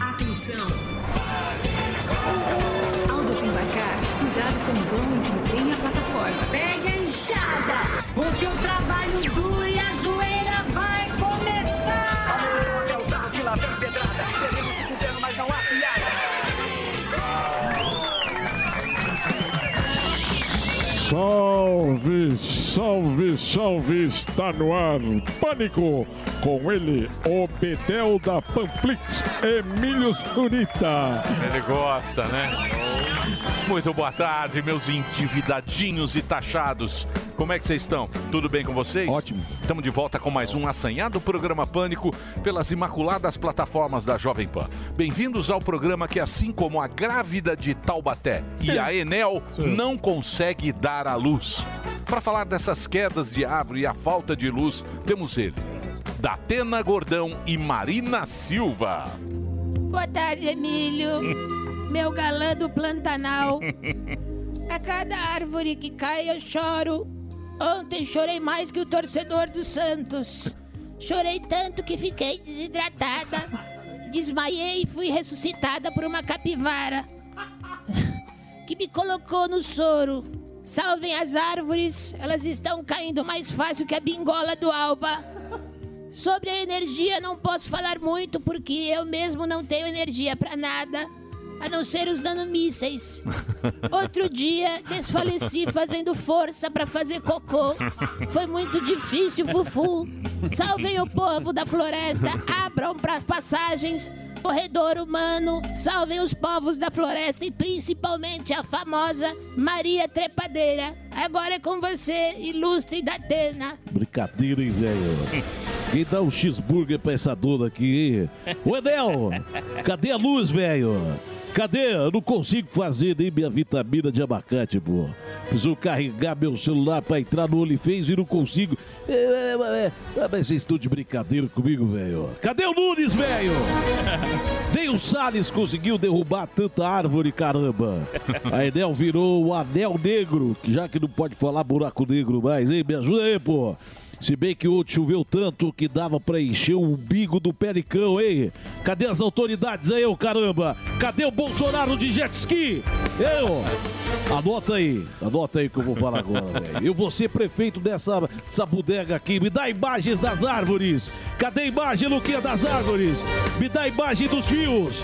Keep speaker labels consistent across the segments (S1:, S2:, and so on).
S1: Atenção! Ao desembarcar, cuidado com o vão entre o trem e a plataforma.
S2: Pega a enxada, porque o trabalho duro e a zoeira vai começar.
S3: É o carro que lá vem pedrada. Teremos se fudendo, mas não há piada.
S4: Salve, salve, salve, está no ar Pânico, com ele, o Bedel da Panflix, Emílio Surita.
S5: Ele gosta, né? Muito boa tarde, meus endividadinhos e taxados. Como é que vocês estão? Tudo bem com vocês? Ótimo. Estamos de volta com mais um assanhado programa Pânico pelas imaculadas plataformas da Jovem Pan. Bem-vindos ao programa que, assim como a grávida de Taubaté e a Enel, não consegue dar à luz. Para falar dessas quedas de árvore e a falta de luz, temos ele, Datena Gordão e Marina Silva.
S6: Boa tarde, Emílio. Meu galã do Plantanal. A cada árvore que cai, eu choro. Ontem chorei mais que o torcedor do Santos. Chorei tanto que fiquei desidratada. Desmaiei e fui ressuscitada por uma capivara que me colocou no soro. Salvem as árvores, elas estão caindo mais fácil que a bingola do Alba. Sobre a energia não posso falar muito porque eu mesmo não tenho energia para nada, a não ser os nanomísseis. Outro dia desfaleci fazendo força para fazer cocô. Foi muito difícil, Fufu. Salvem o povo da floresta, abram para passagens. Corredor humano, salvem os povos da floresta e principalmente a famosa Maria Trepadeira. Agora é com você, ilustre da Atena.
S7: Brincadeira, hein, velho? Quem dá um cheeseburger pra essa dona aqui, hein? Ô, Enel! Cadê a luz, velho? Cadê? Eu não consigo fazer nem minha vitamina de abacate, pô. Preciso carregar meu celular pra entrar no OnlyFans e não consigo. É, é, é, é, mas vocês estão de brincadeira comigo, velho. Cadê o Nunes, velho? Nem o Salles conseguiu derrubar tanta árvore, caramba. A Enel virou o Anel Negro, que já que não pode falar buraco negro mais, hein? Me ajuda aí, pô. Se bem que ontem choveu tanto que dava pra encher o umbigo do Pericão, hein? Cadê as autoridades aí, ô caramba? Cadê o Bolsonaro de jet ski? Eu! Anota aí, anota aí que eu vou falar agora, velho. Eu vou ser prefeito dessa, dessa bodega aqui. Me dá imagens das árvores. Cadê a imagem, Luquinha, das árvores? Me dá a imagem dos fios.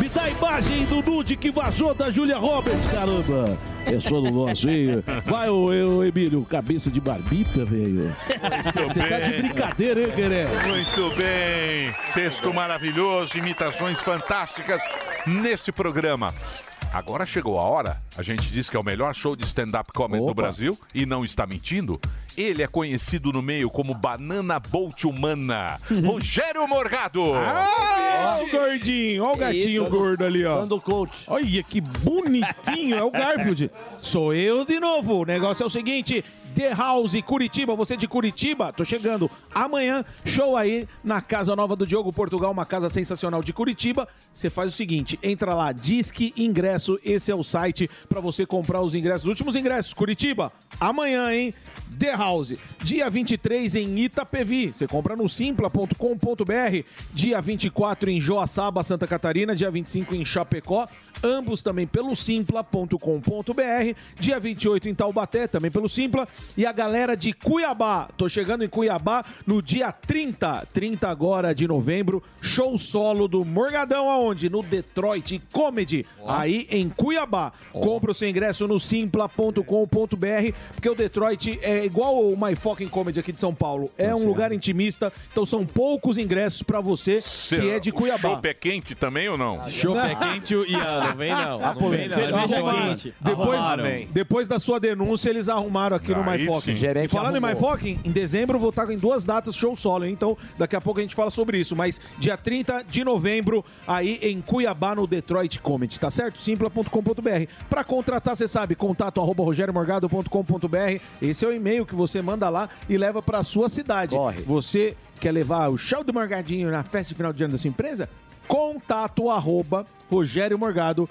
S7: Me dá a imagem do nude que vazou da Julia Roberts, caramba. É só no nosso, hein? Vai, ô, ô, Emílio, cabeça de barbita, velho. Você tá de brincadeira, hein, Gueré?
S5: Muito bem. Texto maravilhoso, imitações fantásticas nesse programa. Agora chegou a hora. A gente diz que é o melhor show de stand-up comedy do Brasil e não está mentindo. Ele é conhecido no meio como Banana Bolt Humana. Rogério Morgado.
S4: Olha Ah, o gordinho, olha o gatinho gordo ali, ó. Olha que bonitinho, é o Garfield. Sou eu de novo. O negócio é o seguinte: The House Curitiba, você de Curitiba, tô chegando amanhã. Show aí na Casa Nova do Diogo Portugal, uma casa sensacional de Curitiba. Você faz o seguinte: entra lá, Disque Ingresso, esse é o site pra você comprar os ingressos. Os últimos ingressos, Curitiba, amanhã, hein? The House, dia 23 em Itapevi. Você compra no simpla.com.br. Dia 24 em Joaçaba, Santa Catarina. Dia 25 em Chapecó. Ambos também pelo simpla.com.br. Dia 28 em Taubaté, também pelo Simpla. E a galera de Cuiabá. Tô chegando em Cuiabá no dia 30, 30 agora de novembro. Show solo do Morgadão aonde? No Detroit Comedy, aí em Cuiabá. Compra o seu ingresso no simpla.com.br, porque o Detroit é igual o My Fucking Comedy aqui de São Paulo. É um lugar intimista, então são poucos ingressos pra você que é de
S5: O
S4: Cuiabá.
S5: chopp é quente também ou não?
S8: Chopp é quente e ah, não vem não. Não vem não.
S4: Arrumaram.
S8: Arrumaram.
S4: Depois, depois da sua denúncia, eles arrumaram aqui no
S5: Ah,
S4: My My Fucking.
S9: Gerente
S4: E falando em
S9: arrumou.
S4: My Fucking, em dezembro eu vou estar em duas datas show solo, hein? então daqui a pouco a gente fala sobre isso. Mas dia 30 de novembro, aí em Cuiabá, no Detroit Comedy, tá certo? Simpla.com.br. Pra contratar, você sabe, contato arroba rogeriomorgado.com.br. Esse é o e-mail que você manda lá e leva pra sua cidade. Você quer levar o show do Morgadinho na festa de final de ano da sua empresa? Contato arroba rogeriomorgado.com.br.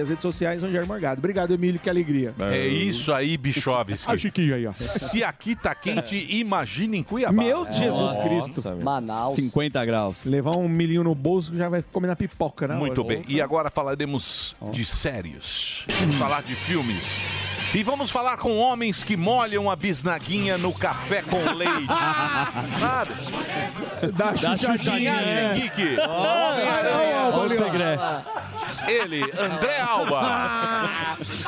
S4: As redes sociais, Rogério Morgado. Obrigado, Emílio, que alegria.
S5: É isso aí, Bichovski.
S4: Ah, Chiquinho aí, ó.
S5: Se aqui tá quente, imagina em Cuiabá.
S4: Meu Jesus Cristo.
S9: Manaus.
S10: 50 graus.
S4: Levar um milhinho no bolso já vai comer na pipoca, né?
S5: Muito bem. E agora falaremos de séries. Vamos falar de filmes. E vamos falar com homens que molham a bisnaguinha no café com leite. Sabe?
S4: Dá chuchadinha.
S5: Linhagem
S4: né?
S5: Geek.
S4: Olha o
S5: Homem-Aranha.
S4: Alba ali, ó.
S5: Ele, André Alba.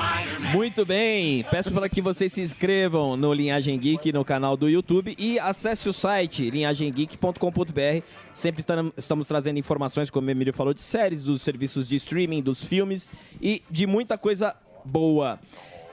S10: Muito bem, peço para que vocês se inscrevam no Linhagem Geek no canal do YouTube e acesse o site linhagemgeek.com.br. Sempre estam- estamos trazendo informações, como o Emílio falou, de séries, dos serviços de streaming, dos filmes e de muita coisa boa.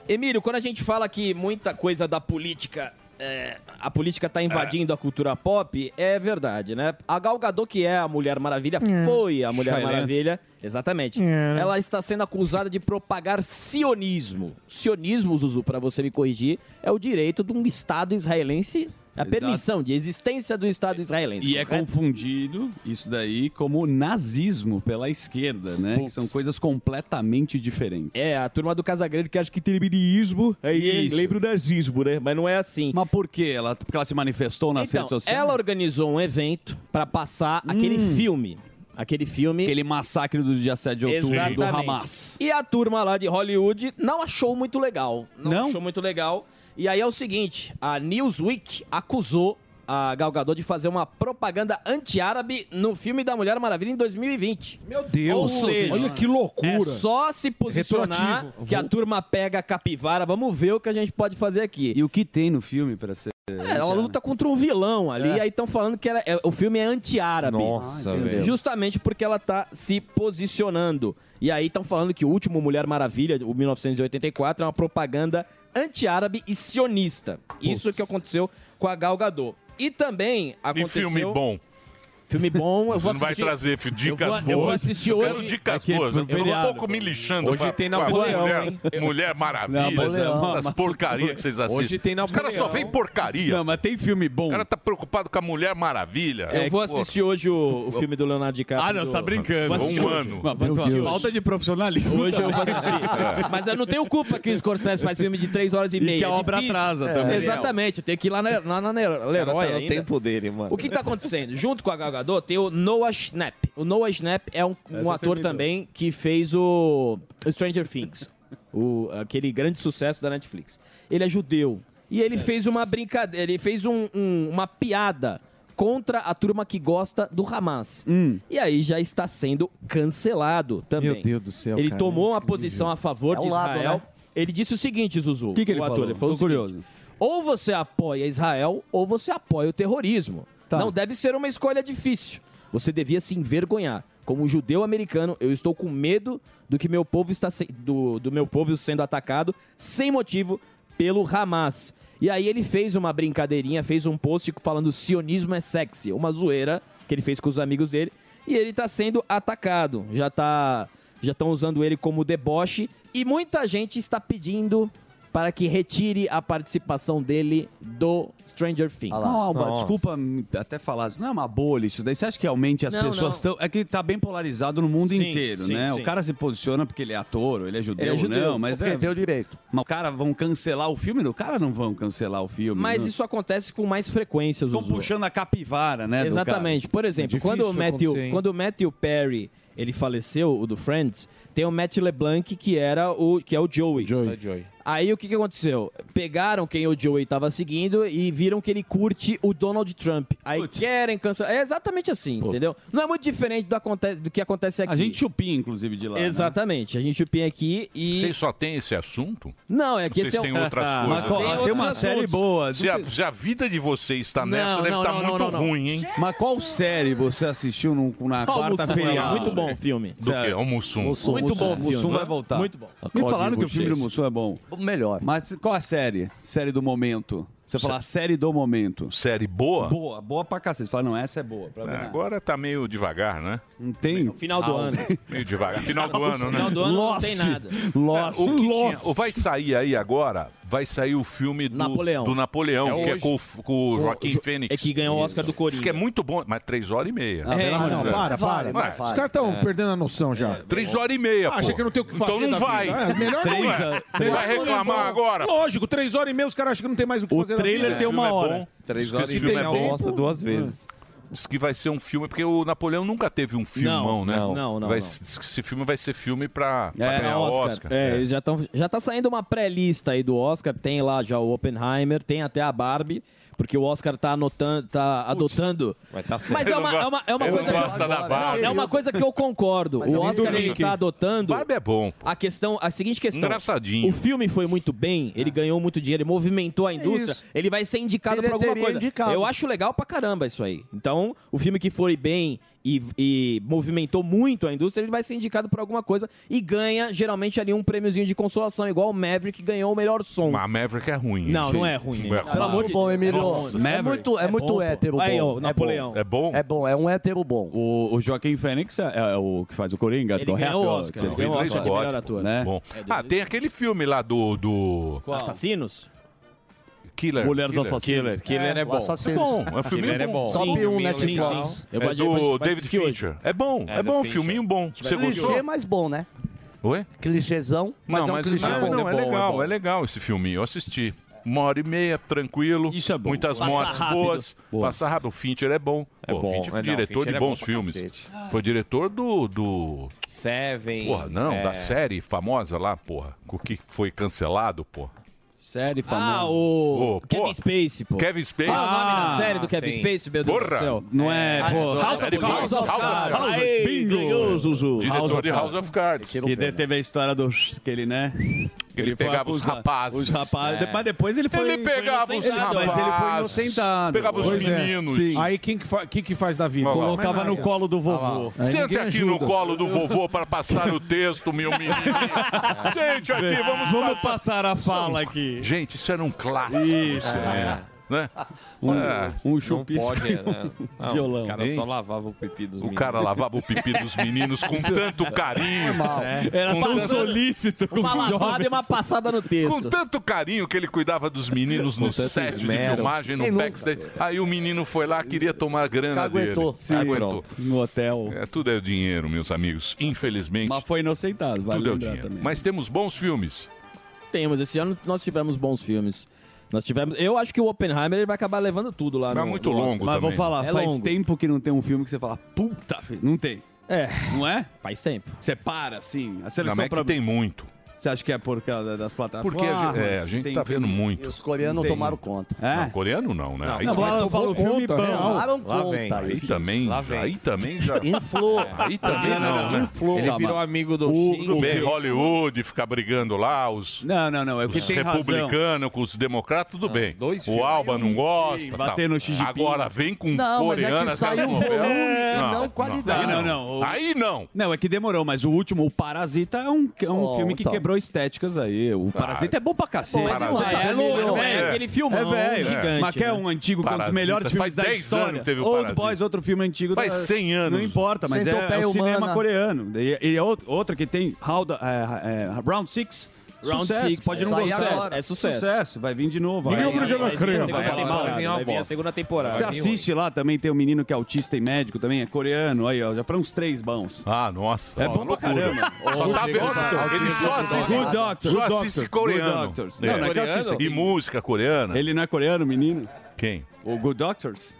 S10: Emílio, quando a gente fala que muita coisa da política é, a política tá invadindo a cultura pop, é verdade, né? A Gal Gadot, que é a Mulher Maravilha, foi a Mulher Silence. Maravilha, exatamente. Ela está sendo acusada de propagar sionismo. Sionismo, Zuzu, para você me corrigir, é o direito de um Estado israelense, a Exato. permissão de existência do Estado israelense. E é correto?
S9: confundido isso daí como nazismo pela esquerda, né?
S10: Que são coisas
S9: completamente diferentes.
S10: É, a turma do Casagrande que acha que terminismo é
S9: Isso.
S10: lembra o nazismo, né? Mas não é assim.
S9: Mas por quê? Ela, porque ela se manifestou nas
S10: Então,
S9: redes sociais? Hum.
S10: ela organizou um evento para passar aquele filme. Aquele filme.
S9: Aquele massacre do dia 7 de outubro do Hamas.
S10: E a turma lá de Hollywood não achou muito legal. Não,
S9: Não?
S10: achou muito legal. E aí é o seguinte, a Newsweek acusou a Gal Gadot de fazer uma propaganda anti-árabe no filme da Mulher Maravilha em 2020.
S4: Meu Deus.
S10: Ou seja,
S4: Olha que loucura.
S10: É só se posicionar
S4: Retroativo.
S10: que a turma pega a capivara. Vamos ver o que a gente pode fazer aqui.
S9: E o que tem no filme para ser.
S10: É, ela luta contra um vilão ali, aí estão falando que ela- é- o filme é anti-árabe. Ah,
S9: Nossa, velho.
S10: Justamente porque ela tá se posicionando. E aí estão falando que o último Mulher Maravilha, o 1984, é uma propaganda anti-árabe e sionista. Isso que aconteceu com a Gal Gadot. E também
S5: E
S10: aconteceu...
S5: filme bom.
S10: Filme bom, eu
S5: Você
S10: vou
S5: não vai
S10: assistir...
S5: trazer filho, dicas
S10: eu vou- eu
S5: boas.
S10: vou assistir
S5: Eu quero
S10: hoje-
S5: dicas
S10: aqui é
S5: boas.
S10: pro
S5: Eu tô um
S10: feriado.
S5: pouco me lixando.
S10: Hoje
S5: pra-
S10: tem
S5: pra
S10: Napoleão,
S5: mulher,
S10: hein?
S5: Mulher Maravilha.
S9: Napoleão,
S5: essas
S9: mas-
S5: porcarias que vocês assistem.
S4: Hoje tem
S5: Os caras só
S4: Napoleão.
S5: veem porcaria.
S9: Não, mas tem filme bom.
S5: O cara tá preocupado com a Mulher Maravilha. É,
S10: Eu vou
S5: Pô,
S10: assistir hoje o, o filme do Leonardo DiCaprio.
S9: É, Ah, não,
S10: do-
S9: tá brincando.
S10: Vou assistir
S5: Um
S10: hoje.
S5: ano.
S9: Mas, mas,
S10: Meu
S9: ó,
S10: Deus.
S9: falta de profissionalismo.
S10: Hoje eu vou assistir. Mas eu não tenho culpa que o Scorsese faz filme de 3 horas e meia.
S9: E que a
S10: é
S9: obra
S10: difícil.
S9: atrasa também. tá
S10: Exatamente, eu tenho que ir lá na, lá na Ne- Leroy ainda.
S9: dele, mano.
S10: O que tá acontecendo? Junto com a Gal Gadot tem o Noah Schnapp. O Noah Schnapp é um, um ator também que fez o o Stranger Things. o- aquele grande sucesso da Netflix. Ele é judeu. E
S9: É.
S10: ele fez uma brincadeira, ele fez um- um- uma piada contra a turma que gosta do Hamas. E aí já está sendo cancelado também.
S9: Hum. Meu Deus do céu,
S10: Ele
S9: cara,
S10: tomou uma posição a favor
S9: É um
S10: de
S9: lado,
S10: Israel.
S9: né?
S10: Ele disse o seguinte, Zuzu. O
S9: que ele falou?
S10: o
S9: Tô
S10: seguinte,
S9: curioso.
S10: ou você apoia Israel ou você apoia o terrorismo.
S9: Tá.
S10: Não deve ser uma escolha difícil. Você devia se envergonhar. Como um judeu americano, eu estou com medo do que meu povo está se- do, do meu povo sendo atacado sem motivo pelo Hamas. E aí ele fez uma brincadeirinha, fez um post falando sionismo é sexy, uma zoeira que ele fez com os amigos dele, e ele está sendo atacado. Já tá já estão usando ele como deboche e muita gente está pedindo para que retire a participação dele do Stranger Things.
S9: Não, Alba, desculpa me- até falar isso. Não é uma bolha isso daí. Você acha que realmente as
S10: Não,
S9: pessoas
S10: não.
S9: estão. É que tá bem polarizado no mundo
S10: Sim,
S9: inteiro,
S10: sim,
S9: né?
S10: sim.
S9: O cara se posiciona porque ele é ator, ou ele é judeu,
S10: Ele é judeu,
S9: não, mas é.
S11: o direito.
S9: Mas o cara vão cancelar o filme? O cara não vão cancelar o filme.
S10: Mas
S9: não.
S10: isso acontece com mais frequência,
S9: Estão
S10: Zuzu.
S9: puxando a capivara, né? do cara.
S10: Exatamente. Por exemplo,
S4: Difícil
S10: quando o, Matthew,
S4: acontecer, hein?
S10: quando o Matthew Perry ele faleceu, o do Friends, tem o Matt LeBlanc que era o que é o Joey. Aí o que, que aconteceu? Pegaram quem o Joey estava seguindo e viram que ele curte o Donald Trump. Aí
S9: Putz.
S10: querem cancelar. É exatamente assim, entendeu? Não é muito diferente do, aconte- do que acontece aqui.
S9: A gente chupinha, inclusive, de lá. né?
S10: Exatamente. A gente chupinha aqui e.
S5: Vocês só tem esse assunto?
S10: Não, é que
S5: Vocês
S10: esse é
S5: têm
S10: um...
S5: outras
S9: Mas
S5: coisas?
S9: qual-
S10: Tem
S9: tem,
S10: outros
S9: uma
S10: assuntos.
S9: série boa.
S5: Se a, se a vida de você está nessa,
S10: Não,
S5: deve
S10: não,
S5: estar
S10: não,
S5: muito
S10: não, não.
S5: ruim, hein?
S9: Mas qual série você assistiu no- na
S10: Ó, o Mussum,
S9: quarta-feira?
S10: Muito bom o filme.
S5: Do que? O Mussum.
S10: Muito bom o
S9: Mussum
S10: filme.
S9: vai voltar.
S10: Muito bom.
S9: Me falaram que o filme do Mussum é bom. melhor. Mas qual a série? Série do momento. Você fala série do momento.
S5: Série boa?
S9: Boa, boa pra cacete. Você fala, não, essa é boa. Pra
S5: É,
S9: ver.
S5: agora tá meio devagar, né?
S9: Não tem.
S10: né? final do ano.
S5: Meio devagar. Final do
S10: O
S5: ano, né?
S10: final do ano não tem Lost. nada.
S5: Lost. O, que tinha- o vai sair aí agora, vai sair o filme do
S10: Napoleão.
S5: do Napoleão,
S10: É
S5: que é
S10: hoje.
S5: com, o- com o
S10: O
S5: Joaquim
S10: Jo-
S5: Fênix.
S10: é que ganhou o Oscar do Coringa. É,
S5: Isso que é muito bom, mas três horas e meia.
S4: Ah, pelo amor de Deus. Vale,
S5: Ué,
S4: vale. É. Os caras estão perdendo a noção já.
S5: É, Três horas e meia,
S4: Ah, Achei
S5: pô.
S4: que não tem o que
S5: Então
S4: fazer.
S5: não
S4: da
S5: vai.
S4: vida. É, melhor
S5: Três
S4: não
S5: horas.
S4: Melhor
S5: Vai
S4: não é
S5: reclamar
S4: bom.
S5: agora.
S4: Lógico, três horas e meia os caras acham que não tem mais o que fazer. na vida. é
S5: Diz que é esse filme é bom. Diz que vai ser um filme, porque o Napoleão nunca teve um filmão, né?
S10: não, não, não,
S5: Vai,
S10: não.
S5: Diz que esse filme vai ser filme pra, pra
S10: É,
S5: ganhar Oscar. Oscar.
S10: É, eles já estão. Já tá saindo uma pré-lista aí do Oscar. Tem lá já o Oppenheimer, tem até a Barbie, porque o Oscar tá anotando, tá adotando.
S5: tá
S10: Mas é uma, é uma, é uma
S5: Eu não
S10: coisa.
S5: gosto da
S10: Não,
S5: Barbie.
S10: é uma coisa que eu concordo.
S5: Mas
S10: o
S5: eu me
S10: Oscar
S5: identifiquei.
S10: ele tá adotando.
S5: Barbie é bom.
S10: A questão, a seguinte questão.
S5: Engraçadinho. É.
S10: O filme foi muito bem, ele ganhou muito dinheiro, ele movimentou a indústria,
S11: isso.
S10: ele vai ser indicado
S11: Ele
S10: por alguma
S11: teria
S10: coisa.
S11: indicado.
S10: Eu acho legal pra caramba isso aí. Então, o filme que foi bem e, e movimentou muito a indústria, ele vai ser indicado por alguma coisa e ganha geralmente ali um prêmiozinho de consolação, igual o Maverick que ganhou o melhor som.
S5: Mas a Maverick é ruim.
S10: Não,
S5: gente.
S10: não é ruim,
S5: Não
S10: né? Pelo amor de
S11: bom,
S10: Deus.
S11: Emílio.
S10: Nossa,
S11: é
S10: Maverick.
S11: muito, é
S10: É
S11: muito
S10: bom, pô.
S11: hétero
S5: Ah.
S11: bom.
S10: Aí, ó,
S11: É bom.
S10: Napoleão.
S5: É bom?
S11: É bom, é um hétero bom.
S9: O, o Joaquim Fênix é, é o que faz o Coringa,
S11: Ele
S9: correto?
S11: ganhou o Oscar,
S9: Você
S5: né?
S11: ele
S9: fez
S11: ganhou o
S9: três
S11: Oscar de
S9: Oscar,
S11: melhor ator.
S9: Né?
S10: É,
S5: Bom. Ah, tem aquele filme lá do. do...
S10: Assassinos?
S5: Killer.
S9: Mulheres
S5: Killer.
S9: Assassinas. Killer. Killer é É, o bom. Assassinos.
S5: É bom. É um filme
S9: Killer é
S5: bom.
S9: bom. Top
S5: Sim,
S9: 1
S5: sim,
S9: Netflix.
S5: sim.
S11: Eu
S5: É
S11: baixei pra
S5: do
S11: assistir- pra
S5: David
S11: assistir hoje.
S5: Fincher. É bom. É,
S11: É, do
S5: bom.
S11: Fincher.
S5: Filminho bom. Você gostou?
S11: clichê, mas bom, né?
S5: Oi?
S11: Clichêzão, mas
S5: não,
S11: é um
S5: mas,
S11: clichê
S5: não,
S11: bom.
S5: não, é, legal, é, legal esse filminho. Eu assisti. Uma hora e meia, tranquilo. Isso é bom. Muitas
S11: Passa
S5: mortes
S11: rápido.
S5: boas.
S11: Boa.
S5: Passar rápido. O Fincher é bom. É
S12: bom.
S5: Fincher,
S12: É, não,
S5: diretor
S12: Fincher
S5: de
S12: é bom
S5: bons
S12: pra
S5: filmes.
S12: cacete.
S5: Foi diretor do... do...
S12: Seven.
S5: Porra, não,
S12: é,
S5: da série famosa lá, porra. O que foi cancelado, porra.
S9: Série
S10: famosa. Ah, o Kevin Spacey, pô.
S5: Kevin Spacey.
S10: Qual é o nome da série do
S5: Ah,
S10: Kevin
S5: sim.
S10: Spacey, meu Deus
S5: Porra.
S10: do céu?
S5: Não é,
S10: Ah,
S5: pô,
S9: House of
S10: House
S9: Cards.
S10: of Cards.
S9: House of-
S10: Aê,
S9: Bingo.
S10: ganhou, Zuzu.
S5: Diretor de House of Cards.
S9: Que de- teve a história do... Que ele, né? Que
S5: ele
S9: foi
S5: pegava os
S9: acusado-
S5: rapazes.
S9: Os rapazes.
S5: É.
S9: Mas depois ele foi...
S5: Ele pegava
S9: foi
S5: os
S9: inocentado, Mas ele foi
S5: rapazes,
S9: inocentado.
S5: pegava os
S9: Pois é.
S4: Sim. Aí quem que, fa- quem que faz da vida?
S9: Colocava
S4: Mais
S9: no
S4: nada.
S9: colo do
S4: Olha
S9: vovô.
S4: lá. é. Aí
S5: Sente
S4: ninguém
S5: aqui
S4: ajuda.
S5: no colo do vovô para passar o texto, meu menino. Gente, aqui, vamos,
S9: Vamos passar a fala
S5: Isso é um-
S9: aqui.
S5: Gente, isso era um clássico.
S9: Isso,
S5: É. Né?
S9: Um-
S5: É.
S9: um chupisco
S12: pode,
S9: e
S12: é, né?
S9: um
S12: Não,
S9: violão.
S12: O cara
S9: Hein?
S12: só lavava o pipi dos
S5: O cara lavava o pipi dos meninos com tanto carinho.
S9: É. Era
S5: Com
S9: tão
S5: tanto-
S9: solícito com
S10: Uma
S9: os
S10: lavada
S9: jovens.
S10: e uma passada no
S5: Com
S10: texto.
S5: tanto carinho que ele cuidava dos meninos
S10: Com
S5: no
S10: tanto
S5: set de
S10: esmero.
S5: filmagem, no
S10: Quem nunca?
S5: backstage. Aí o menino foi lá, queria tomar a grana
S9: Aguentou.
S5: dele.
S9: Sim.
S5: Aguentou.
S9: No hotel.
S5: É, tudo é dinheiro, meus amigos. Infelizmente,
S9: Mas foi inocentado, vale
S5: tudo é o
S9: lembrar
S5: dinheiro.
S9: também.
S5: Mas temos bons filmes.
S10: Temos, esse ano nós tivemos bons filmes. Nós tivemos. Eu acho que o Oppenheimer ele vai acabar levando tudo
S12: é
S10: lá
S5: é
S10: no. no Oscar.
S9: Mas vou falar,
S10: é
S9: faz
S10: longo.
S9: tempo que não tem um filme que você fala, puta, filho, não tem.
S10: É.
S9: Não é?
S10: Faz tempo.
S9: Você para, assim. A seleção
S5: Não, mas é que
S9: pra-
S5: tem muito.
S9: Você acha que é por causa das plataformas?
S5: Porque a gente- é, a gente tá vendo muito. E
S11: os coreanos tomaram conta.
S9: É?
S5: Não, coreano não, né?
S9: Não, não, mas eu falo filme bom.
S11: Tomaram
S5: Lá
S11: conta,
S5: vem. Aí
S11: isso.
S5: também,
S11: Lá
S5: já,
S11: vem.
S5: aí também já.
S11: Inflou.
S10: É.
S5: Aí também não, né?
S11: Inflou.
S5: Ele virou
S12: amigo
S5: do Tudo bem, Hollywood ficar brigando lá, os.
S9: Não, não, não. É o que
S5: os
S9: tem razão.
S5: republicanos com os democratas, tudo bem.
S9: Ah, dois
S5: o
S9: filmes.
S5: Alba não gosta.
S9: Sim,
S5: tal.
S9: bater no Xi Jinping.
S5: Agora vem com
S9: Não, mas é que
S5: coreana.
S9: saiu volume e não qualidade.
S5: Aí não,
S9: Não, não, o-
S5: Aí não.
S9: Não, é que demorou, mas o último, o Parasita, é um, é um
S5: Oh,
S9: filme que
S5: então.
S9: quebrou estéticas aí. O Parasita é bom pra cacete.
S5: Bom, mas não é, é
S9: louco,
S5: louco, é aquele filmão
S9: é velho.
S5: gigante,
S9: Mas que é um
S5: né?
S9: antigo, que é um
S5: Parasita,
S9: dos melhores
S5: faz
S9: filmes da
S5: 10
S9: história.
S5: anos teve o
S9: Old
S5: Parasita.
S9: Boys, outro filme antigo.
S5: Faz
S9: da-
S5: 100 anos.
S9: Não importa, mas é, é
S5: Centopeia
S9: o cinema
S5: humana.
S9: coreano. E, e é out- outra que tem How the- é, é, Round 6.
S10: Round
S9: sucesso,
S10: Six,
S9: pode não
S10: é sucesso,
S9: gostar.
S10: é sucesso.
S9: Vai vir de novo.
S10: Ninguém
S9: vai-
S10: obriga a
S9: vai vir
S10: crer.
S9: a segunda
S10: Vai vir
S9: temporada,
S10: uma
S9: vai vir a
S10: bosta. segunda temporada.
S9: Você
S10: Vai vir
S9: assiste lá também, tem um menino que é autista e médico também, é coreano. Aí, ó, já foram uns três bons.
S5: Ah, nossa.
S9: É bom pra caramba.
S5: Só tá vendo. Ele só assiste,
S9: Good Doctor.
S5: só
S9: Good
S5: assiste
S9: Doctor, Good
S5: coreano.
S9: Doctors. Não, não é que eu assisto.
S5: E música coreana.
S9: Ele não é coreano, menino?
S5: Quem?
S9: O Good Doctors?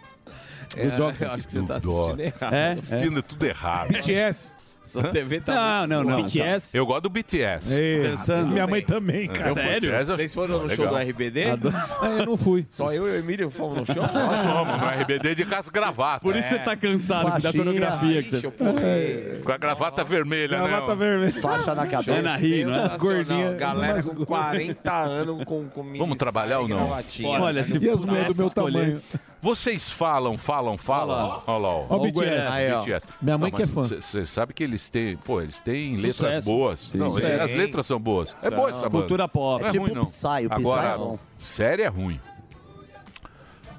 S12: É, Good Doctor. eu acho que você tá assistindo
S5: Doctor.
S12: errado.
S9: É?
S5: Assistindo
S9: É.
S5: tudo errado.
S4: BTS.
S12: Sua TV
S9: tá Não, muito não, não. zoada.
S5: BTS? Eu gosto do BTS.
S4: Ei, minha mãe também,
S5: É.
S4: cara.
S5: Eu fui atrás, eu-
S12: Vocês foram no
S5: Legal.
S12: show do RBD?
S9: Ah,
S4: É, eu não fui.
S12: Só eu e o Emílio fomos no show?
S5: Nós fomos no RBD de casa gravata.
S9: Por isso você tá cansado da
S5: Faixinha.
S9: coreografia que
S12: Ixi,
S9: você É,
S12: eu pulei. É,
S5: Com a gravata vermelha, né?
S4: Gravata vermelha.
S11: Faixa na cabeça.
S9: É na Rio, né?
S12: Sensacional.
S9: Gordinha.
S12: Galera
S9: Mas-
S12: com 40 anos com, né? com
S5: Vamos trabalhar ou não?
S12: Gravatinha.
S9: Olha, se pudesse escolher,
S5: Vocês falam, falam, falam. Olha lá, ó.
S2: Ó o BTS.
S5: Ó
S2: Aí, ó.
S5: BTS.
S2: Minha mãe que é
S5: mas
S2: fã.
S5: cê- Você sabe que eles têm, pô, eles têm
S2: Sucesso.
S5: letras boas.
S2: Sim.
S5: Não,
S2: Sim.
S5: as letras são boas. É
S2: São.
S5: boa essa banda.
S2: Cultura pop.
S5: Não
S2: É
S5: é
S2: tipo
S5: ruim, não.
S2: Psy, o Psy é
S5: Agora,
S2: bom.
S5: sério é ruim.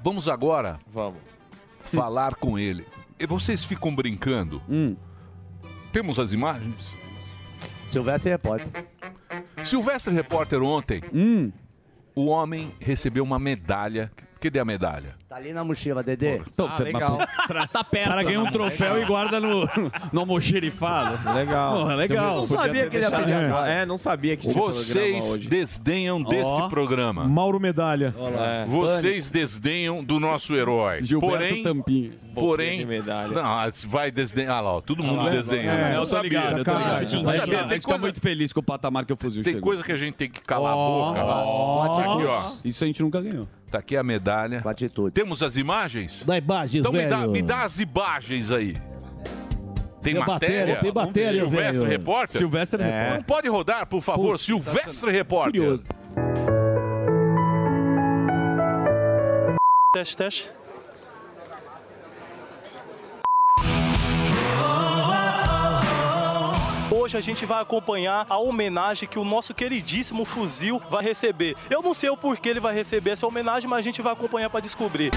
S5: Vamos agora Vamos. falar com ele. E vocês ficam brincando? Temos as imagens?
S11: Silvestre Repórter.
S5: Silvestre Repórter ontem, o homem recebeu uma medalha. Cadê a medalha?
S11: Tá ali na mochila, Dedê.
S5: Ah, legal.
S9: Tá perto. Cara ganha um troféu e guarda no, no almoxerifado.
S12: Legal.
S9: Porra,
S12: Você
S9: legal.
S12: não sabia que ele ia pegar agora. É, não sabia que tinha programa
S5: Vocês
S12: hoje.
S5: desdenham deste
S12: Ó.
S5: programa. É.
S4: Mauro Medalha.
S9: É.
S12: lá.
S5: Vocês desdenham do nosso herói.
S12: Gilberto
S5: porém,
S12: Tampinho.
S5: Porém,
S12: de medalha.
S5: não, vai desdenhar. Ah lá, ó, todo mundo
S9: lá,
S5: desdenha.
S9: é, eu tô
S5: Sabia,
S9: ligado, eu tô
S5: cara.
S9: ligado. A
S5: Sabia,
S9: gente tá- a
S5: tem
S9: gente tá muito feliz com o patamar que o fuzil
S5: Tem
S9: chegou.
S5: coisa que a gente tem que calar
S9: Ó.
S5: a boca. lá.
S9: Ó.
S5: Tá aqui, ó.
S9: Isso a gente nunca ganhou.
S5: Tá aqui a medalha. Temos as imagens?
S7: Dá imagens,
S5: Então me
S7: velho.
S5: dá, me dá as imagens aí.
S7: Tem
S5: Tem, matéria?
S7: matéria, tem matéria,
S5: Silvestre
S7: velho.
S5: Repórter?
S7: Silvestre
S5: É.
S7: Repórter.
S5: Não pode rodar, por favor.
S7: Putz,
S9: tá
S5: Silvestre Repórter.
S7: curioso.
S13: Teste, teste. Hoje a gente vai acompanhar a homenagem que o nosso queridíssimo fuzil vai receber. Eu não sei o porquê ele vai receber essa homenagem, mas a gente vai acompanhar para descobrir.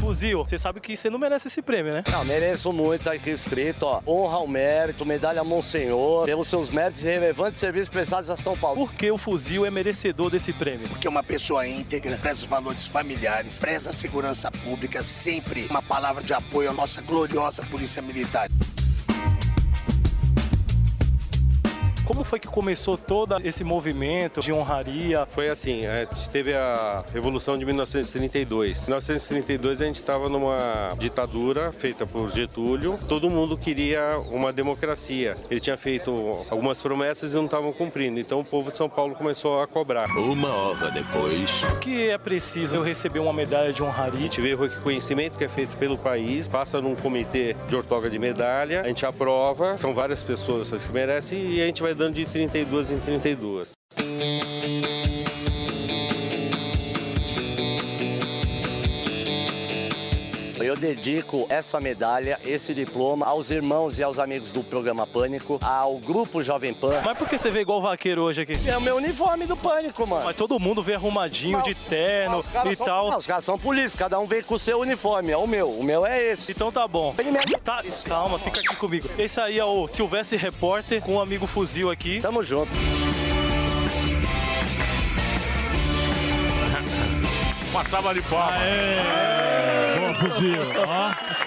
S13: Fuzil, você sabe que você não merece esse prêmio, né?
S11: Não, mereço muito, tá aqui escrito, ó. Honra ao mérito, medalha Monsenhor, pelos seus méritos e relevantes serviços prestados a São Paulo.
S13: Por que o fuzil é merecedor desse prêmio?
S14: Porque uma pessoa íntegra preza os valores familiares, preza a segurança pública, sempre uma palavra de apoio à nossa gloriosa Polícia Militar.
S13: Como foi que começou todo esse movimento de honraria?
S15: Foi assim, a gente teve a Revolução de 1932. Em 1932 a gente estava numa ditadura feita por Getúlio. Todo mundo queria uma democracia. Ele tinha feito algumas promessas e não estavam cumprindo. Então o povo de São Paulo começou a cobrar. Uma hora depois.
S13: O que é preciso eu receber uma medalha de
S15: A
S13: honraria?
S15: gente vê o reconhecimento que é feito pelo país, passa num comitê de ortoga de medalha, a gente aprova, são várias pessoas que merecem e a gente vai dando de 32 em 32.
S11: Eu dedico essa medalha, esse diploma, aos irmãos e aos amigos do programa Pânico, ao grupo Jovem Pan.
S13: Mas por que você veio igual vaqueiro hoje aqui?
S11: É o meu uniforme do Pânico, mano.
S13: Mas todo mundo veio arrumadinho, de terno
S11: Os caras
S13: e
S11: são-
S13: tal.
S11: não, os caras são polícia, cada um vem com o seu uniforme, é o meu. O meu é esse.
S13: Então tá bom. Tá, calma, fica aqui comigo. Esse aí é o Silvestre Repórter com o amigo Fuzil aqui.
S11: Tamo junto.
S5: Uma salva de palmas.
S4: É, Boa, fuzil.
S5: É.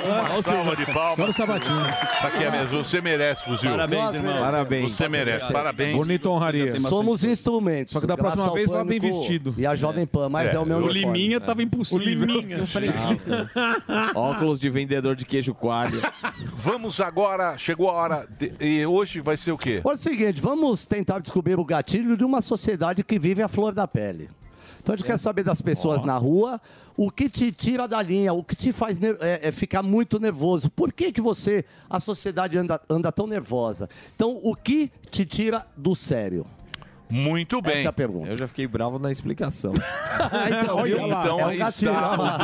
S5: Uma
S4: Ó,
S5: salva de palmas.
S4: Só no sabatinho.
S5: Tá aqui a mesa. Você merece, fuzil.
S4: Parabéns, Nós irmão. merecemos. Parabéns.
S5: Você merece. Parabéns.
S4: Bonita honraria.
S11: Somos instrumentos.
S4: Só que da
S11: graças
S4: próxima
S11: ao
S4: vez, vá bem
S11: Pânico
S4: vestido.
S11: E a Jovem Pan, mas é, o meu uniforme.
S4: impossível. O Liminha. Eu falei,
S12: Óculos de vendedor de queijo coalho.
S5: Vamos agora. Chegou a hora. de- E hoje vai ser o quê?
S11: Olha o seguinte, vamos tentar descobrir o gatilho de uma sociedade que vive à flor da pele. Então a
S12: É.
S11: gente quer saber das pessoas na rua o que te tira da linha, o que te faz ner- é, é ficar muito nervoso. Por que, que você, a sociedade anda, anda tão nervosa? Então, o que te tira do sério? é
S5: Muito bem.
S12: Eu já fiquei bravo na explicação.
S4: Olha lá,
S5: Então
S4: é um
S5: aí
S4: gatilho,
S5: está
S4: olha
S5: a
S4: lá.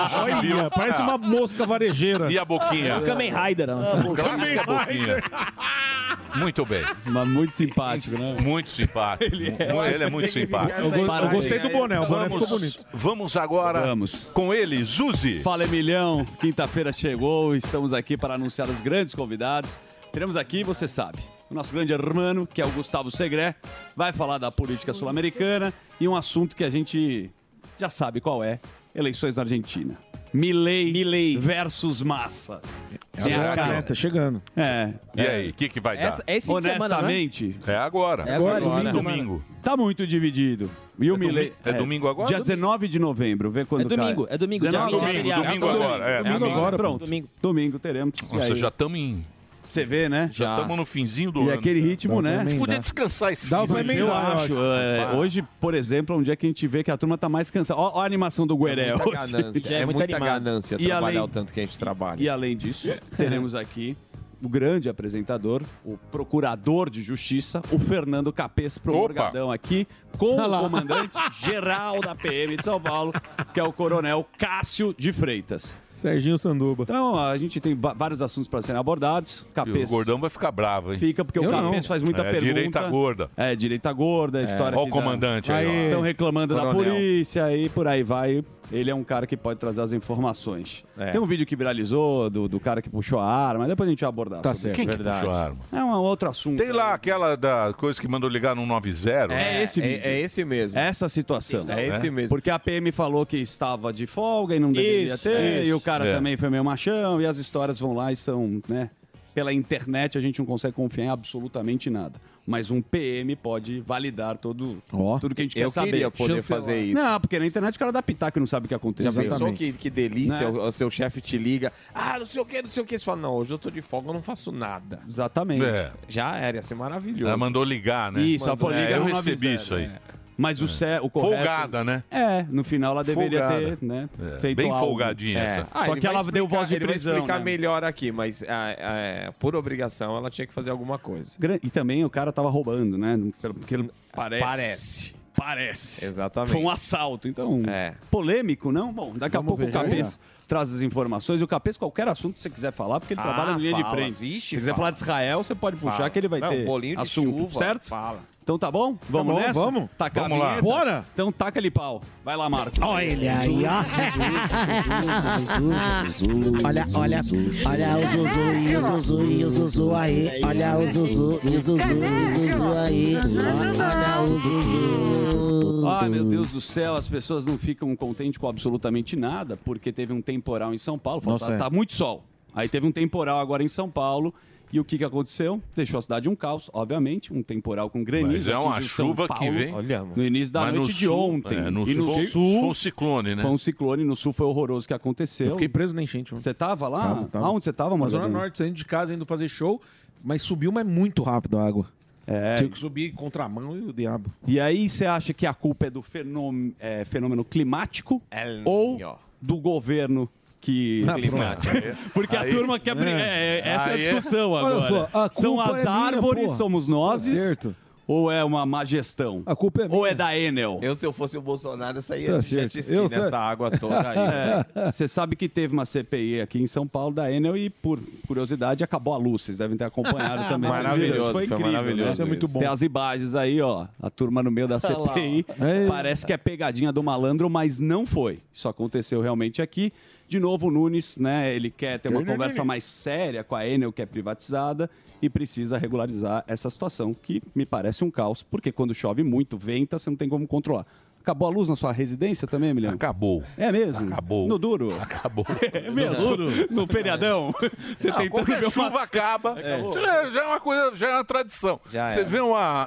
S5: boquinha de
S4: Olha, parece uma mosca varejeira.
S5: E a boquinha? Ah,
S4: Parece um Kamen
S10: Rider.
S5: O clássico boquinha. Muito bem.
S9: Mas muito simpático, né?
S5: Muito simpático. Ele é,
S9: Eu acho que
S5: muito
S9: tem que
S5: simpático.
S9: ligar Eu essa go- aí. eu gostei do boné, o boné
S5: Vamos-
S9: ficou bonito.
S5: Vamos agora com ele, Zuzi.
S9: Fala Emilhão, quinta-feira chegou, estamos aqui para anunciar os grandes convidados. Teremos aqui, você sabe, o nosso grande hermano, que é o Gustavo Segré, vai falar da política sul-americana e um assunto que a gente já sabe qual é, eleições na Argentina. Milley, versus Massa. Vem
S4: Agora,
S9: cá.
S4: né? Tá chegando.
S9: É.
S5: E aí, o que, que vai dar?
S9: Essa- é esse fim de semana,
S5: Honestamente. é? agora.
S9: É agora, esse fim de semana.
S5: domingo.
S9: Tá muito dividido. E o
S5: domi-
S9: Milley.
S5: é domingo agora?
S9: Dia
S5: Domingo.
S9: 19 de novembro, vê quando
S5: É domingo,
S9: cai.
S5: é domingo, dia
S9: 19 de
S5: vinte,
S9: novembro.
S5: domingo agora, é,
S9: Domingo
S5: domingo.
S9: agora, pronto.
S10: Domingo,
S9: domingo teremos.
S5: Nossa, já estamos em.
S9: Você vê, né?
S5: Já estamos no finzinho do
S9: E
S5: ano.
S9: aquele ritmo, né?
S5: A gente podia descansar esse
S9: Dá
S5: fim.
S9: pra eu acho. é, hoje, por exemplo, é um dia que a gente vê que a turma tá mais cansada. Ó, ó a animação do Gueré.
S5: É
S12: muita
S9: hoje.
S12: ganância, é muita ganância
S9: E
S12: trabalhar
S9: além,
S12: o tanto que a gente trabalha.
S9: e além disso, teremos aqui o grande apresentador, o procurador de justiça, o Fernando Capês, promulgadão aqui, com
S7: Olha
S9: o
S7: lá.
S9: comandante geral da PM de São Paulo, que é o coronel Cássio de Freitas.
S4: Serginho Sanduba.
S9: Então, a gente tem ba- vários assuntos para serem abordados.
S5: E O
S9: Capês
S5: gordão vai ficar bravo, hein?
S9: Fica, porque o Capês faz muita
S5: É,
S9: pergunta.
S5: Direita gorda.
S9: É, direita gorda, a história
S5: Olha o
S9: que
S5: comandante aí, ó.
S9: Estão reclamando da
S5: Coronel.
S9: polícia e por aí vai. Ele é um cara que pode trazer as informações. Tem um vídeo que viralizou do, do cara que puxou a arma, depois a gente vai abordar.
S5: Tá
S9: sobre
S5: certo. Quem
S9: isso.
S5: que Verdade. puxou a arma?
S9: É um outro assunto.
S5: Tem lá aquela da coisa que mandou ligar no 90.
S9: É,
S5: né?
S9: esse vídeo. esse mesmo. Essa situação.
S5: É esse
S9: mesmo. Porque a PM falou que estava de folga e não deveria
S5: Isso,
S9: ter,
S5: isso.
S9: e o cara
S5: É.
S9: também foi meio machão, e as histórias vão lá e são, né? Pela internet a gente não consegue confiar em absolutamente nada. Mas um PM pode validar todo, tudo que a gente
S12: Eu
S9: quer saber.
S12: queria poder
S9: Chancelar.
S12: fazer isso.
S9: Não, porque na internet o cara dá pitaco e não sabe o que aconteceu.
S12: Já pensou que, que delícia?
S9: Né?
S12: O, o seu chefe te liga. Ah, não sei o que, não sei o que. Você fala, não, hoje eu tô de folga, eu não faço nada.
S9: Exatamente.
S12: É. Já era, ia ser maravilhoso.
S5: Ela Ah, mandou ligar, né?
S9: Isso, ela
S5: mandou,
S9: falou, liga
S5: eu
S9: no
S5: recebi
S9: 90,
S5: isso aí. É.
S9: Mas o, cé, o correto...
S5: Folgada, né?
S9: É, no final ela deveria
S12: Folgada.
S9: ter, né?
S12: É,
S9: Feito
S5: bem
S9: algo.
S5: folgadinha essa.
S12: Ah,
S9: Só
S12: ele
S9: que
S12: vai
S9: ela deu
S12: explicar-
S9: voz de
S12: ele
S9: prisão.
S12: Vai explicar
S9: né?
S12: melhor aqui, mas ah, ah, por obrigação ela tinha que fazer alguma coisa.
S9: Gran- E também o cara tava roubando, né? Pelo que ele parece.
S12: Parece.
S9: Parece.
S12: Exatamente. É.
S9: Foi um assalto, então. Polêmico, não? Bom, daqui a
S12: Vamos
S9: pouco
S12: ver,
S9: o
S12: já
S9: Capês
S12: já.
S9: traz as informações. E o Capês, qualquer assunto que você quiser falar, porque ele
S12: Ah,
S9: trabalha na linha de
S12: fala,
S9: frente.
S12: vixe,
S9: Se quiser
S12: fala.
S9: falar de Israel, você pode puxar
S12: Fala.
S9: que ele vai
S12: Não,
S9: ter
S12: bolinho de
S9: assunto,
S12: chuva,
S9: certo?
S12: fala.
S9: Então tá bom? Vamos
S12: bom,
S9: nessa?
S12: vamos.
S9: Tacar
S12: Vamos
S9: a
S12: lá.
S9: vinheta?
S12: Bora.
S9: Então taca-lhe pau. Vai lá, Marco.
S2: Olha aí, ó. Olha, olha, olha o Zuzu e o Zuzu e o Zuzu aí. Olha o Zuzu e o Zuzu e o Zuzu aí. Olha o Zuzu.
S9: Ai, meu Deus do céu, as pessoas não ficam contentes com absolutamente nada, porque teve um temporal em São Paulo. Falou,
S7: Nossa,
S9: tá,
S7: é.
S9: tá muito sol. Aí teve um temporal agora em São Paulo. E o que, que aconteceu? Deixou a cidade um caos, obviamente. Um temporal com granizo.
S5: Mas é uma
S9: atingiu São
S5: chuva que
S9: Paulo
S5: vem.
S9: No início da
S5: Mas no
S9: noite de
S5: sul-
S9: ontem.
S5: é, no
S9: e no
S5: sul-
S9: sul,
S5: foi um ciclone, né?
S9: Foi um ciclone. No sul foi horroroso o que aconteceu.
S4: Eu fiquei preso na enchente.
S9: Você tava lá?
S4: Tava, tava.
S9: Ah, Aonde você tava,
S4: Tá, Na
S9: mano?
S4: Zona Norte, saindo de casa, indo fazer show, mas subiu, mas muito rápido a água. Tipo,
S9: É.
S4: Tive que subir contramão e o diabo.
S9: E aí você acha que a culpa é do fenômeno, é, fenômeno climático
S12: El
S9: ou
S12: Niño.
S9: do governo que...
S12: Ah, É, Climático. pronto.
S9: Porque
S12: Aí-
S9: a turma quer brigar.
S12: É.
S9: É, é, essa é a
S12: Aí é-
S9: discussão
S12: Olha
S9: agora.
S12: só, a
S9: São
S12: culpa
S9: as
S12: é minha,
S9: árvores,
S12: porra.
S9: somos nós.
S12: Tá certo.
S9: Ou é uma má gestão? A culpa é minha. Ou é da Enel?
S12: Eu, se eu fosse o Bolsonaro, eu saía
S9: Tá
S12: de jet
S9: certo.
S12: ski
S9: Eu
S12: nessa
S9: sei.
S12: água toda aí.
S9: É, Você sabe que teve uma CPI aqui em São Paulo da Enel e, por curiosidade, acabou a luz. Vocês devem ter acompanhado também. Vocês viram?
S12: Maravilhoso,
S9: Isso
S12: foi maravilhoso Isso é muito isso. bom.
S9: né? Tem as imagens aí, ó. A turma no meio da
S12: Olha lá,
S9: CPI. Parece que é pegadinha do malandro, mas não foi. Isso aconteceu realmente aqui. De novo, o Nunes, né? Ele quer ter uma
S5: é
S12: Nunes.
S9: conversa mais séria com a Enel, que é privatizada, e precisa regularizar essa situação, que me parece um caos, porque quando chove muito, venta, você não tem como controlar. Acabou a luz na sua residência também, Emiliano?
S5: Acabou.
S9: É mesmo?
S5: Acabou.
S9: No duro?
S5: Acabou.
S9: É mesmo? No feriadão? Você
S5: Não,
S9: tentando
S5: qualquer
S9: ver
S5: chuva
S9: uma...
S5: acaba.
S9: É.
S5: Isso Já, já é uma coisa, já é uma tradição.
S9: Já
S5: você
S9: é.
S5: vê uma.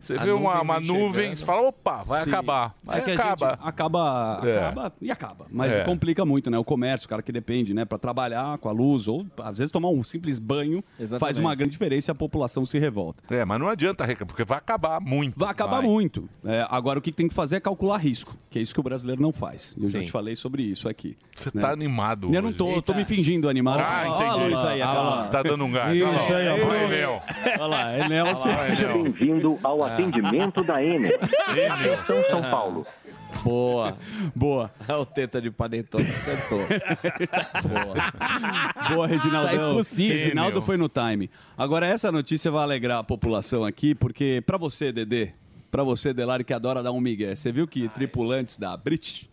S5: Você
S9: A
S5: vê uma,
S9: nuvem
S5: uma
S9: vem
S5: nuvem,
S9: chegando.
S5: você fala, opa, vai
S9: Sim.
S5: acabar. Aí
S9: É que a gente
S5: acaba.
S9: acaba,
S5: É.
S9: acaba e acaba. Mas
S5: É.
S9: complica muito, né? O comércio, o cara que depende, né? Pra trabalhar com a luz ou, às vezes, tomar um simples banho faz uma grande diferença e a população se revolta.
S5: É, mas não adianta, Reca, porque vai acabar muito.
S9: Vai acabar muito. É, agora, o que tem que fazer é calcular risco, que é isso que o brasileiro não faz. Eu já
S5: Sim.
S9: te falei sobre isso aqui. Você
S5: tá animado
S9: Eu não
S5: hoje.
S9: tô, eu tô
S5: Eita.
S9: me fingindo animado.
S5: Ah, entendi. Olha lá, Tá dando um gás. Olha
S9: Isso aí,
S5: lá,
S9: ó.
S5: Olha o Enel.
S9: Olha lá,
S12: é
S9: Enel.
S5: Olha lá,
S9: você-
S5: Enel.
S16: Bem-vindo ao atendimento da Enel. Atenção, São Paulo.
S12: Boa.
S9: Ah. Boa.
S12: o teta de panetone acertou. Boa.
S9: Boa, Reginaldão.
S12: Tá impossível.
S9: Reginaldo
S12: meu.
S9: foi no time. Agora, essa notícia vai alegrar a população aqui, porque pra você, Dedê, pra você, Delari, que adora dar um migué, você viu que tripulantes da British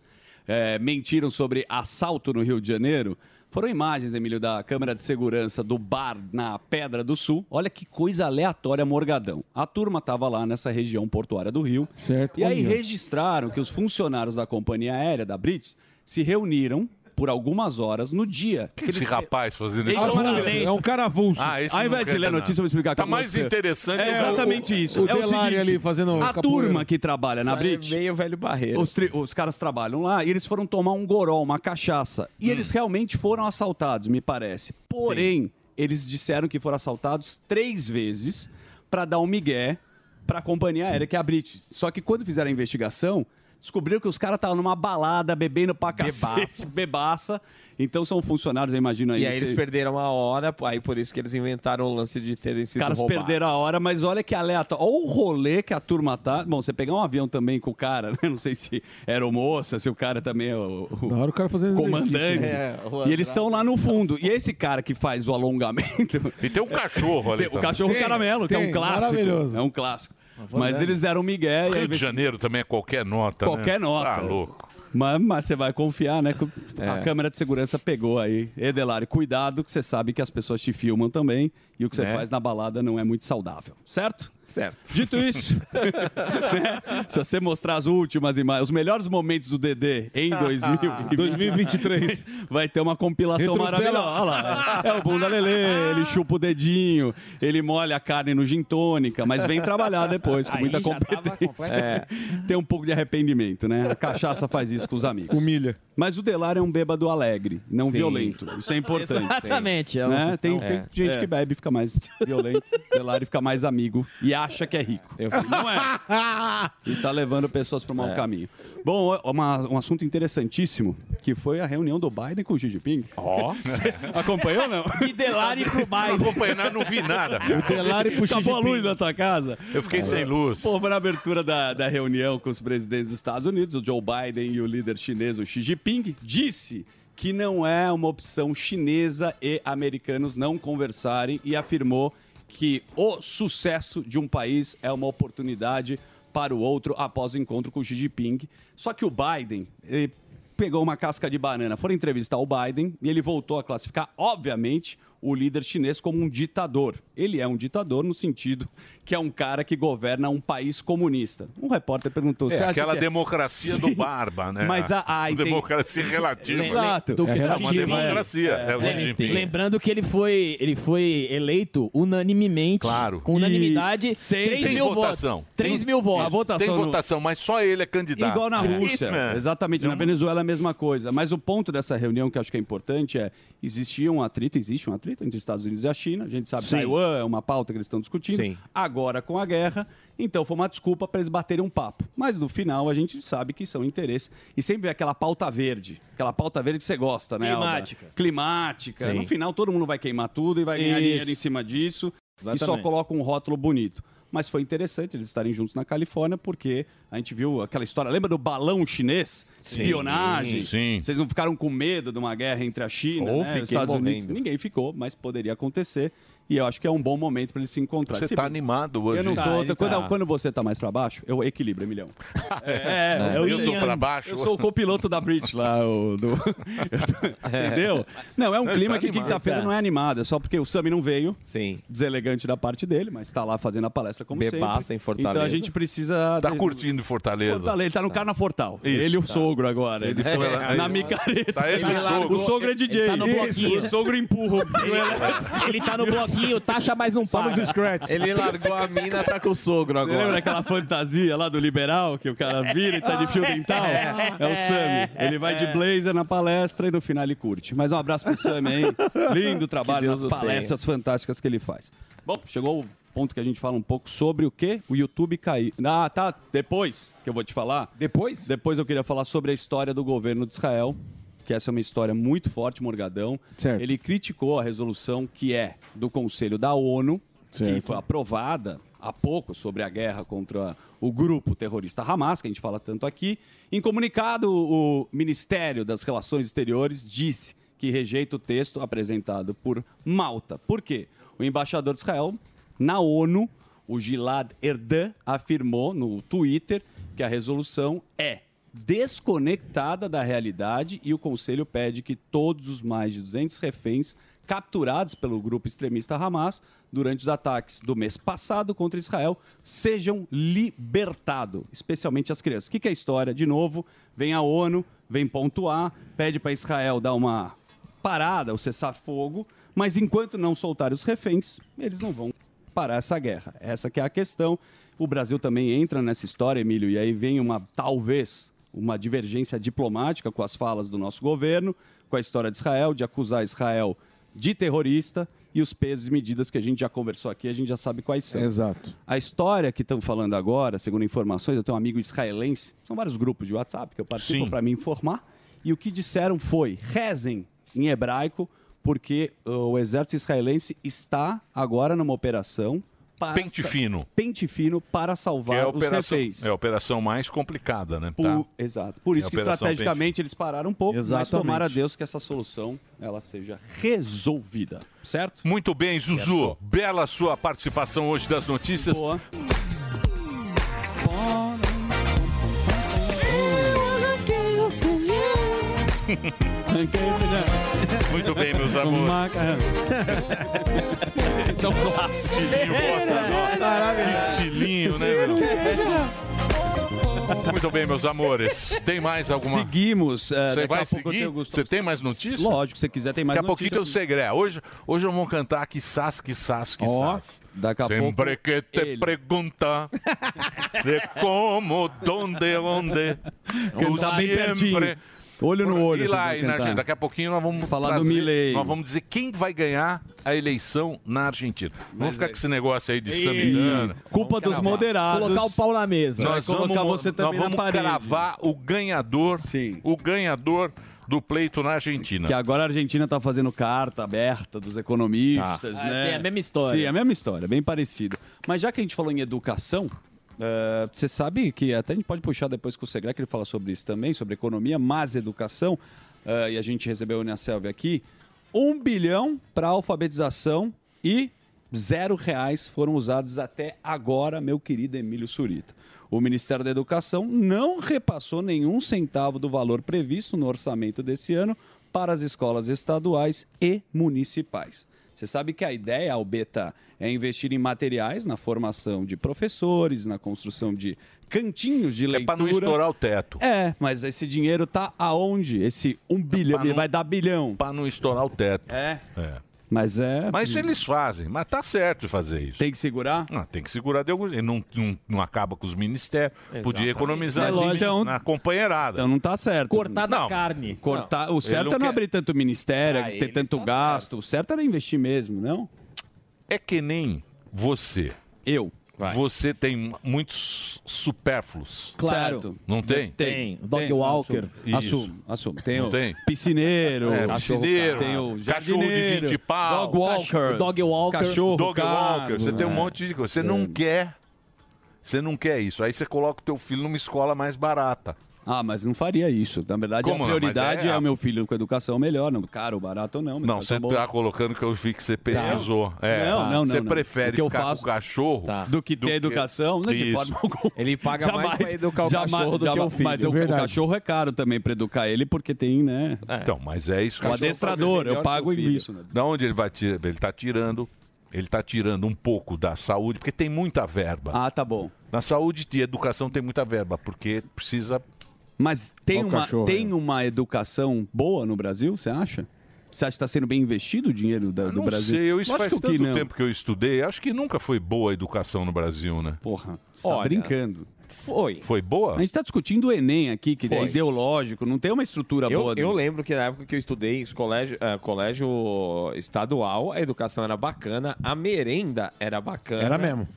S9: eh, mentiram sobre assalto no Rio de Janeiro? Foram imagens, Emílio, da câmera de segurança do bar na Pedra do Sul. Olha que coisa aleatória, Morgadão. A turma tava lá nessa região portuária do Rio.
S4: Certo.
S9: E aí
S4: Olha.
S9: registraram que os funcionários da companhia aérea da British se reuniram por algumas horas no dia
S5: Que esse rapaz fazendo
S9: Eles
S5: isso?
S9: são adultos.
S4: É um cara avulso.
S5: Ah, esse
S9: Ao
S5: não
S9: invés de
S5: canta
S9: ler a notícia,
S5: nada.
S9: eu vou explicar
S5: Tá
S9: como
S5: mais
S9: aconteceu.
S5: interessante
S9: É
S5: o-
S9: exatamente
S5: o-
S9: isso.
S5: o
S9: é o
S5: Delari
S9: seguinte,
S5: ali fazendo
S9: a
S5: capoeira.
S9: turma que trabalha na
S12: Isso aí é
S9: Brit.
S12: meio velho barreiro.
S9: Os, tri- os caras trabalham lá e eles foram tomar um gorol, uma cachaça.
S12: Hum.
S9: E eles realmente foram assaltados, me parece. Porém, eles disseram que foram assaltados três vezes para dar um migué para a companhia aérea, que é a British. Só que quando fizeram a investigação, descobriram que os caras estavam numa balada, bebendo pra
S12: É.
S9: cacete, bebaça. Então são funcionários, eu imagino aí.
S12: E aí eles
S9: você-
S12: perderam a hora, pô, aí por isso que eles inventaram o lance de terem sido
S9: Os caras
S12: roubados.
S9: perderam a hora, mas olha que alerta. Olha o rolê que a turma tá. Bom, você pegar um avião também com o cara, né? Não sei se era o moça, se o cara também é o, o
S4: Da hora o cara fazendo exercício,
S9: comandante.
S4: né?
S9: e eles estão lá no fundo. E esse cara que faz o alongamento.
S5: E tem um cachorro ali
S9: O
S5: também.
S9: cachorro
S5: Tem,
S9: caramelo, que é
S5: tem,
S9: um clássico.
S5: maravilhoso.
S9: É um clássico.
S5: vou
S9: Mas
S5: nela.
S9: eles deram um migué. e aí
S5: Rio de Janeiro também é qualquer nota. né?
S9: Qualquer nota.
S5: Tá louco.
S9: Mas, mas você vai confiar, né? que A
S5: É.
S9: câmera de segurança pegou aí. Edelari, cuidado, que você sabe que as pessoas te filmam também e o que você
S12: Né?
S9: faz na balada não é muito saudável, certo?
S12: Certo.
S9: Dito isso, né, se você mostrar as últimas imagens, os melhores momentos do Dedê em 2020,
S4: 2023.
S9: vai ter uma compilação
S4: Retrospela.
S9: maravilhosa. Olha lá, é o bunda lelê, ele chupa o dedinho, ele molha a carne no gin tônica, mas vem trabalhar depois com
S4: Aí
S9: muita
S4: já tava
S9: competência.
S4: completamente-
S9: É tem um pouco de arrependimento, né? A cachaça faz isso com os amigos. Humilha. Mas o Delar é um bêbado alegre, não
S10: Sim.
S9: violento. Isso é importante.
S10: Exatamente, é um-
S9: Né? Tem,
S10: é um-
S9: tem
S10: é.
S9: gente
S10: É.
S9: que bebe e fica mais violento. Delari fica mais amigo e acha que é rico. Não é. E tá levando pessoas para o mau
S12: É.
S9: caminho. Bom, uma- um assunto interessantíssimo, que foi a reunião do Biden com o Xi Jinping. Ó. acompanhou, não?
S10: De Delari pro Biden.
S5: Não acompanhei nada, não vi nada, cara.
S9: O Delari pro Xi Acabou a luz da tua casa? Ah.
S5: Eu fiquei sem luz.
S9: Pô, foi na abertura da, da reunião com os presidentes dos Estados Unidos, o Joe Biden e o líder chinês, o Xi Jinping, disse que não é uma opção chinesa e americanos não conversarem e afirmou que o sucesso de um país é uma oportunidade para o outro após o encontro com o Xi Jinping. Só que o Biden, ele pegou uma casca de banana. Foram entrevistar o Biden e ele voltou a classificar, obviamente, o líder chinês como um ditador. Ele é um ditador no sentido que é um cara que governa um país comunista. Um repórter perguntou:
S5: É,
S9: "Você acha
S5: aquela
S9: que é?"
S5: democracia do barba, né?
S9: Mas a- a- tem-
S5: Uma democracia relativa.
S9: Exato.
S5: É,
S9: É
S5: uma
S9: relativa,
S5: democracia. É, o Xi Jinping.
S10: Lembrando que ele foi, ele foi eleito unanimemente, com unanimidade, 3
S5: Tem
S10: mil
S5: votação.
S10: votos. 3 mil votos.
S5: Tem votação, mas só ele é candidato.
S9: Igual na
S12: né?
S5: É.
S9: Rússia.
S5: É.
S9: Exatamente. Na Venezuela é a mesma coisa. Mas o ponto dessa reunião que eu acho que é importante é: existia um atrito, existe um atrito entre Estados Unidos e a China. A gente sabe que
S12: Sim.
S9: Taiwan é uma pauta que eles estão discutindo.
S12: Sim.
S9: Agora com a guerra, então foi uma desculpa para eles baterem um papo. Mas no final a gente sabe que são interesses. E sempre é aquela pauta verde. Aquela pauta verde que você gosta, né? Alba?
S12: Climática.
S9: Climática.
S12: Sim.
S9: No final todo mundo vai queimar tudo e vai ganhar
S12: Isso.
S9: dinheiro em cima disso. E só
S12: Exatamente.
S9: coloca um rótulo bonito. Mas foi interessante eles estarem juntos na Califórnia, porque a gente viu aquela história. Lembra do balão chinês?
S12: Sim,
S9: Espionagem.
S5: sim.
S9: Vocês não ficaram com medo de uma guerra entre a China
S5: Ou
S9: né,
S5: fiquei
S9: os Estados Unidos?
S5: morrendo.
S9: Ninguém ficou, mas poderia acontecer. E eu acho que é um bom momento para eles se encontrar.
S5: Você
S9: Se-
S5: tá animado hoje,
S9: Eu não
S5: hein?
S9: tô.
S5: Tá,
S9: eu tô-
S5: ele
S9: quando,
S5: tá.
S9: quando você tá mais para baixo, eu equilibro, Emilhão.
S2: Né?
S5: É, eu tô pra baixo.
S9: Eu sou o copiloto da Brit lá, o, do, Entendeu? Não, é um
S12: Não,
S9: clima
S12: tá
S9: que
S12: animado.
S9: quinta-feira
S12: Tá.
S9: não é animado, é só porque o Sami não veio. Sim. Deselegante da parte dele, mas tá lá fazendo a palestra
S10: Um
S9: como
S12: Bebaça
S9: sempre.
S12: em Fortaleza.
S9: Então a gente precisa...
S5: Tá curtindo Fortaleza.
S9: Fortaleza, ele tá no Carna Fortal.
S5: Isso,
S9: ele e o
S5: tá.
S9: sogro agora. Eles
S5: Eles
S9: estão
S5: estão lá.
S9: na
S5: Isso.
S9: micareta.
S5: Tá ele e o
S9: Ele lá no-
S5: sogro.
S9: O sogro é DJ.
S10: Ele tá no
S9: Isso,
S10: bloquinho.
S9: O sogro empurra.
S10: Ele- ele tá no bloquinho, taxa, mas não paga.
S12: Ele largou a mina, tá com o sogro
S9: Você
S12: agora.
S9: lembra daquela fantasia lá do liberal, que o cara vira e tá de fio dental? É o Sami. Ele vai
S12: É.
S9: de blazer na palestra e no final ele curte. Mas um abraço pro Sami, hein? Lindo trabalho nas
S12: Deus o tenha.
S9: palestras fantásticas que ele faz. Bom, chegou o ponto que a gente fala um pouco sobre o que o YouTube caiu. Ah, tá. Depois que eu vou te falar. Depois? Depois eu queria falar sobre a história do governo de Israel, que essa é uma história muito forte, Morgadão. Certo. Ele criticou a resolução que é do Conselho da ONU, que
S4: Certo.
S9: foi aprovada há pouco sobre a guerra contra o grupo terrorista Hamas, que a gente fala tanto aqui. Em comunicado, o Ministério das Relações Exteriores disse que rejeita o texto apresentado por Malta. Por quê? O embaixador de Israel na ONU, o Gilad Erdan, afirmou no Twitter que a resolução é desconectada da realidade e o conselho pede que todos os mais de 200 reféns capturados pelo grupo extremista Hamas durante os ataques do mês passado contra Israel sejam libertados, especialmente as crianças. O que, que é a história? De novo, vem a ONU, vem pontuar, pede para Israel dar uma parada, o cessar-fogo, mas enquanto não soltarem os reféns, eles não vão parar essa guerra. Essa que é a questão. O Brasil também entra nessa história, Emílio, e aí vem uma talvez uma divergência diplomática com as falas do nosso governo, com a história de Israel, de acusar Israel de terrorista e os pesos e medidas que a gente já conversou aqui, a gente já sabe quais são.
S4: Exato.
S9: A história que estão falando agora, segundo informações, eu tenho um amigo israelense, são vários grupos de WhatsApp que eu participo
S5: Sim.
S9: para me informar, e o que disseram foi: rezem em hebraico, porque uh, o exército israelense está agora numa operação. Para
S5: Pente
S9: sa-
S5: fino.
S9: Pente fino para
S5: Que
S9: salvar
S5: é a
S9: os
S5: operação,
S9: reféns.
S5: é a operação mais complicada, né?
S9: Por- Exato. Por isso que estrategicamente eles pararam um pouco, mas
S5: Exatamente.
S9: tomara a Deus que essa solução ela seja resolvida. Certo?
S5: Muito bem, Zuzu. Bela sua participação hoje das notícias. Boa. Muito bem, meus amores.
S9: Esse é um clássico.
S5: Estilinho, bossa nova.
S2: é,
S4: Maravilhoso.
S5: Estilinho, né, meu? Muito bem, meus amores. Tem mais alguma?
S9: Seguimos. eh,
S5: Você
S9: daqui a
S5: vai
S9: pouco eu
S5: seguir?
S9: tenho Gustavo-
S5: Você tem mais notícias?
S9: Lógico, se quiser tem mais
S5: Daqui a pouquinho tem o
S9: notícias.
S5: segredo. Hoje, hoje eu vou cantar aqui sas, que sas, que
S9: Ó,
S5: sas.
S9: daqui a
S5: Sempre
S9: pouco
S5: que te
S9: ele.
S5: pergunta de como, donde, onde. eu
S9: Cantar tá bem pertinho. Olho no olho.
S5: E
S9: vocês
S5: lá,
S9: vão
S5: aí, na
S9: cantar.
S5: Argentina. Daqui a pouquinho nós vamos
S9: Falar
S5: trazer-
S9: do Milei.
S5: Nós vamos dizer quem vai ganhar a eleição na Argentina.
S9: Mas
S5: vamos ficar
S9: é-
S5: com esse negócio aí de
S9: Ih,
S5: Samidana.
S9: culpa dos moderados. Colocar o pau na mesa.
S5: Nós
S9: Vai
S5: vamos,
S9: colocar você também
S5: nós vamos
S9: na parede.
S5: cravar o ganhador, o ganhador do pleito na Argentina.
S9: Que agora a Argentina está fazendo carta aberta dos economistas,
S10: Tá.
S9: né?
S10: Ah, tem a mesma história.
S9: Sim, a mesma história, bem parecido. Mas já que a gente falou em educação, eh, você sabe que até a gente pode puxar depois com o Segre, que ele fala sobre isso também, sobre economia, mas educação, eh, e a gente recebeu o Selve aqui, um bilhão para alfabetização e zero reais foram usados até agora, meu querido Emílio Surita. O Ministério da Educação não repassou nenhum centavo do valor previsto no orçamento desse ano para as escolas estaduais e municipais. Você sabe que a ideia, Albeta, é investir em materiais na formação de professores, na construção de cantinhos de leitura.
S5: é pra não estourar o teto. É
S9: É, mas esse dinheiro tá aonde? Esse um bilhão, ele vai dar bilhão.
S5: Para não estourar o teto.
S9: É.
S5: É.
S9: Mas é.
S5: Mas isso eles fazem, mas tá certo de fazer isso.
S9: Tem que segurar?
S5: Não, tem que segurar de algum jeito. Não, não, não acaba com os ministérios. Podia
S9: Exatamente.
S5: economizar
S9: É
S5: assim,
S9: lógico. Então-
S5: na companheirada.
S9: Então não tá certo.
S5: Cortar da
S9: Não.
S5: carne.
S9: Cortar,
S5: Não.
S9: o certo
S5: Ele
S9: é
S5: não
S9: não
S5: quer-
S9: abrir tanto ministério,
S5: Ah,
S9: ter
S5: ele
S9: tanto gasto. O certo era investir mesmo, não?
S5: É que nem você.
S9: Eu.
S5: Você tem muitos supérfluos.
S9: Claro. Certo.
S5: Não tem?
S9: Tem. Dog Tem, Walker. assumo. Assumo, assumo. Tem
S5: não
S9: o
S5: tem?
S9: Piscineiro.
S5: É, piscineiro,
S9: Tem o
S5: cachorro de 20 pau.
S9: Dog Walker.
S5: Dog walker.
S9: Cachorro
S5: Dog
S9: caro,
S5: walker. Você tem um
S9: é.
S5: monte de coisa. Você não quer. Você não quer isso. Aí você coloca o teu filho numa escola mais barata.
S9: Ah, mas não faria isso. Na verdade,
S5: Como
S9: a
S5: não? Mas
S9: prioridade
S5: é
S9: é,
S5: a-
S9: o meu filho com educação melhor. Não, caro, barato ou não.
S5: Não, você
S9: tá
S5: tá colocando que eu vi que você pesquisou.
S9: Não.
S5: É.
S9: Não, não,
S5: Você
S9: não, não.
S5: prefere
S9: O que eu
S5: ficar
S9: faço-
S5: com o cachorro
S9: Do que ter educação, né? De
S5: Isso.
S9: forma alguma.
S10: Ele paga mais pra educar o cachorro do que o filho.
S9: Mas o, o
S10: Verdade.
S9: cachorro é caro também pra educar ele, porque tem, né?
S5: Então, mas é isso
S9: O adestrador, eu pago
S5: e
S9: isso. né?
S5: Da onde ele vai tirar? Ele tá tirando. Ele tá tirando um pouco da saúde, porque tem muita verba.
S9: Ah, tá bom.
S5: Na saúde e educação tem muita verba, porque precisa.
S9: Mas tem,
S5: Ó o
S9: uma,
S5: cachorro,
S9: tem uma educação boa no Brasil, você acha? Você acha que está sendo bem investido o dinheiro da- do
S5: Não
S9: Brasil?
S5: sei, eu, isso
S9: Lógico
S5: faz tanto tempo que eu estudei. Acho que nunca foi boa a educação no Brasil, né?
S9: Porra, você tá
S5: Olha,
S9: brincando.
S10: Foi.
S5: Foi boa?
S9: A gente está discutindo o Enem aqui, que é
S5: Foi.
S9: ideológico, não tem uma estrutura
S3: Eu,
S9: boa. do-
S3: eu lembro que na época que eu estudei em colégio, eh, colégio estadual, a educação era bacana, a merenda era bacana.
S4: Era mesmo.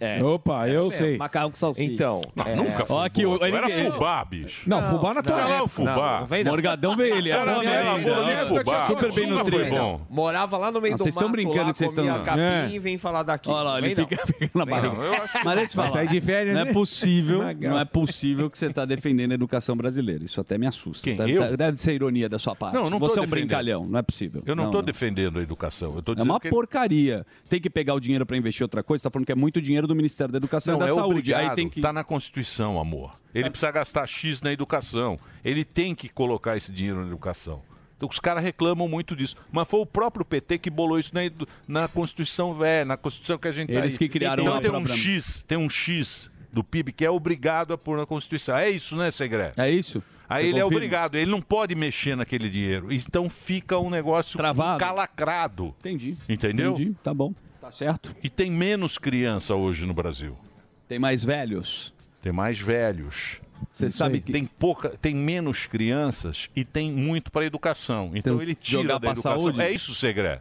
S3: É.
S4: Opa, eu sei.
S10: Macarrão com salsicha.
S3: Então,
S5: Não,
S3: é,
S5: nunca foi.
S3: ó aqui,
S5: boa.
S3: o- ele-
S5: Era
S3: ele-
S5: fubá, bicho.
S4: Não, fubá na tua
S5: Era
S4: época.
S5: Ah, tá o fubá.
S3: Não, vem não.
S9: Morgadão veio ele, é né?
S5: Era,
S9: a bola
S5: era a
S9: merenda.
S5: bola de
S9: Não,
S5: fubá.
S9: super bem
S5: Nunca foi
S9: nutrido.
S5: bom.
S3: Morava lá no meio
S9: Ah,
S3: do
S9: vocês estão
S3: mato,
S9: brincando
S3: lá,
S9: que vocês
S3: comia
S9: estão-
S3: capim
S9: É.
S3: e vem falar daqui.
S9: Olha lá, ele
S3: Vem
S9: fica,
S3: não.
S9: fica na
S3: Vem
S9: barriga.
S3: não, eu acho que-
S9: Mas deixa eu falar.
S3: Vai sair de férias,
S9: não é
S3: né?
S9: possível,
S3: Magal.
S9: não é possível que você está defendendo a educação brasileira. Isso até me assusta.
S5: Quem,
S9: deve,
S5: eu?
S9: tá- deve ser ironia da sua parte.
S5: Não, eu não tô
S9: você é um
S5: defendendo.
S9: brincalhão, não é possível.
S5: Eu não estou defendendo a educação. Eu tô
S9: É
S5: dizendo
S9: uma
S5: que-
S9: porcaria. Tem que pegar o dinheiro para investir em outra coisa. Você tá falando que é muito dinheiro do Ministério da Educação e
S5: Não,
S9: da
S5: é
S9: Saúde.
S5: obrigado.
S9: Aí tem que. É.
S5: Tá na Constituição, amor. Ele precisa gastar X na educação. Ele tem que colocar esse dinheiro na educação. Então, os caras reclamam muito disso. Mas foi o próprio PT que bolou isso na, edu- na Constituição velha, na Constituição que a gente tá
S9: Eles
S5: aí.
S9: que criaram
S5: então,
S9: a
S5: tem um
S9: programa-
S5: X, tem um X do PIB que é obrigado a pôr na Constituição. É isso, né, Segre?
S9: É isso?
S5: Aí
S9: Você
S5: ele é
S9: confirma?
S5: obrigado, ele não pode mexer naquele dinheiro. Então fica um negócio calacrado.
S9: Entendi.
S5: Entendeu?
S9: Entendi, tá bom. Tá certo.
S5: E tem menos criança hoje no Brasil.
S9: Tem mais velhos.
S5: Tem mais velhos.
S9: Você Isso sabe aí. que-
S5: tem pouca, tem menos crianças e tem muito para educação. Então
S9: Então,
S5: ele tira
S9: jogar
S5: da
S9: pra
S5: educação.
S9: saúde?
S5: É isso, Segre.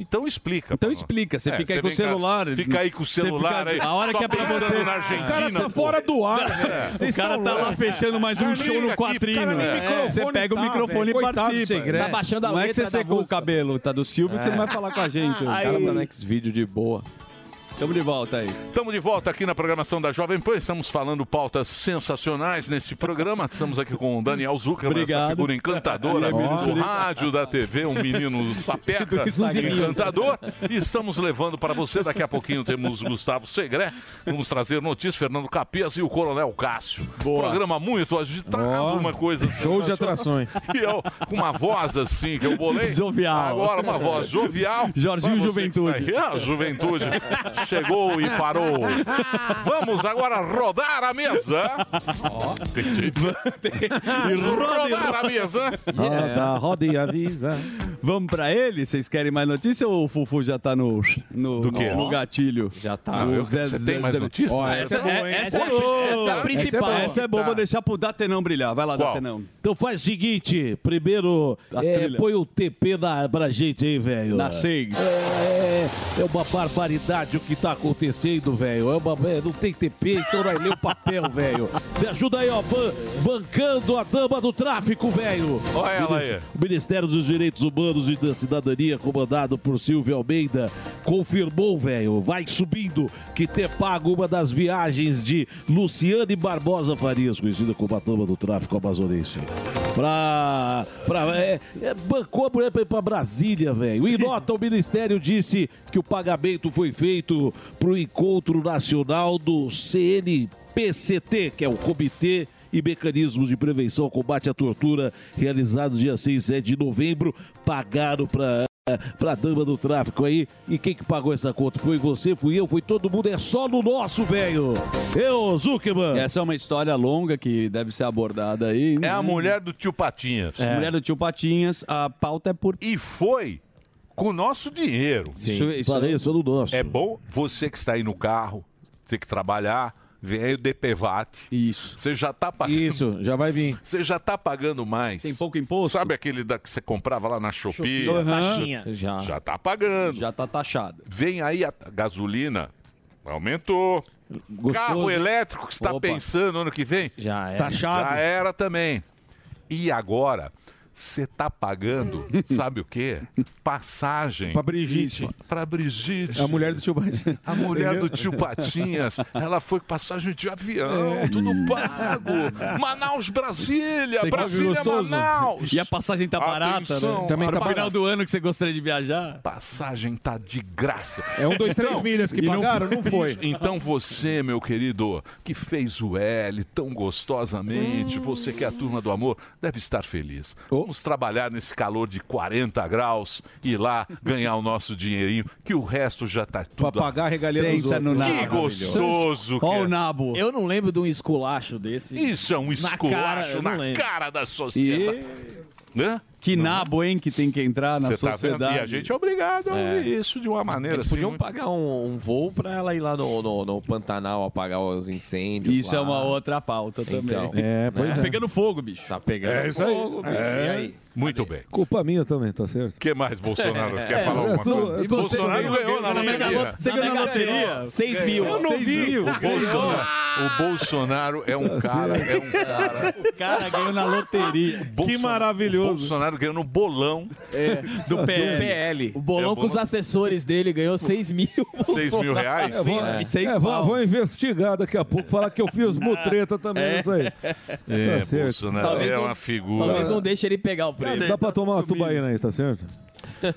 S5: Então explica.
S9: Então explica, você
S5: É,
S9: fica aí
S5: você
S9: com o
S5: vem cá-
S9: celular.
S5: fica aí com o
S9: Você
S5: celular aí,
S9: A hora
S5: só
S9: que é pra
S5: pensando
S9: você.
S5: na Argentina, O cara tá pô.
S4: é fora do ar.
S5: é.
S9: O
S4: Vocês
S9: cara
S4: estão
S9: tá lá
S4: loucos.
S9: fechando mais um
S4: Cara,
S9: show
S4: nem-
S9: no
S4: aqui,
S9: quadrino.
S4: cara, nem
S9: É.
S4: microfone
S9: Você pega o
S4: tá,
S9: microfone
S4: velho.
S9: e
S4: Coitado do
S9: participa.
S4: Segredo. Tá baixando a
S9: Não é que
S4: letra
S9: você
S4: da
S9: secou o
S4: música.
S9: cabelo, tá do Silvio, que você
S5: É.
S9: não vai falar com a gente. O
S5: Aí.
S9: cara tá no X-Video de boa. Tamo de volta aí.
S5: Estamos de volta aqui na programação da Jovem Pan. Estamos falando pautas sensacionais nesse programa. Estamos aqui com o Daniel Zuckerman,
S9: Obrigado.
S5: essa figura encantadora
S9: Ele é menino
S5: do
S9: bonito.
S5: rádio, da TV, um menino sapeca
S9: Do Instagram.
S5: encantador. E estamos levando para você. Daqui a pouquinho temos Gustavo Segré. Vamos trazer notícias, Fernando Capês e o Coronel Cássio. Programa muito agitado, uma coisa
S4: Show de
S5: sensacional.
S4: atrações.
S5: E eu, com uma voz assim que eu bolei.
S4: Jovial.
S5: Agora, uma voz jovial.
S9: Jorginho
S5: Pra você que está
S9: Juventude.
S5: aí. Ah, juventude. Chegou e parou. Vamos agora rodar a mesa. Tem jeito.
S9: E roda, e
S5: rodar a
S9: roda.
S5: mesa.
S9: Yeah.
S4: roda e avisa.
S9: é. Vamos pra ele? Vocês querem mais notícia ou o Fufu já tá no, no,
S5: Do quê?
S9: no, no gatilho? Já
S5: tá. Eu- você tem mais notícia?
S9: essa,
S5: Essa é boa,
S9: é,
S5: hein?
S9: essa, é
S5: Essa é
S9: boa.
S5: a principal.
S9: Essa é boa, essa é boa.
S5: Tá.
S9: vou deixar pro Datenão brilhar. Vai lá, Datenão.
S7: Então faz o seguinte, primeiro é,
S9: trilha.
S7: põe o TP na, pra gente aí, velho.
S9: Na seis.
S7: É, é uma barbaridade o que tá acontecendo, velho. É uma- é, não tem TP, então nós lê o papel, velho. Me ajuda aí, ó. ban- bancando a dama do tráfico, velho.
S5: Olha ela
S7: Minis-
S5: aí.
S7: O Ministério dos Direitos Humanos e da Cidadania, comandado por Silvio Almeida, confirmou, velho, vai subindo, que ter pago uma das viagens de Luciane Barbosa Farias, conhecida como a dama do tráfico amazonense. Pra. pra é, é, bancou a mulher pra ir pra Brasília, velho. Em nota, o Ministério disse que o pagamento foi feito pro encontro nacional do CNPCT, que é o Comitê e mecanismos de prevenção ao combate à tortura realizado dia 6 e 7 de novembro, pagaram para para dama do tráfico aí. E quem que pagou essa conta? Foi você, fui eu, foi todo mundo. É só no nosso, velho. Eu, Zuckerman.
S9: Essa é uma história longa que deve ser abordada aí.
S5: Ah.
S9: Hum.
S5: É a mulher do tio Patinhas.
S9: É. Mulher do tio Patinhas, a pauta é por.
S5: E foi com o nosso dinheiro.
S7: Sim. Isso- isso- Falei, isso é do nosso.
S5: É bom você que está aí no carro, tem que trabalhar, vem aí o DPVAT.
S9: Isso.
S5: Você já está pagando.
S4: Isso, já vai vir.
S5: Você já está pagando mais. Tem pouco imposto. Sabe aquele da que você comprava lá na Shopee?
S9: Shopee, Aham. taxinha.
S5: Já. Já tá pagando.
S9: Já tá taxado.
S5: Vem aí a gasolina, aumentou. Carro elétrico que você está
S12: Opa.
S5: pensando ano que vem? Já
S4: Tá
S12: era.
S5: Já era também. E agora, você tá pagando, sabe o quê? Passagem.
S4: Pra Brigitte.
S5: Pra Brigitte.
S4: É A mulher do tio Patinhas.
S5: A mulher do tio Patinhas, ela foi com passagem de avião,
S4: É.
S5: tudo pago. Manaus, Brasília,
S9: Você
S5: Brasília, Manaus.
S9: E a passagem tá barata,
S5: Atenção,
S9: né?
S5: Também
S9: Para
S5: tá
S9: o final
S5: barata.
S9: do ano que você gostaria de viajar.
S5: Passagem tá de graça.
S4: É um, dois, três milhas que
S5: Então, e
S4: pagaram? Não foi.
S5: Então você, meu querido, que fez o L tão gostosamente, você que é a turma do amor, deve estar feliz. Vamos trabalhar nesse calor de 40 graus e lá ganhar o nosso dinheirinho, que o resto já tá tudo
S4: Pra pagar a regalia dos
S5: aceito.
S4: outros.
S5: Que gostoso,
S10: Olha
S5: cara.
S9: nabo.
S10: Eu não lembro de um esculacho desse.
S5: Isso é um esculacho
S10: eu não
S5: na cara,
S10: lembro.
S5: da sociedade. Hã?
S9: Que nabo, hein, que tem que entrar na
S5: Você tá vendo?
S9: sociedade.
S5: E a gente é obrigado a ouvir isso de uma maneira
S3: Eles
S5: assim,
S3: podiam
S5: muito-
S3: pagar um, um voo pra ela ir lá no, no, no Pantanal apagar os incêndios. Então.
S9: Isso é uma outra pauta também.
S4: É, pois
S9: Tá
S4: é.
S9: pegando fogo, bicho.
S3: Tá pegando
S4: É isso aí.
S3: fogo, bicho. E
S4: É.
S3: aí?
S5: Muito bem.
S4: Culpa minha também, tá certo?
S5: O que mais, Bolsonaro?
S4: É,
S5: Quer falar
S4: eu
S5: alguma
S4: tô-
S5: coisa?
S4: eu tô-
S5: Bolsonaro
S4: eu
S5: ganhou,
S4: ganhei-
S5: na
S4: na
S5: loteria.
S4: Mega- você ganhou na loteria?
S10: Seis
S5: Ganhou.
S10: mil.
S5: Eu não
S10: Seis
S5: vi.
S10: mil.
S5: O
S10: Seis mil.
S5: Bolsonaro, o Bolsonaro é um cara, é um cara.
S9: O cara ganhou na loteria.
S5: que maravilhoso. É. Tá O Bolsonaro ganhou no bolão
S10: Do PL. O bolão
S5: É,
S10: com os assessores dele ganhou 6 mil.
S5: Seis mil reais?
S4: Eu vou,
S10: É.
S4: é, vou- vou investigar daqui a pouco, falar que eu fiz mutreta também
S10: É.
S4: nisso aí.
S5: É,
S4: tá certo.
S5: Bolsonaro é
S10: não-
S5: uma figura.
S10: Talvez não deixe ele pegar o prêmio.
S4: Dá pra tomar uma tubaína aí, tá certo?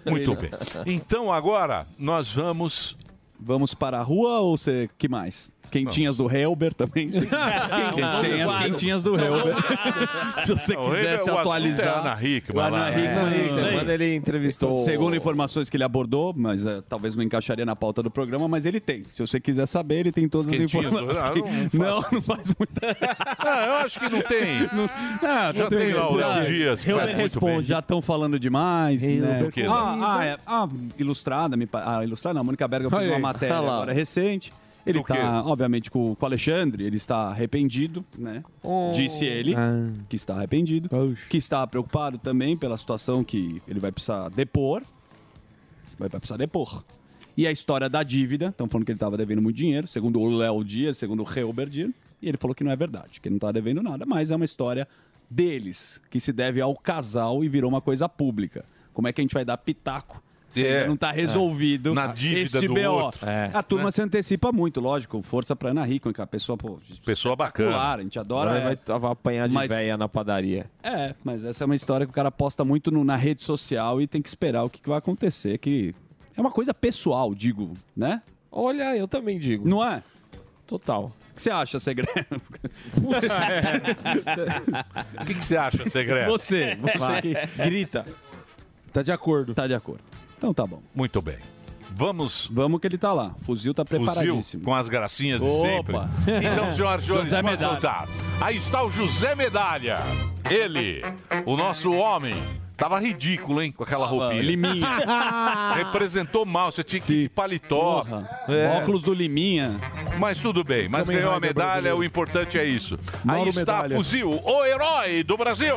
S5: Muito bem. Então agora nós vamos.
S9: Vamos para a rua ou você. que mais? Quentinhas do Helber também. Tem as quentinhas do Helber. Se você
S5: Não, ele-
S9: quiser se
S5: o assunto
S9: atualizar.
S5: é Ana Hickman
S9: O Ana
S5: lá, né?
S9: Hickman,
S5: Ana
S9: isso aí.
S5: Hickman, ele entrevistou-
S9: Segundo informações que ele abordou, mas eh, talvez não encaixaria na pauta do programa, mas ele tem. Se você quiser saber, ele tem todas as
S5: quentinhas do-
S9: informações.
S5: Ah, não faço
S9: não, não faz muita.
S5: Ah, eu acho que não tem.
S9: Ah,
S5: Já tem lá o Léo Dias, que faz muito bem.
S9: Já estão falando demais, né?
S5: O quê?
S9: Ah, ah, é, ah, ilustrada, me pa- ah, ilustrada não, a Mônica Berga fez
S5: Aí,
S9: uma
S5: tá
S9: matéria
S5: lá.
S9: agora recente. Ele
S5: Do quê?
S9: está, obviamente, com, com o Alexandre, ele está arrependido, né?
S2: Um
S9: Ah. Disse ele que está arrependido, que está preocupado também pela situação que ele vai precisar depor. vai vai precisar depor. E a história da dívida, estão falando que ele estava devendo muito dinheiro, segundo o Léo Dias, segundo o Reuber Dias, e ele falou que não é verdade, que ele não estava devendo nada, mas é uma história deles, que se deve ao casal e virou uma coisa pública. Como é que a gente vai dar pitaco se
S5: É,
S9: ainda não está
S5: é.
S9: resolvido
S5: Na dívida
S9: esse
S5: do
S9: BO?
S5: outro. É.
S9: A turma
S5: Né?
S9: se antecipa muito, lógico, força para Ana Rico, que é a pessoa, pô,
S5: Pessoa
S9: espetacular,
S5: bacana.
S9: a gente adora.
S5: Vai-
S9: é.
S3: Tava apanhar de
S9: Mas-
S3: véia na padaria.
S9: É, mas essa é uma história que o cara posta muito no- na rede social e tem que esperar o que, que vai acontecer, que é uma coisa pessoal, digo, né?
S3: Olha, eu também digo.
S9: Não é?
S3: Total. O
S9: que você acha, Segredo?
S5: O que, que você acha, um Segredo?
S9: Você, você que grita.
S4: Tá de acordo.
S9: Tá de acordo. Então tá bom.
S5: Muito bem. Vamos.
S9: Vamos que ele tá lá. Fuzil tá preparadíssimo.
S5: Fuzil com as gracinhas de
S9: Opa.
S5: sempre. Então, senhoras e senhores,
S9: José
S5: vamos
S9: Medalha.
S5: voltar. Aí está o José Medalha. Ele, o nosso homem. Tava ridículo, hein? Com aquela roupinha.
S9: liminha.
S5: Representou mal. Você tinha que ir de paletó. É.
S9: Porra. Óculos do Liminha.
S5: Mas tudo bem. Mas
S9: Kamen
S5: ganhou a
S9: Rider
S5: medalha.
S9: é brasileiro.
S5: O importante é isso. Aí
S9: Mauro
S5: está
S9: Medalha.
S5: Fuzil, o herói do Brasil.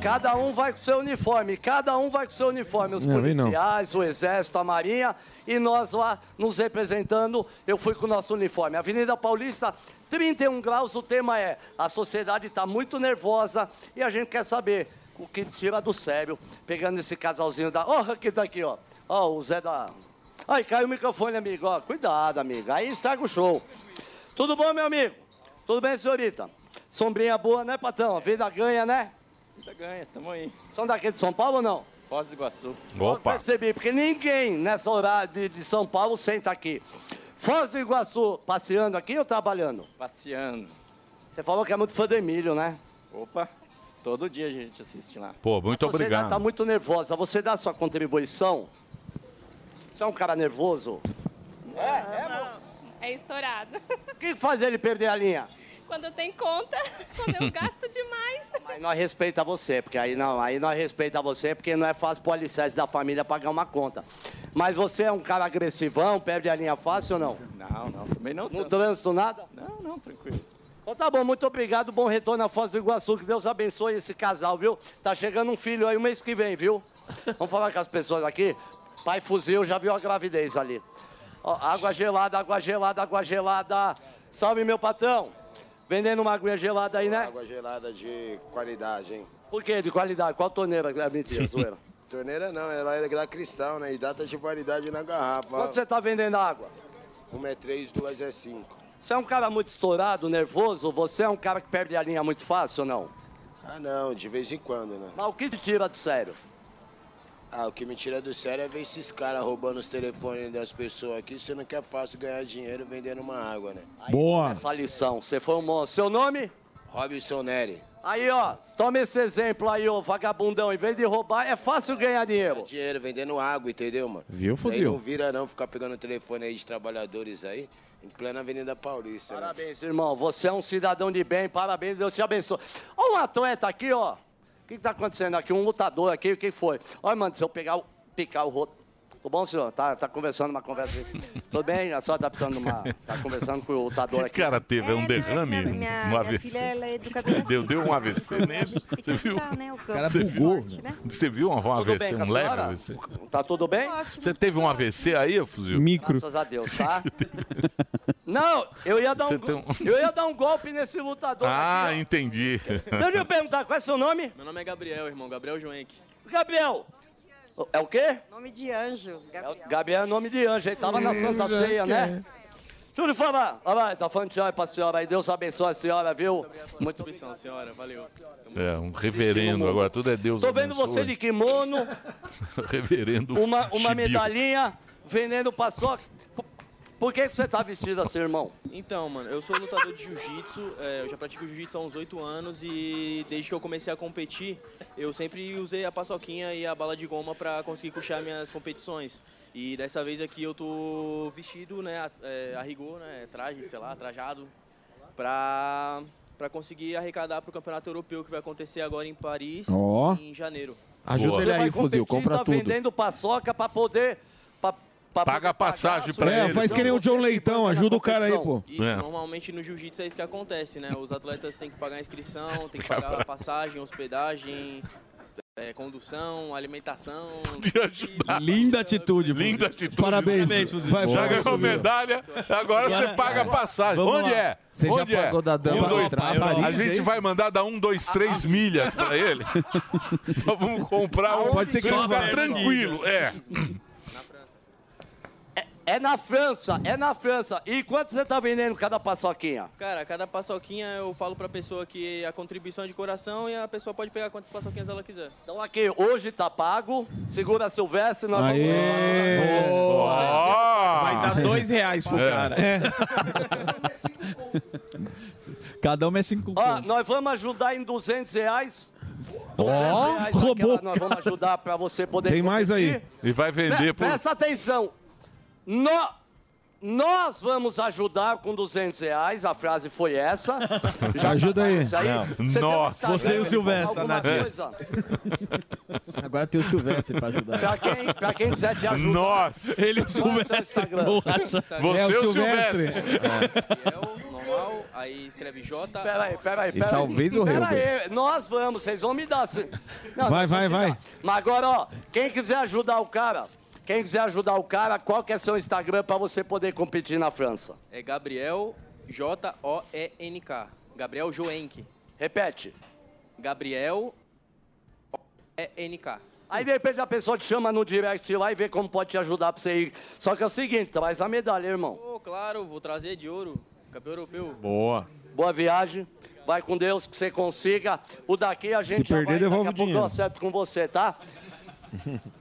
S11: Cada um vai com seu uniforme, cada um vai com seu uniforme. Os
S3: Não, vem não.
S11: policiais, o exército, a marinha e nós lá nos representando. Eu fui com o nosso uniforme. Avenida Paulista, 31 graus. O tema é: a sociedade está muito nervosa e a gente quer saber o que tira do sério. Pegando esse casalzinho da. Ó, que tá aqui, ó. Ó, o Zé da. Aí caiu o microfone, amigo. Ó, cuidado, amigo. Aí estraga o show. Tudo bom, meu amigo? Tudo bem, senhorita? Sombrinha boa, né, Patão? Vida ganha, né?
S17: Ainda ganha, tamo aí.
S11: São daqui de São Paulo ou não?
S17: Foz do Iguaçu.
S11: Pode perceber, porque ninguém nessa hora de, de São Paulo senta aqui. Foz do Iguaçu, passeando aqui ou trabalhando?
S17: Passeando.
S11: Você falou que é muito fã do Emílio, né?
S17: Opa, todo dia a gente assiste lá.
S5: Pô, muito
S11: Você
S5: obrigado.
S18: tá-
S11: está muito nervosa. Você dá sua contribuição? Você é um cara nervoso?
S19: Ah,
S11: é,
S19: É estourado.
S11: O que faz ele perder a linha?
S19: Quando tem conta, quando eu gasto demais.
S11: Aí nós respeita você, porque aí não, aí nós respeita você, porque não é fácil pro alicerce da família pagar uma conta. Mas você é um cara agressivão, perde a linha fácil ou não?
S17: Não, não, também não.
S11: No
S17: tanto.
S11: trânsito, nada?
S17: Não, não, tranquilo.
S11: Então tá bom, muito obrigado, bom retorno à Foz do Iguaçu, que Deus abençoe esse casal, viu? Tá chegando um filho aí o mês que vem, viu? Vamos falar com as pessoas aqui? Pai fuzil, já viu a gravidez ali. Ó, água gelada, água gelada, água gelada. Salve, meu patrão. Vendendo uma aguinha gelada aí, né?
S20: Água gelada de qualidade, hein?
S11: Por quê? De qualidade? Qual torneira? É mentira, zoeira.
S20: Torneira não, ela é da cristal, né? E data de validade na garrafa.
S11: Quanto você tá vendendo água?
S20: Uma é 3, duas é 5.
S11: Você é um cara muito estourado, nervoso? Você é um cara que perde a linha muito fácil ou não?
S20: Ah, não, de vez em quando, né?
S11: Mas o que te tira do sério?
S20: Ah, o que me tira do sério é ver esses caras roubando os telefones das pessoas aqui, sendo que é fácil ganhar dinheiro vendendo uma água, né?
S11: Boa. Essa lição, você foi um monstro. Seu nome?
S20: Robson Neri.
S11: Aí, ó, toma esse exemplo aí, ô vagabundão. Em vez de roubar, é fácil ganhar dinheiro.
S20: Dinheiro vendendo água, entendeu, mano?
S3: Viu,
S20: Daí
S3: fuzil?
S20: não vira não ficar pegando o telefone aí de trabalhadores aí, em plena Avenida Paulista, né?
S11: Parabéns, irmão. Você é um cidadão de bem. Parabéns, Deus te abençoe. Ó, um atleta aqui, ó. O que, que tá acontecendo aqui? Um lutador aqui, o que foi? Olha, mano, se eu pegar o. picar o roto. Tudo bom, senhor? Tá, tá conversando uma conversa. aqui. Tudo bem? A senhora tá precisando de uma. Tá conversando com o lutador
S5: Que
S11: aqui.
S5: cara teve? É um derrame?
S18: minha,
S5: Um
S18: minha filha,
S5: AVC?
S18: ela é educadora.
S5: Deu, deu um AVC nele? Você viu?
S18: né, o campo.
S5: Você viu? Você viu um
S11: Tudo bem
S5: AVC,
S11: com a
S5: um leve
S11: senhora?
S5: AVC?
S11: né? Tá tudo bem?
S5: Você teve um AVC aí, ô Fuzil?
S11: Micro. Graças a Deus, tá? Não, eu ia dar um,
S5: Você
S11: go-
S5: tem um-
S11: eu ia dar um golpe nesse lutador.
S5: Ah,
S11: aqui, ó.
S5: entendi.
S11: Deixa eu perguntar, qual é seu nome?
S17: Meu nome é Gabriel, irmão, Gabriel Joenck.
S11: Gabriel. É o quê?
S18: Nome de anjo, Gabriel.
S11: Gabriel é nome de anjo, ele tava na Santa Ceia, né? Júlio Fama, olha lá, tá falando de joia pra senhora aí, Deus abençoe a senhora, viu? Muito
S17: Atenção, senhora, valeu.
S5: É, um reverendo agora, tudo é Deus.
S11: Tô vendo
S5: abençoe.
S11: você de kimono,
S5: reverendo.
S11: uma, uma
S5: Chibiu.
S11: medalhinha, vendendo paçoca. Por- Por que que você tá vestido assim, irmão?
S17: Então, mano, eu sou lutador de jiu-jitsu, é, eu já pratico jiu-jitsu há uns 8 anos e desde que eu comecei a competir, eu sempre usei a paçoquinha e a bala de goma pra conseguir puxar minhas competições. E dessa vez aqui eu tô vestido, né, a, é, a rigor, né, traje, sei lá, trajado, pra, pra conseguir arrecadar pro campeonato europeu que vai acontecer agora em Paris,
S11: Ó.
S17: em janeiro.
S3: Ajuda
S11: Você
S3: ele
S11: vai
S3: aí, Fuzil,
S11: competir,
S3: compra
S11: tá
S3: tudo.
S11: vendendo paçoca pra poder... Pra, pra
S5: Paga a passagem pra
S4: É,
S5: ele.
S4: faz que nem o John Leitão, ajuda o cara aí, pô.
S5: Isso, É.
S17: Normalmente no jiu-jitsu é isso que acontece, né? Os atletas têm que pagar a inscrição, têm que
S5: Fica
S17: pagar a
S5: bravo.
S17: passagem, hospedagem, é, condução, alimentação.
S9: Linda atitude.
S5: Linda atitude.
S9: Parabéns.
S5: Fuzil. já ganhou medalha, agora você paga a
S9: é.
S5: passagem.
S9: Vamos
S5: Onde
S9: lá.
S5: é?
S9: Você já
S5: Onde é?
S9: pagou da Dama
S5: Um, dois-
S9: pra Paris,
S5: A
S9: é
S5: gente
S9: isso?
S5: vai mandar dar um, dois,
S11: Ah,
S5: três milhas pra ele. Nós Vamos comprar um.
S9: Pode ser que
S5: pra ele
S9: só
S5: ficar
S9: vá.
S5: tranquilo. É.
S11: É na França, é na França. E quanto você tá vendendo cada paçoquinha?
S17: Cara, cada paçoquinha eu falo pra pessoa que a contribuição é de coração e a pessoa pode pegar quantas paçoquinhas ela quiser.
S11: Então aqui, hoje tá pago. Segura seu verso e nós
S7: Aê!
S11: vamos...
S7: Vai dar dois reais
S5: É.
S7: pro cara.
S9: É. Cada um é cinco.
S11: Ó, nós vamos ajudar em 200 reais.
S9: Ó,
S11: 200 reais naquela,
S9: roubou,
S11: Nós vamos ajudar pra você poder
S5: Tem mais
S11: competir. Né?
S5: aí. E vai vender
S11: Pre-
S5: por-
S11: Presta atenção. Nó- Nós vamos ajudar com 200 reais, a frase foi essa.
S7: Ajuda aí.
S11: Isso aí,
S7: Não.
S11: você tem um que
S7: Nossa.
S11: saber
S7: Você e o Silvestre,
S11: alguma
S7: Anadias.
S11: coisa.
S10: Agora tem o Silvestre pra ajudar.
S11: Pra quem, pra quem quiser te ajudar. é
S5: Nossa!
S10: Ele e é o
S11: Silvestre
S10: borracha.
S5: Você
S10: É, o
S5: é o
S10: Silvestre.
S5: Silvestre.
S17: Normal, aí escreve J.
S11: Peraí, peraí,
S17: E
S11: peraí.
S17: talvez o
S11: Peraí,
S17: Helder.
S11: nós vamos, vocês vão me dar. se- Não,
S7: Vai,
S11: nós vamos
S7: vai,
S11: te
S7: vai.
S11: dar. Mas agora, ó, quem quiser ajudar o cara, quem quiser ajudar o cara, qual que é seu Instagram pra você poder competir na França?
S17: É Gabriel J-O-E-N-K. Gabriel Joenk.
S11: Repete.
S17: Gabriel E-N-K.
S11: Aí de repente a pessoa te chama no direct lá e vê como pode te ajudar pra você ir. Só que é o seguinte, traz a medalha, irmão.
S17: Pô, claro, vou trazer de ouro. Campeão europeu.
S5: Boa.
S11: Boa viagem. Vai com Deus que você consiga. O daqui a gente já
S7: perder,
S11: vai,
S7: devolve o
S11: daqui a pouco
S7: dinheiro.
S11: eu acerto com você, tá?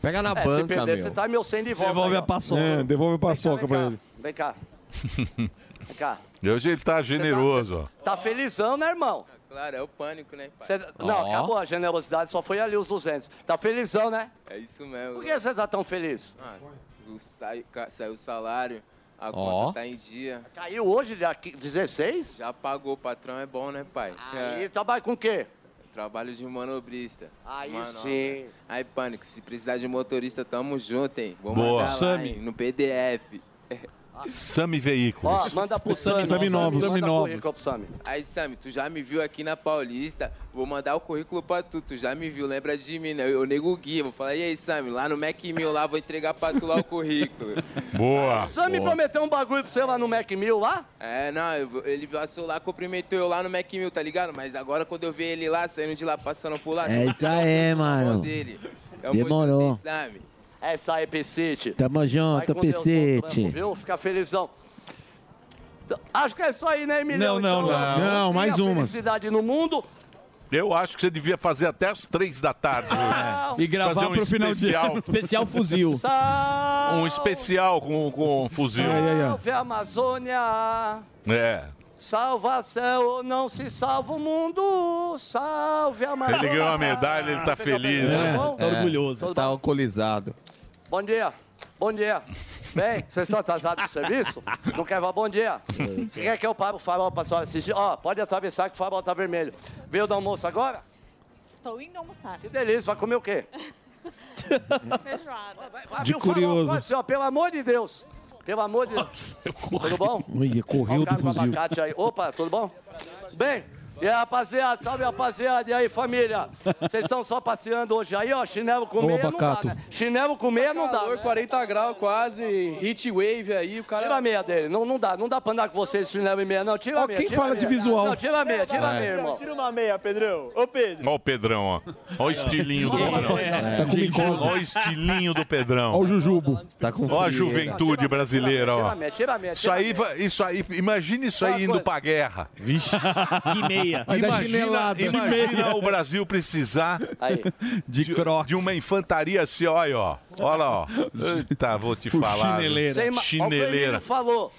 S7: Pega
S11: É, se perder, você tá me sem de volta. aí, ó.
S7: É, devolve a paçoca pra ele.
S11: Vem cá. Vem cá.
S5: E hoje ele tá generoso, ó.
S11: Tá felizão, né, irmão?
S17: Claro, é o pânico, né, pai?
S11: Cê- Não,
S5: Ó.
S11: acabou a generosidade, só foi ali os 200. Tá felizão, né?
S21: É isso mesmo.
S11: Por que você tá tão feliz?
S21: Ah, o sai- ca- saiu o salário, a
S11: Ó.
S21: conta tá em dia.
S11: Caiu hoje, já que- 16?
S21: Já pagou, o patrão é bom, né, pai?
S11: Aí,
S21: É.
S11: trabalha com o quê?
S21: Trabalho de manobrista.
S11: Aí
S21: Manobra.
S11: sim.
S21: Aí, Pânico, se precisar de motorista, tamo junto, hein? Vou
S5: Boa.
S21: mandar lá,
S5: Sami.
S21: hein, no PDF.
S11: Ah,
S5: Sami Veículos.
S11: Ó, manda pro Sami. Manda currículo pro Sami.
S21: Aí, Sami, tu já me viu aqui na Paulista, vou mandar o currículo pra tu, tu já me viu, lembra de mim, né? Eu nego o guia, vou falar, e aí, Sami, lá no Mac Mil, lá, vou entregar pra tu lá o currículo.
S5: Boa.
S11: O Sami prometeu um bagulho pra você lá no Mac Mill lá?
S21: É, não, eu- ele passou lá, cumprimentou eu lá no Mac Mill, tá ligado? Mas agora quando eu vi ele lá, saindo de lá, passando por lá... tá
S4: É isso aí, mano.
S21: Dele. É
S4: Demorou.
S21: Sabe?
S11: É isso aí, Pecite.
S7: Tá
S4: Tamo
S11: Vai
S4: junto,
S11: com Deus, né, bom trampo,
S4: Pecite.
S11: Viu? Fica felizão. Então, Acho que é isso aí, né, Emilio?
S5: Não, não,
S11: Então,
S5: não.
S11: vamos
S5: Não,
S11: sim,
S5: mais
S11: a
S5: umas.
S11: Felicidade no mundo.
S5: Eu acho que você devia fazer até as três da tarde.
S7: Ah,
S9: E gravar
S5: Fazer um
S9: pro final de
S5: especial.
S9: ano. Especial fuzil.
S11: Ah,
S5: Um especial com, com um fuzil.
S11: Salve a Amazônia,
S5: É.
S11: salvação, não se salva o mundo, salve a Amazônia.
S5: Ele ganhou a medalha, ele tá feliz.
S11: É, tá orgulhoso.
S22: Tá alcoolizado.
S11: Bom dia, bom dia. Bem, vocês estão atrasados pro serviço? Não quer falar bom dia? Você quer que eu pare o farol pra senhora assistir? Ó, pode atravessar que o farol tá vermelho. Veio do almoço agora?
S19: Estou indo almoçar.
S11: Que delícia, vai comer o quê?
S19: Feijoada.
S11: Abre o farol, pode ser, ó, pelo amor de Deus. Pelo amor de Deus. Tudo bom?
S7: Olha, correu
S11: Olha o
S7: do
S11: cara com
S7: fuzil.
S11: abacate aí. Opa, tudo bom? Bem, e aí, rapaziada, salve, rapaziada. E aí, família? Vocês estão só passeando hoje aí, ó, chinelo com
S7: Ô,
S11: meia não dá,
S7: abacato.
S11: né? Chinelo com meia não dá,
S17: Calor,
S11: né?
S17: 40 graus quase, heat wave aí, o cara...
S11: Tira a meia dele, não, não dá, não dá pra andar com vocês de chinelo e meia, não, tira a
S7: Ó,
S11: meia.
S7: quem
S11: tira a
S7: fala
S11: meia.
S7: de visual?
S11: Não, tira a meia, tira a
S5: É.
S11: meia, irmão.
S17: Tira uma meia, Pedrão. Ô, Pedro.
S5: Olha o Pedrão, ó. Olha o estilinho do Pedrão.
S7: Tá com micose.
S5: Olha o estilinho do Pedrão.
S7: Olha o Jujubo.
S22: Tá
S5: Olha a juventude brasileira, ó.
S11: Tira a meia, tira a meia.
S5: Isso aí, va- isso aí, imagina isso aí indo pra guerra. Vixe.
S11: De meia. Vai dar
S5: Imagina,
S11: chinelada. De meia.
S5: imagina o Brasil precisar de, de uma infantaria assim, olha, ó. Olha lá, ó. Eita, vou te falar.
S11: Sem ma- Ó, O Emílio
S5: Chineleira.
S11: falou,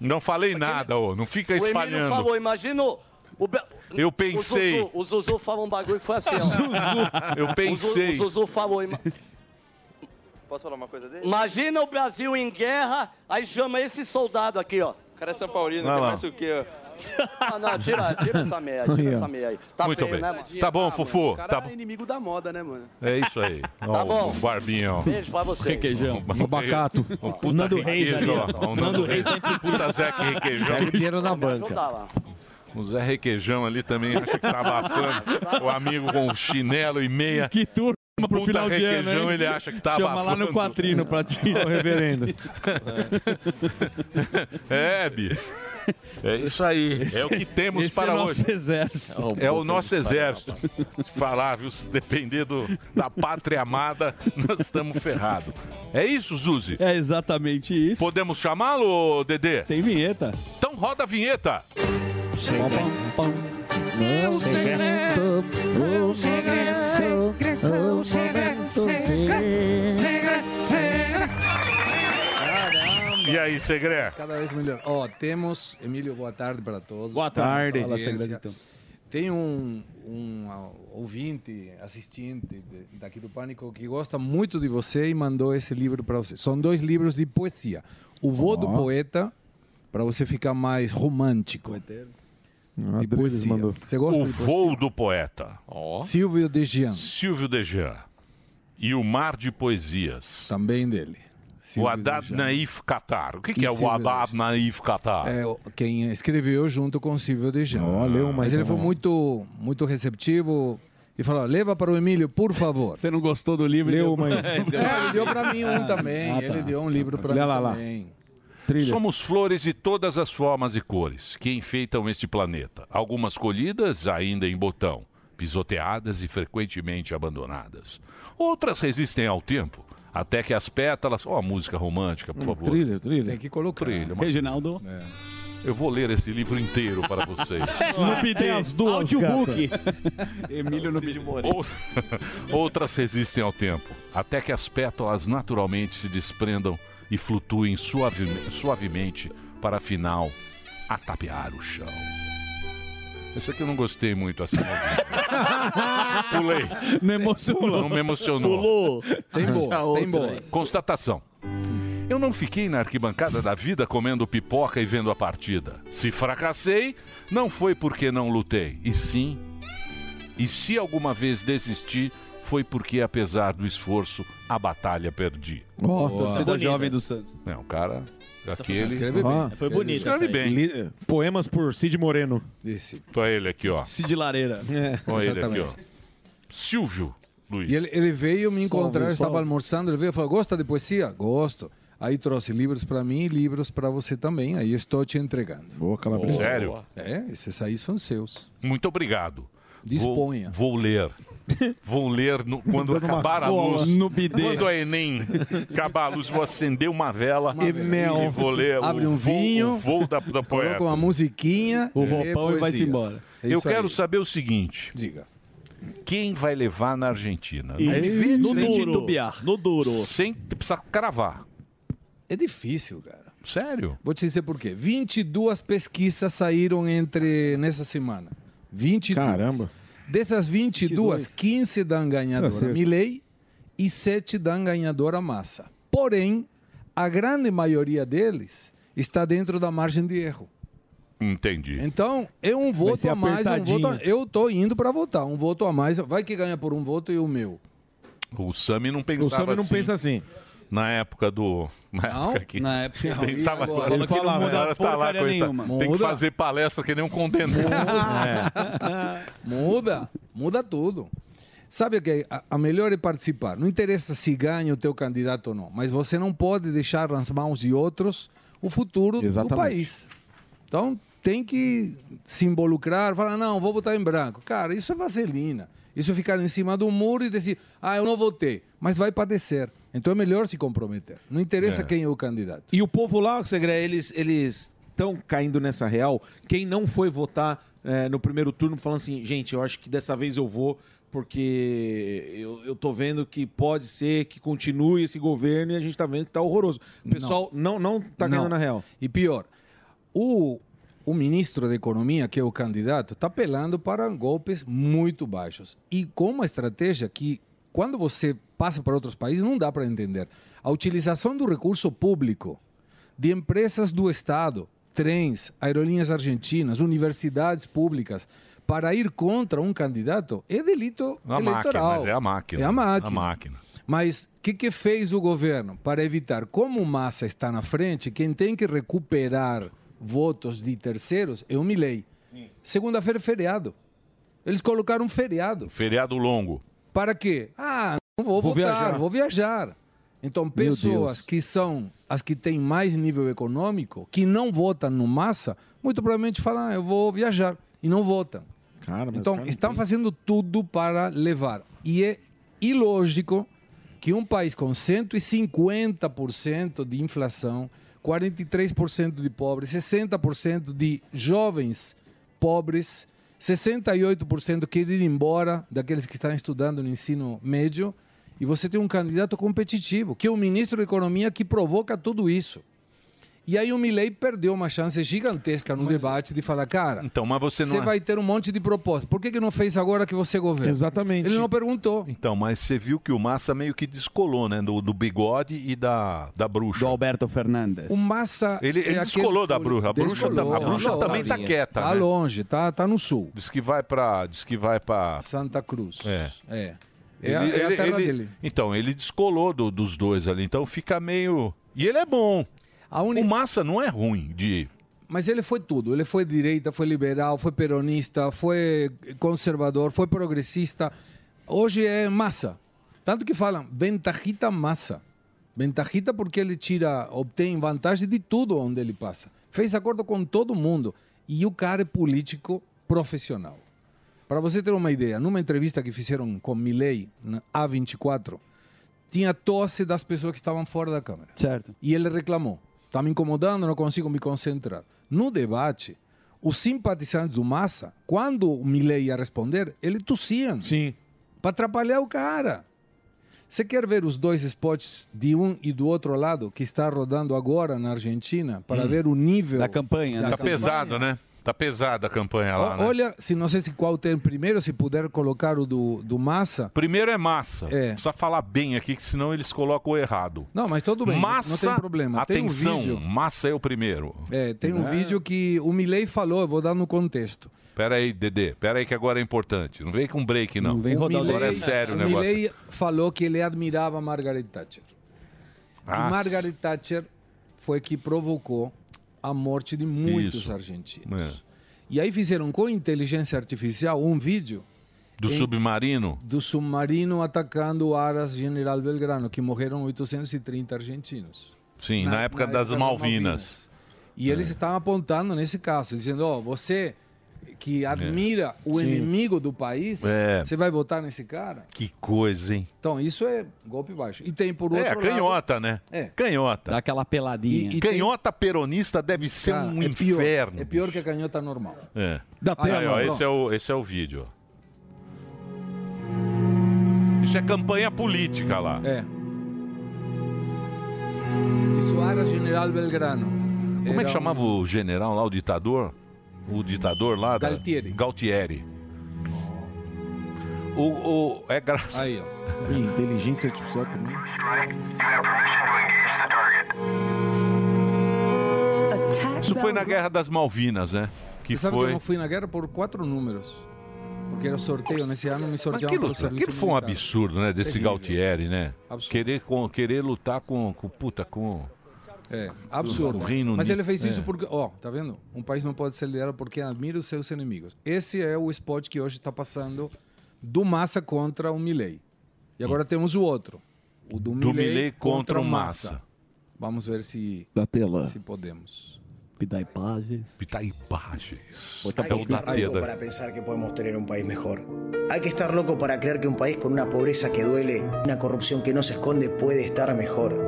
S5: Não falei nada, ô. Não fica
S11: o Emílio
S5: espalhando.
S11: falou, imagina o... o Be-
S5: Eu pensei.
S11: O Zuzu, o Zuzu falou um bagulho que foi assim, ó.
S5: Eu pensei.
S11: O Zuzu, o Zuzu falou... ima-
S17: Posso falar uma coisa dele?
S11: Imagina o Brasil em guerra, aí chama esse soldado aqui, ó.
S17: O cara é São Paulino,
S5: Vai
S17: tem
S5: lá.
S17: mais o quê?
S11: Ah, não, tira, tira essa meia, tira
S5: Aí, ó.
S11: essa meia aí. Tá
S5: Muito
S11: feio,
S5: bem.
S11: né, mano? é
S5: Tá bom, Fufu. Tá bom.
S11: inimigo da moda, né, mano?
S5: É isso aí.
S11: Tá
S5: Ó,
S11: bom.
S5: O Barbinho, ó.
S11: Beijo pra vocês.
S5: Requeijão.
S7: Abacato.
S5: O puta
S7: Nando
S5: Nando
S7: Reis
S5: Reis,
S7: ali, ó.
S5: ó. O
S9: é
S7: Nando Reis sempre
S5: puta Zé que requeijão.
S7: Pega o dinheiro na
S11: Não dá lá.
S5: O Zé Requeijão ali também acha que tá abafando. o amigo com chinelo e meia.
S9: Que turma pro
S5: Puta
S9: final de ano,
S5: requeijão,
S9: hein?
S5: ele acha que tá
S9: Chama
S5: abafando.
S9: lá no quatrino pra ti. Ô, reverendo.
S5: É, Bi. É isso aí.
S9: Esse-
S5: é o que temos
S9: esse
S5: para
S9: é o
S5: hoje.
S9: nosso exército.
S5: É o nosso exército. Se falar, viu? Se depender do- da pátria amada, nós estamos ferrados. É isso, Zuzi?
S9: É exatamente isso.
S5: Podemos chamá-lo, Dedê?
S9: Tem vinheta.
S5: Então roda a vinheta.
S2: Meu segredo, o segredo, o segredo, segredo, segredo.
S5: E aí, Segre?
S23: Cada vez melhor. Ó, temos. Emílio, boa tarde para todos.
S9: Boa
S23: Pra nossa
S9: tarde.
S23: audiência.
S9: Fala, Segre, então.
S23: Tem um, um ah, ouvinte, assistente de- daqui do Pânico que gosta muito de você e mandou esse livro para você. São dois livros de poesia. O Vô do Poeta, para você ficar mais romântico. De poesia. Você gosta
S5: o
S23: de poesia?
S5: voo do poeta.
S23: Silvio Dejean.
S5: Silvio Dejean. E o mar de poesias.
S23: Também dele.
S5: o
S23: Silvio
S5: Haddad
S23: Dejean.
S5: Naif Qatar. O que,
S23: E
S5: que é o
S23: Silvio
S5: Haddad Naif Qatar?
S23: É, o- quem escreveu junto com o Silvio Dejan. Mas ele
S9: um.
S23: foi muito, muito receptivo e falou: leva para o Emílio, por favor.
S9: Você não gostou do livro?
S23: Leu,
S9: mãe.
S23: É, ele deu para mim um também.
S9: Ah, tá.
S23: Ele deu um livro para mim
S9: Lê lá, lá.
S23: também.
S5: Somos flores de todas as formas e cores que enfeitam este planeta. Algumas colhidas ainda em botão, pisoteadas e frequentemente abandonadas. Outras resistem ao tempo, até que as pétalas. Ó, a música romântica, por favor.
S23: Hum, trilha, trilha. Tem que colocar.
S5: Trilha, uma-
S9: Reginaldo.
S5: Eu vou ler esse livro inteiro para vocês.
S9: No PD. as duas,
S5: Audiobook.
S9: Emílio no PD.
S5: Ou- Outras resistem ao tempo, até que as pétalas naturalmente se desprendam e flutuem suaveme- suavemente para afinal atapear o chão. Esse aqui eu não gostei muito assim. Pulei.
S9: Não emocionou.
S5: Não me emocionou.
S9: Pulou.
S23: Tem boas, tem boas.
S5: Constatação. Eu não fiquei na arquibancada da vida comendo pipoca e vendo a partida. Se fracassei, não foi porque não lutei, e sim. E se alguma vez desisti, foi porque, apesar do esforço, a batalha perdi.
S9: Ó, torcida Bonita. jovem do Ah.
S5: Santos. Não, o cara. Aquele.
S23: né?
S5: É,
S4: Ó,
S5: Escreve bem.
S4: Li- Poemas por Cid Moreno.
S23: Esse.
S5: Olha ele aqui, ó.
S9: Cid Lareira.
S5: Olha ele aqui, ó.
S23: Exatamente.
S5: Silvio Luiz.
S23: E ele, ele veio me
S5: Salve,
S23: encontrar, eu estava
S5: salve.
S23: almoçando, ele veio e falou: gosta de poesia? Gosto. Aí trouxe livros para mim e livros para você também. Aí estou te entregando.
S4: Boa,
S5: Calabresa. Sério?
S23: É, esses aí são seus.
S5: Muito obrigado.
S23: Disponha.
S5: Vou, vou ler. Vou ler no- quando
S23: Dando uma
S5: acabar a
S23: bola
S5: luz.
S23: no bidê.
S5: Quando a Enem acabar a luz, vou acender uma vela
S23: Uma vela.
S5: e vou ler
S23: Abre
S5: o
S23: um
S5: voo-
S23: vinho,
S5: o voo da, da poeta.
S23: Coloca uma musiquinha.
S5: O
S23: e
S5: roupão e vai-se
S23: poesias.
S5: embora.
S23: É
S5: Eu
S23: isso aí.
S5: quero saber o seguinte.
S23: Diga.
S5: Quem vai levar na Argentina?
S23: Ih,
S5: Vem-
S23: É no
S5: sem
S23: duro,
S5: titubear.
S23: no duro.
S5: Sem precisar cravar.
S23: É difícil, cara.
S5: Sério?
S23: Vou te dizer por quê. 22 pesquisas saíram entre nessa semana. 22.
S4: Caramba.
S23: Dessas 22,
S4: 22.
S23: 15 dão
S4: Tá
S23: ganhadora
S4: certo.
S23: Milei e 7 dão ganhadora Massa. Porém, a grande maioria deles está dentro da margem de erro.
S5: Entendi.
S23: Então, é um voto
S5: ser
S23: a mais, um voto a...
S5: apertadinho.
S23: eu tô indo para votar, um voto a mais, vai que ganha por um voto e o meu.
S5: O Sami não pensava assim.
S23: Sami não pensa assim.
S5: Na época do... Na
S23: Não?
S5: época que...
S23: Na época- não, e
S5: Pensava
S23: agora?
S5: agora.
S23: Ele falava,
S5: O cara tá lá,
S23: porcaria
S5: coitado.
S23: nenhuma.
S5: Tem que
S23: Muda.
S5: fazer palestra que nem um condenado. É,
S23: Muda, muda tudo. Sabe o que a, a melhor é participar. Não interessa se ganha o teu candidato ou não, mas você não pode deixar nas mãos de outros o futuro do
S4: Exatamente.
S23: país. Então tem que se involucrar, falar, não, vou votar em branco. Cara, isso é vaselina. Isso é ficar em cima do muro e dizer, ah, eu não votei, mas vai padecer. Então é melhor se comprometer. Não interessa
S4: É.
S23: quem é o candidato.
S4: E o povo lá, Segre, eles eles estão caindo nessa real. Quem não foi votar eh, no primeiro turno, falando assim, gente, eu acho que dessa vez eu vou, porque eu, eu tô vendo que pode ser que continue esse governo e a gente tá vendo que tá horroroso. O pessoal não, não, tá ganhando na real.
S23: E pior, o, o ministro da Economia, que é o candidato, está apelando para golpes muito baixos. E com uma estratégia que, quando você passa para outros países, não dá para entender. A utilização do recurso público de empresas do Estado, trens, aerolíneas argentinas, universidades públicas, para ir contra um candidato é delito
S5: A máquina,
S23: eleitoral.
S5: mas é a máquina.
S23: É a máquina.
S5: A máquina.
S23: Mas o que, que fez o governo para evitar? Como o Massa está na frente, quem tem que recuperar votos de terceiros é o Milei. Segunda-feira é feriado. Eles colocaram um feriado.
S5: Feriado longo.
S23: Para quê? Ah, não vou,
S5: Vou
S23: votar,
S5: viajar.
S23: vou viajar. Então,
S5: Deus.
S23: pessoas que são as que têm mais nível econômico, que não votam no massa, muito provavelmente falam, ah, eu vou viajar, e não votam.
S4: mas
S23: então,
S4: cara, não
S23: estão fazendo tudo para levar. E é ilógico que um país com 150% de inflação, 43% de pobres, 60% de jovens pobres, 68% querem ir embora daqueles que estão estudando no ensino médio, e você tem um candidato competitivo, que é o ministro da Economia que provoca tudo isso. E aí o Milley perdeu uma chance gigantesca no debate de falar, cara,
S5: Então, mas você não.
S23: você vai ter um monte de propostas. Por que, que não fez agora que você governa?
S4: Exatamente.
S23: Ele não perguntou.
S5: Então, mas você viu que o Massa meio que descolou, né? Do, do bigode e da, da bruxa. Do
S9: Alberto Fernandes.
S23: O Massa.
S5: Ele, ele
S23: é aquele
S5: descolou da bruxa. A bruxa,
S23: Descolou.
S5: tá- a bruxa
S23: Não,
S5: também tá
S23: linha.
S5: quieta.
S23: Tá
S5: né?
S23: longe, tá, tá no sul.
S5: Diz que vai pra. Diz que vai pra.
S23: Santa Cruz.
S5: Ah. É.
S23: É. É, a- é a terra
S5: ele-
S23: dele.
S5: Então, ele descolou do- dos dois ali. Então fica meio. E ele é bom. O Massa não é ruim de.
S23: Mas ele foi tudo. Ele foi direita, foi liberal, foi peronista, foi conservador, foi progressista. Hoje é massa. Tanto que falam ventajita massa. Ventajita porque ele tira, obtém vantagem de tudo onde ele passa. Fez acordo com todo mundo. E o cara é político profissional. Para você ter uma ideia, numa entrevista que fizeram com Milley na A24, tinha tosse das pessoas que estavam fora da câmera.
S9: Certo.
S23: E ele reclamou: está me incomodando, não consigo me concentrar. No debate, os simpatizantes do Massa, quando o Milley ia responder, ele tossiam.
S4: Sim.
S23: Para atrapalhar o cara. Você quer ver os dois spots de um e do outro lado que está rodando agora na Argentina para
S5: Hum.
S23: ver o nível da
S9: campanha?
S5: tá
S23: campanha?
S5: pesado, né? Tá pesada a campanha lá,
S23: O-
S5: né?
S23: Olha, se não sei se qual tem primeiro, se puder colocar o do, do Massa.
S5: Primeiro é massa.
S23: É.
S5: Precisa falar bem aqui, que senão eles colocam o errado.
S23: Não, mas tudo bem,
S5: Massa,
S23: não tem problema. Tem um
S5: Atenção,
S23: vídeo.
S5: massa é o primeiro.
S23: É, tem um
S5: Ah.
S23: vídeo que o Milley falou, eu vou dar no contexto.
S5: Pera aí, Dedê. Pera aí que agora é importante. Não vem com break, não.
S23: O
S5: Agora é
S23: Milley-
S5: sério o negócio.
S23: Milley falou que ele admirava Margaret Thatcher.
S5: Ah,
S23: E Margaret Thatcher foi que provocou a morte de muitos
S5: isso.
S23: argentinos.
S5: É.
S23: E aí fizeram com inteligência artificial um vídeo
S5: Do
S23: em-
S5: submarino?
S23: do submarino atacando Aras General Belgrano, que morreram 830 argentinos.
S5: Sim,
S23: Na-
S5: na, época
S23: na
S5: das
S23: época das
S5: Malvinas.
S23: E
S5: É.
S23: eles estavam apontando nesse caso, dizendo: ó, você que admira o
S5: É. Sim.
S23: inimigo do país,
S5: É.
S23: você vai votar nesse cara?
S5: Que coisa, hein?
S23: Então, isso é golpe baixo. E tem por outro
S5: É, canhota, né?
S23: É.
S5: Canhota. Dá
S9: aquela peladinha.
S23: E- e
S5: canhota peronista deve ser
S23: Cara,
S5: um
S23: é pior.
S5: inferno.
S23: É pior que a canhota normal.
S5: É.
S23: Da tela,
S5: Aí, ó,
S23: pronto.
S5: esse, é o, esse é o vídeo. ó. Isso é campanha política lá.
S23: É. Isso era General Belgrano.
S5: Como é
S23: Era
S5: que chamava o general lá, o ditador? O ditador lá? da-
S23: Galtieri.
S5: Galtieri. O, o- é graça.
S23: Aí, ó.
S4: inteligência artificial também.
S5: Isso foi na Guerra das Malvinas, né? Que
S23: Você sabe que eu
S5: foi.
S23: não fui na guerra por quatro números. Porque era sorteio, nesse ano me
S5: Mas
S23: sortearam
S5: aquilo,
S23: pelo serviço
S5: aquilo foi um
S23: militar.
S5: absurdo, né? Desse
S23: Terrível.
S5: Galtieri, né? Querer, com, querer lutar com, com. Puta, com.
S23: É, absurdo.
S5: O Reino
S23: Mas
S5: Unido.
S23: ele fez isso
S5: É.
S23: porque, ó, tá vendo? Um país não pode ser liderado porque admira os seus inimigos. Esse é o spot que hoje está passando do Massa contra o Milley. E agora temos o outro. O do,
S5: Hum. Do
S23: Milley,
S5: Milei contra o Massa.
S23: Vamos ver se
S7: Da tela.
S23: se podemos.
S7: Pitaipages.
S5: Pitaipages.
S7: Outra
S24: Hay que estar
S7: pergunta.
S24: loco para pensar que podemos tener un país mejor. Hay que estar loco para creer que un país con una pobreza que duele, una corrupción que no se esconde puede estar mejor.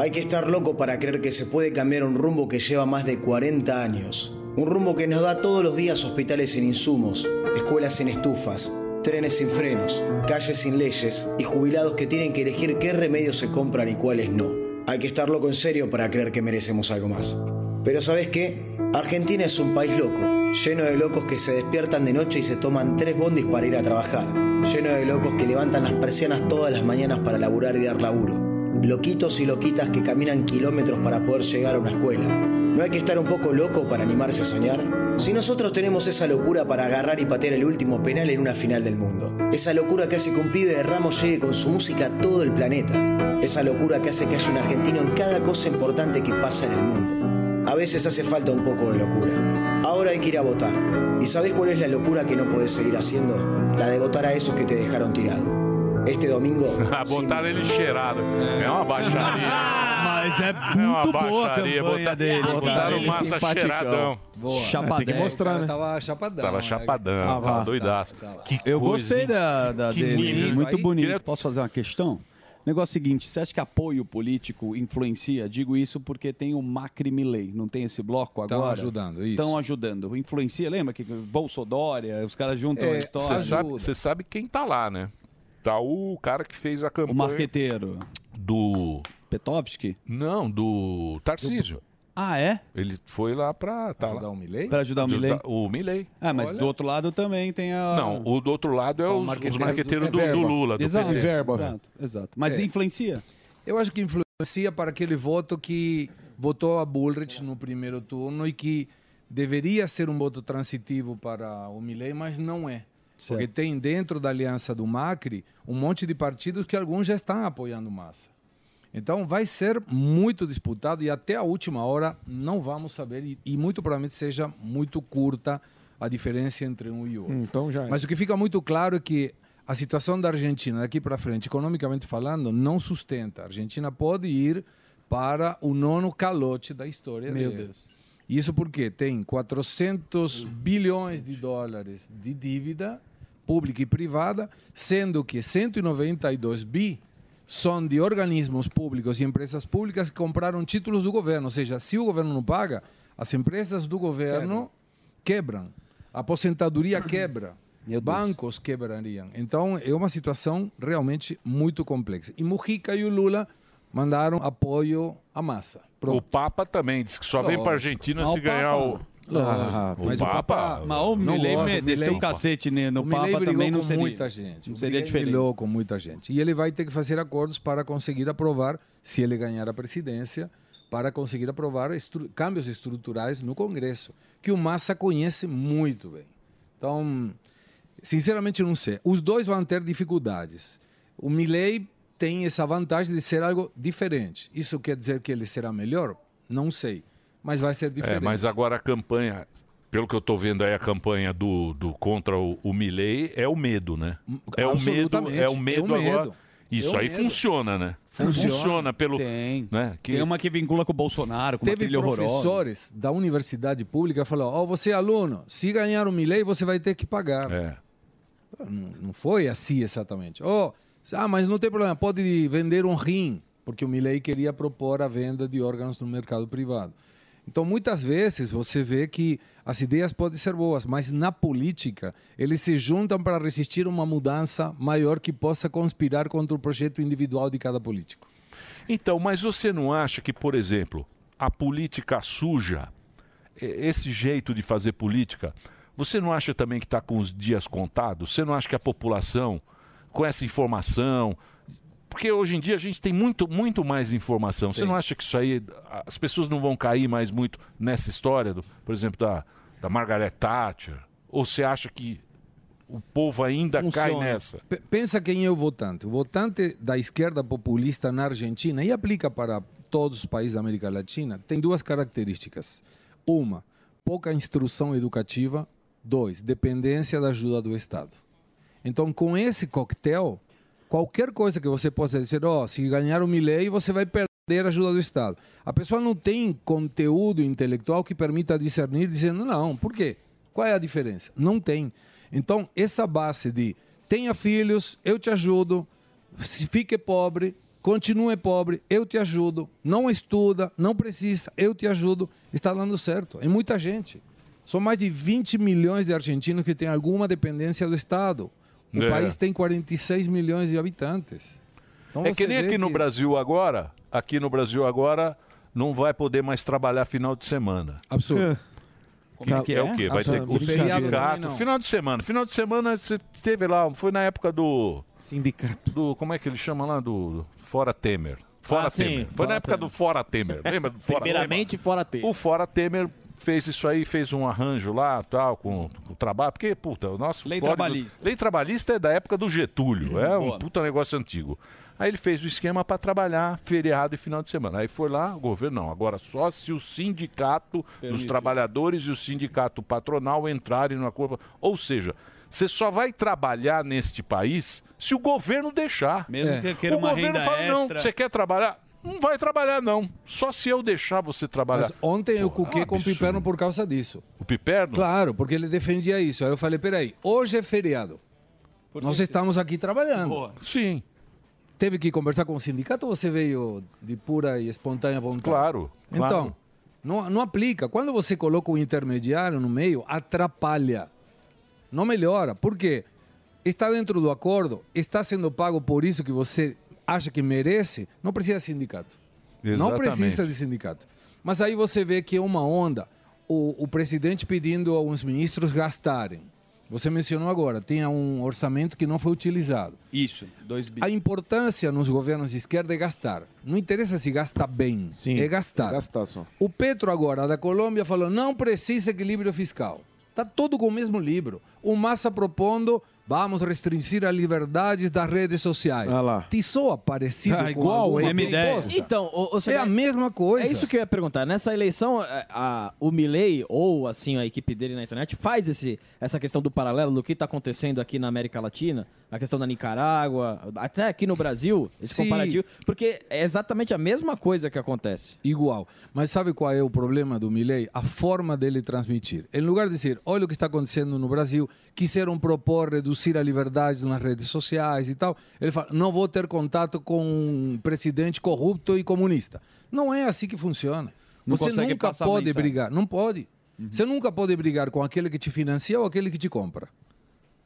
S24: Hay que estar loco para creer que se puede cambiar un rumbo que lleva más de 40 años. Un rumbo que nos da todos los días hospitales sin insumos, escuelas sin estufas, trenes sin frenos, calles sin leyes y jubilados que tienen que elegir qué remedios se compran y cuáles no. Hay que estar loco en serio para creer que merecemos algo más. Pero ¿sabes qué? Argentina es un país loco, lleno de locos que se despiertan de noche y se toman tres bondis para ir a trabajar, lleno de locos que levantan las persianas todas las mañanas para laburar y dar laburo, loquitos y loquitas que caminan kilómetros para poder llegar a una escuela. ¿No hay que estar un poco loco para animarse a soñar? Si nosotros tenemos esa locura para agarrar y patear el último penal en una final del mundo, esa locura que hace que un pibe de Ramos llegue con su música a todo el planeta, esa locura que hace que haya un argentino en cada cosa importante que pasa en el mundo. A veces hace falta un poco de locura. Ahora hay que ir a votar. ¿Y sabes cuál es la locura que no podés seguir haciendo? La de votar a esos que te dejaron tirado. Este domingo.
S5: Ah, botaram ele cheirado. É, uma baixaria.
S7: Mas é muito boa
S5: uma
S7: a
S5: baixaria.
S7: campanha
S5: botar-
S7: dele,
S5: botaram
S7: cara.
S23: é
S7: Ele
S5: massa
S7: simpaticão.
S5: cheiradão.
S7: Boa.
S9: Chapadão.
S7: Tem que mostrar, né?
S23: Tava chapadão.
S5: Tava chapadão,
S9: Tava,
S5: tava
S9: tava.
S5: doidaço. Que
S9: Eu
S5: coisa,
S9: gostei
S5: hein?
S9: da, da
S5: Que
S9: dele, hein?
S5: nível, hein?
S9: muito
S5: Aí,
S9: bonito.
S5: queria-
S9: Posso fazer uma questão? Negócio seguinte, você acha que apoio político influencia? Digo isso porque tem o Macri Milley, não tem esse bloco
S23: Tão
S9: agora?
S23: ajudando, isso.
S9: Estão ajudando. Influencia, lembra que Bolsodória, os caras juntam a história.
S5: É, Você sabe, você sabe quem tá lá, né? Tá o cara que fez a campanha. O
S9: marqueteiro.
S5: Do.
S9: Petovski?
S5: Não, do Tarcísio.
S9: Ah, é?
S5: Ele foi lá pra. Tá
S9: Ajudar
S5: lá.
S9: o Milei? Pra ajudar o Milei?
S5: O Milley.
S9: Ah, mas do outro lado também tem a...
S5: Não, o do outro lado é
S9: Então,
S5: os,
S9: marqueteiro
S5: os marqueteiros
S9: do-
S5: do,
S9: é
S5: do
S9: verba.
S5: Lula, do
S9: Exato,
S5: PT.
S9: verba. Exato, exato. Mas influencia?
S23: É. Eu acho que influencia para aquele voto que votou a Bullrich no primeiro turno e que deveria ser um voto transitivo para o Milei, mas não é. Porque tem dentro da aliança do Macri um monte de partidos que alguns já estão apoiando Massa. Então vai ser muito disputado e até a última hora não vamos saber e, e muito provavelmente seja muito curta a diferença entre um e outro.
S4: Então já é.
S23: Mas o que fica muito claro é que a situação da Argentina daqui para frente, economicamente falando, não sustenta. A Argentina pode ir para o nono calote da história
S9: Meu
S23: dele.
S9: Deus.
S23: Isso porque tem 400 bilhões de dólares de dívida pública e privada, sendo que 192 bi são de organismos públicos e empresas públicas que compraram títulos do governo. Ou seja, se o governo não paga, as empresas do governo quebram. A aposentadoria quebra. Bancos quebrariam. Então, é uma situação realmente muito complexa. E Mujica e o Lula mandaram apoio à massa. Pronto.
S5: O Papa também disse que só vem pra Argentina
S23: Ah,
S5: se
S23: o
S5: ganhar
S23: Papa.
S5: o.
S23: Lógico. Mas o Papa-
S9: Ah, Mas é o
S23: Não
S9: Milley
S23: gosto,
S9: me-
S23: o
S9: desceu
S23: Milley-
S9: o cacete ne- no
S23: O Milley
S9: Papa
S23: brigou
S9: também não
S23: com
S9: seria.
S23: muita gente.
S9: Não
S23: O
S9: seria
S23: Milley
S9: diferente.
S23: brigou com muita gente. E ele vai ter que fazer acordos para conseguir aprovar, se ele ganhar a presidência, para conseguir aprovar estru- cambios estruturais no Congresso, que o Massa conhece muito bem. Então, sinceramente, não sei. Os dois vão ter dificuldades. O Milley tem essa vantagem de ser algo diferente. Isso quer dizer que ele será melhor? Não sei. Mas vai ser
S5: É,
S23: diferente.
S5: mas agora a campanha, pelo que eu tô vendo aí, a campanha do, do contra o, o Milley é o medo, né? É o medo,
S9: Absolutamente.
S5: é o medo um
S9: É o medo.
S5: agora. Isso
S9: É o
S5: aí
S9: medo.
S5: funciona, né?
S9: Funciona.
S5: pelo.
S9: Tem.
S5: Né? Que-
S9: Tem uma que vincula com o Bolsonaro, com uma
S23: Teve
S9: trilha horrorosa.
S23: professores da universidade pública falaram: Ó, você é aluno, se ganhar um milhei, você vai ter que pagar.
S9: É.
S23: Não, não foi assim exatamente. Ó, ah, mas não tem problema, pode vender um rim, porque o milhei queria propor a venda de órgãos no mercado privado. Então, muitas vezes você vê que as ideias podem ser boas, mas na política eles se juntam para resistir a uma mudança maior que possa conspirar contra o projeto individual de cada político.
S5: Então, mas você não acha que, por exemplo, a política suja, e- esse jeito de fazer política, você não acha também que está com os dias contados? Você não acha que a população, com essa informação. Porque hoje em dia a gente tem muito, muito mais informação. Você não acha que isso aí. As pessoas não vão cair mais muito nessa história, do, por exemplo, da, da Margaret Thatcher? Ou você acha que o povo ainda cai nessa?
S23: P- Pensa quem é o votante. O votante da esquerda populista na Argentina, e aplica para todos os países da América Latina, tem duas características. Uma, pouca instrução educativa. Dois, dependência da ajuda do Estado. Então, com esse coquetel, qualquer coisa que você possa dizer, ó, se ganhar o Milei, você vai perder a ajuda do Estado. A pessoa não tem conteúdo intelectual que permita discernir dizendo, não, por quê? Qual é a diferença? Não tem. Então, essa base de tenha filhos, eu te ajudo, se fique pobre, continue pobre, eu te ajudo, não estuda, não precisa, eu te ajudo, está dando certo. É muita gente. São mais de 20 milhões de argentinos que têm alguma dependência do Estado. O
S5: É.
S23: país tem 46 milhões de habitantes. Então
S5: é
S23: você
S5: que nem
S23: vê
S5: aqui no Brasil agora, aqui no Brasil agora, não vai poder mais trabalhar final de semana.
S23: Absurdo.
S5: Que,
S3: Tá,
S23: Como
S5: é,
S23: que
S5: o
S23: é?
S5: quê? Vai ter
S23: Absurdo.
S5: o
S23: Feriado também
S5: sindicato.
S23: não.
S5: Final de semana. Final de semana você teve lá, foi na época do.
S4: Sindicato.
S5: Do, como é que ele chama lá? Do. Fora Temer. Fora
S3: Ah, sim,
S5: Temer. Foi
S3: Fora
S5: na época do Fora Temer. Lembra do Fora
S3: Primeiramente, Fora Temer.
S5: O Fora Temer fez isso aí, fez um arranjo lá, tal, com, com o trabalho. Porque, puta, o nosso.
S9: Lei
S5: código-
S9: trabalhista.
S5: Lei trabalhista é da época do Getúlio. É um
S9: Boa.
S5: puta negócio antigo. Aí ele fez o esquema para trabalhar feriado e final de semana. Aí foi lá, o governo não, agora só se o sindicato dos
S25: Permitiu.
S5: trabalhadores e o sindicato patronal entrarem numa curva. Ou seja, você só vai trabalhar neste país se o governo deixar.
S9: Mesmo que queira
S5: o
S9: uma
S5: governo
S9: renda
S5: fala, não,
S9: extra."
S5: você quer trabalhar? Não vai trabalhar, não. Só se eu deixar você trabalhar.
S23: Mas ontem eu
S5: Porra,
S23: cuquei com o
S5: absurdo.
S23: Piperno por causa disso.
S5: O Piperno?
S23: Claro, porque ele defendia isso. Aí eu falei, peraí, hoje é feriado. Nós estamos aqui trabalhando.
S5: Sim.
S23: Teve que conversar com o sindicato ou você veio de pura e espontânea vontade?
S5: Claro, claro.
S23: Então, não, não aplica. Quando você coloca o intermediário no meio, atrapalha. Não melhora. Por quê? Está dentro do acordo, está sendo pago por isso que você acha que merece, não precisa de sindicato. Não
S5: Exatamente.
S23: precisa de sindicato. Mas aí você vê que é uma onda. O, o presidente pedindo aos ministros gastarem. Você mencionou agora, tinha um orçamento que não foi utilizado.
S9: Isso, dois bi.
S23: A importância nos governos de esquerda é gastar. Não interessa se gasta bem, é gastar.
S11: tá?
S23: O Petro agora, da Colômbia, falou, não precisa equilíbrio fiscal. Está todo com o mesmo livro. O Massa propondo, vamos restringir as liberdades das redes sociais. Ah lá. Ah, Te soa parecido com alguma proposta?
S10: Então, o,
S23: é a mesma coisa.
S10: É isso que eu ia perguntar. Nessa eleição, a- a- o Milley ou assim a equipe dele na internet faz esse, essa questão do paralelo do que está acontecendo aqui na América Latina, a questão da Nicarágua, até aqui no Brasil, esse
S23: Sim.
S10: comparativo, porque é exatamente a mesma coisa que acontece.
S23: Igual. Mas sabe qual é o problema do Milei? A forma dele transmitir. Em lugar de dizer, olha o que está acontecendo no Brasil, quiseram propor reduzir a liberdade nas redes sociais e tal, ele fala, não vou ter contato com um presidente corrupto e comunista. Não é assim que funciona.
S9: Não
S23: Você
S9: consegue
S23: nunca
S9: passar a
S23: pode
S9: mensagem. Uhum.
S23: brigar, não pode. Você nunca pode brigar com aquele que te financia ou aquele que te compra.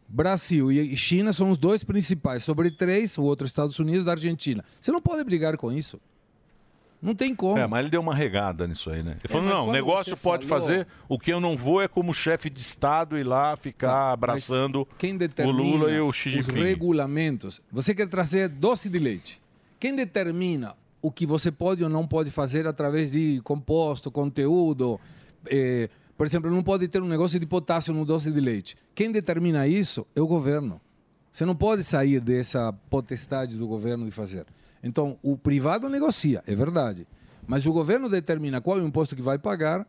S23: Brasil e e China são os dois principais, sobre três, o outro é Estados Unidos da Argentina. Você não pode brigar com isso. Não tem como.
S5: É, mas ele deu uma regada nisso aí, né? Ele
S23: É,
S5: falou,
S23: mas
S5: não, o
S23: quando
S5: negócio
S23: você
S5: pode
S23: falou-
S5: fazer, o que eu não vou é como chefe de Estado ir lá ficar abraçando
S23: Mas Tá, quem
S5: o
S23: determina
S5: Lula e o Xi
S23: os
S5: Jinping.
S23: regulamentos. Você quer trazer doce de leite. Quem determina o que você pode ou não pode fazer através de composto, conteúdo? eh, por exemplo, não pode ter um negócio de potássio no doce de leite. Quem determina isso é o governo. Você não pode sair dessa potestade do governo de fazer. Então, o privado negocia, é verdade. Mas o governo determina qual é o imposto que vai pagar,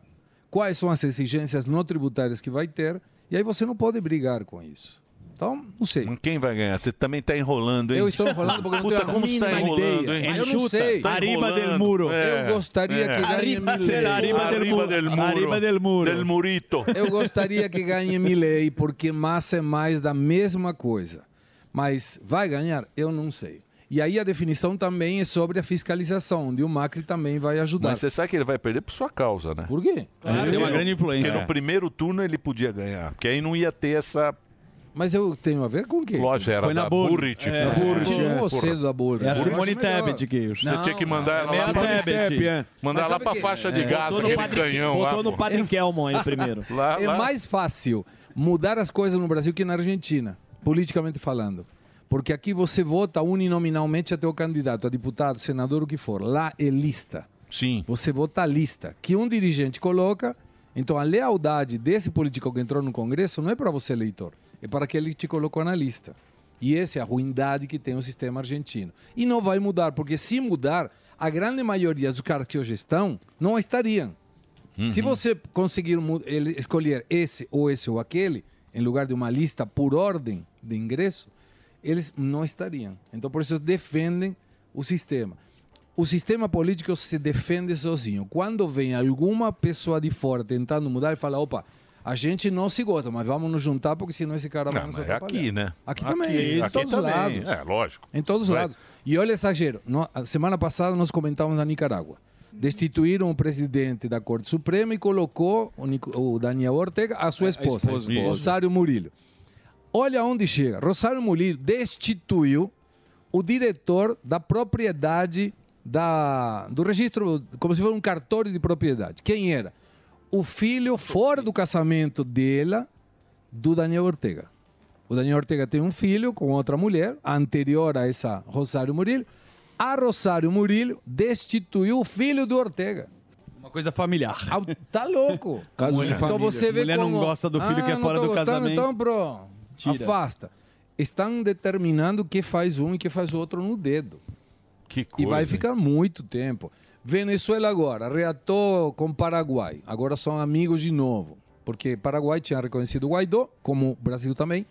S23: quais são as exigências não tributárias que vai ter, e aí você não pode brigar com isso. Então, não sei.
S5: Quem vai ganhar? Você também tá enrolando, hein?
S23: Eu estou enrolando porque eu não
S5: Puta,
S23: tenho a
S5: como você tá
S23: mínima
S5: enrolando,
S23: ideia.
S5: hein?
S23: Eu não Chuta, sei.
S5: Tá
S23: Arriba
S5: enrolando. É,
S23: del muro. Eu gostaria que ganhe Arriba- Milei.
S5: Arriba,
S23: Arriba del
S5: del
S23: muro.
S5: muro.
S23: Arriba
S5: del muro. Del murito.
S23: Eu gostaria que ganhe Milley, porque massa é mais da mesma coisa. Mas vai ganhar? Eu não sei. E aí a definição também é sobre a fiscalização, onde o Macri também vai ajudar.
S5: Mas você sabe que ele vai perder por sua causa, né?
S23: Por quê?
S9: Claro. Ele tem uma grande influência.
S5: Porque
S9: É.
S5: no primeiro turno ele podia ganhar. é, Porque aí não ia ter essa...
S23: Mas eu tenho a ver com o quê?
S5: Lógico, era
S23: Foi na
S5: da
S23: Burrit.
S5: Burrit.
S23: É,
S5: né?
S23: Burrit,
S5: Porra.
S23: é. Você da Burrit. É a Simone
S5: Burrit é
S23: Tebet,
S5: melhor.
S23: Guilherme.
S5: Você
S23: Não,
S5: tinha que mandar
S23: é
S5: ela lá
S23: meia
S5: pra
S23: Tebet, é.
S5: Mandar ela
S23: Mas sabe
S5: pra
S23: que-
S5: faixa
S23: é.
S5: de gás,
S23: Botou no
S5: aquele
S23: Padre-
S5: canhão lá.
S23: botou no
S5: porra.
S23: Padre Kelmon aí primeiro.
S5: Lá,
S23: é
S5: lá.
S23: mais fácil mudar as coisas no Brasil que na Argentina, politicamente falando. Porque aqui você vota uninominalmente até o candidato, a deputado, senador, o que for. Lá é lista.
S5: Sim.
S23: Você vota a lista que um dirigente coloca. Então a lealdade desse político que entrou no Congresso não é para você, eleitor, é para aquele que te colocou na lista. E essa é a ruindade que tem o sistema argentino. E não vai mudar, porque se mudar, a grande maioria dos caras que hoje estão não estariam.
S5: Uhum.
S23: Se você conseguir mu- ele- escolher esse ou esse ou aquele, em lugar de uma lista por ordem de ingresso, eles não estariam. Então, por isso, defendem o sistema. O sistema político se defende sozinho. Quando vem alguma pessoa de fora tentando mudar, ele fala: opa, a gente não se gosta, mas vamos nos juntar porque senão esse cara vai
S5: Não,
S23: nos
S5: mas é
S23: atrapalhar.
S5: aqui, né?
S23: Aqui também. em
S5: aqui
S23: todos os
S5: também.
S23: lados.
S5: É, lógico.
S23: Em todos os
S5: Vai.
S23: lados. E olha o exagero. No- a semana passada nós comentávamos na Nicarágua. Destituíram o presidente da Corte Suprema e colocou o, Nico- o Daniel Ortega, a sua esposa,
S14: esposa. Isso.
S23: Rosário Murillo. Olha onde chega. Rosário Murillo destituiu o diretor da propriedade da, do registro, como se fosse um cartório de propriedade. Quem era? O filho fora do casamento dela, do Daniel Ortega. O Daniel Ortega tem um filho com outra mulher, anterior a essa Rosário Murillo. A Rosário Murillo destituiu o filho do Ortega.
S9: Uma coisa familiar.
S23: Tá louco.
S9: Caso de
S23: então
S9: família.
S23: você vê
S9: Mulher
S23: como...
S9: não gosta do filho
S23: Ah,
S9: que é
S23: não
S9: fora
S23: tô
S9: do
S23: gostando,
S9: casamento.
S23: Então, bro,
S9: Tira.
S23: afasta. Estão determinando o que faz um e o que faz o outro no dedo.
S5: Que
S23: E vai ficar muito tempo. Venezuela agora, reatou com Paraguai. Agora são amigos de novo. Porque Paraguai tinha reconhecido o Guaidó, como o Brasil também.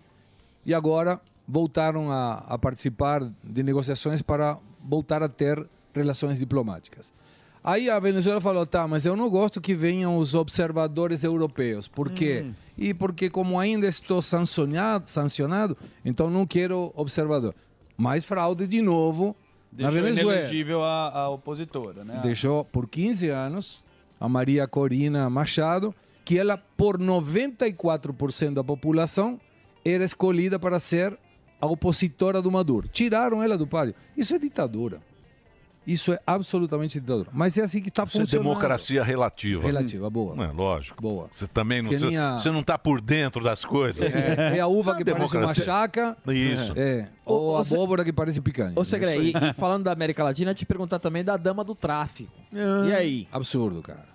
S23: E agora voltaram a, a participar de negociações para voltar a ter relações diplomáticas. Aí a Venezuela falou, tá, mas eu não gosto que venham os observadores europeus. Por quê?
S25: Hum.
S23: E porque como ainda estou sancionado, sancionado, então não quero observador. Mais fraude de novo na
S14: Deixou
S5: é-
S23: Venezuela.
S14: inelegível a, a opositora, né?
S23: Deixou por 15 anos a Maria Corina Machado, que ela, por 94% da população, era escolhida para ser a opositora do Maduro. Tiraram ela do páreo. Isso é ditadura. Isso é absolutamente ditadura. Mas é assim que está
S5: Isso é
S23: funcionando.
S5: democracia relativa.
S23: Relativa, boa.
S5: É, lógico.
S23: Boa.
S5: Você também não,
S23: Que
S5: você,
S23: nem a-
S5: você não tá por dentro das coisas.
S23: É, é a uva
S5: Isso
S23: que parece uma
S5: democracia.
S23: chaca.
S5: Isso.
S23: É. Ou a
S10: se-
S23: abóbora que parece picanha.
S10: Ô, Segre,
S23: Isso aí.
S10: e, e falando da América Latina, eu te perguntar também da dama do tráfico.
S23: Ah.
S10: E aí?
S23: Absurdo, cara.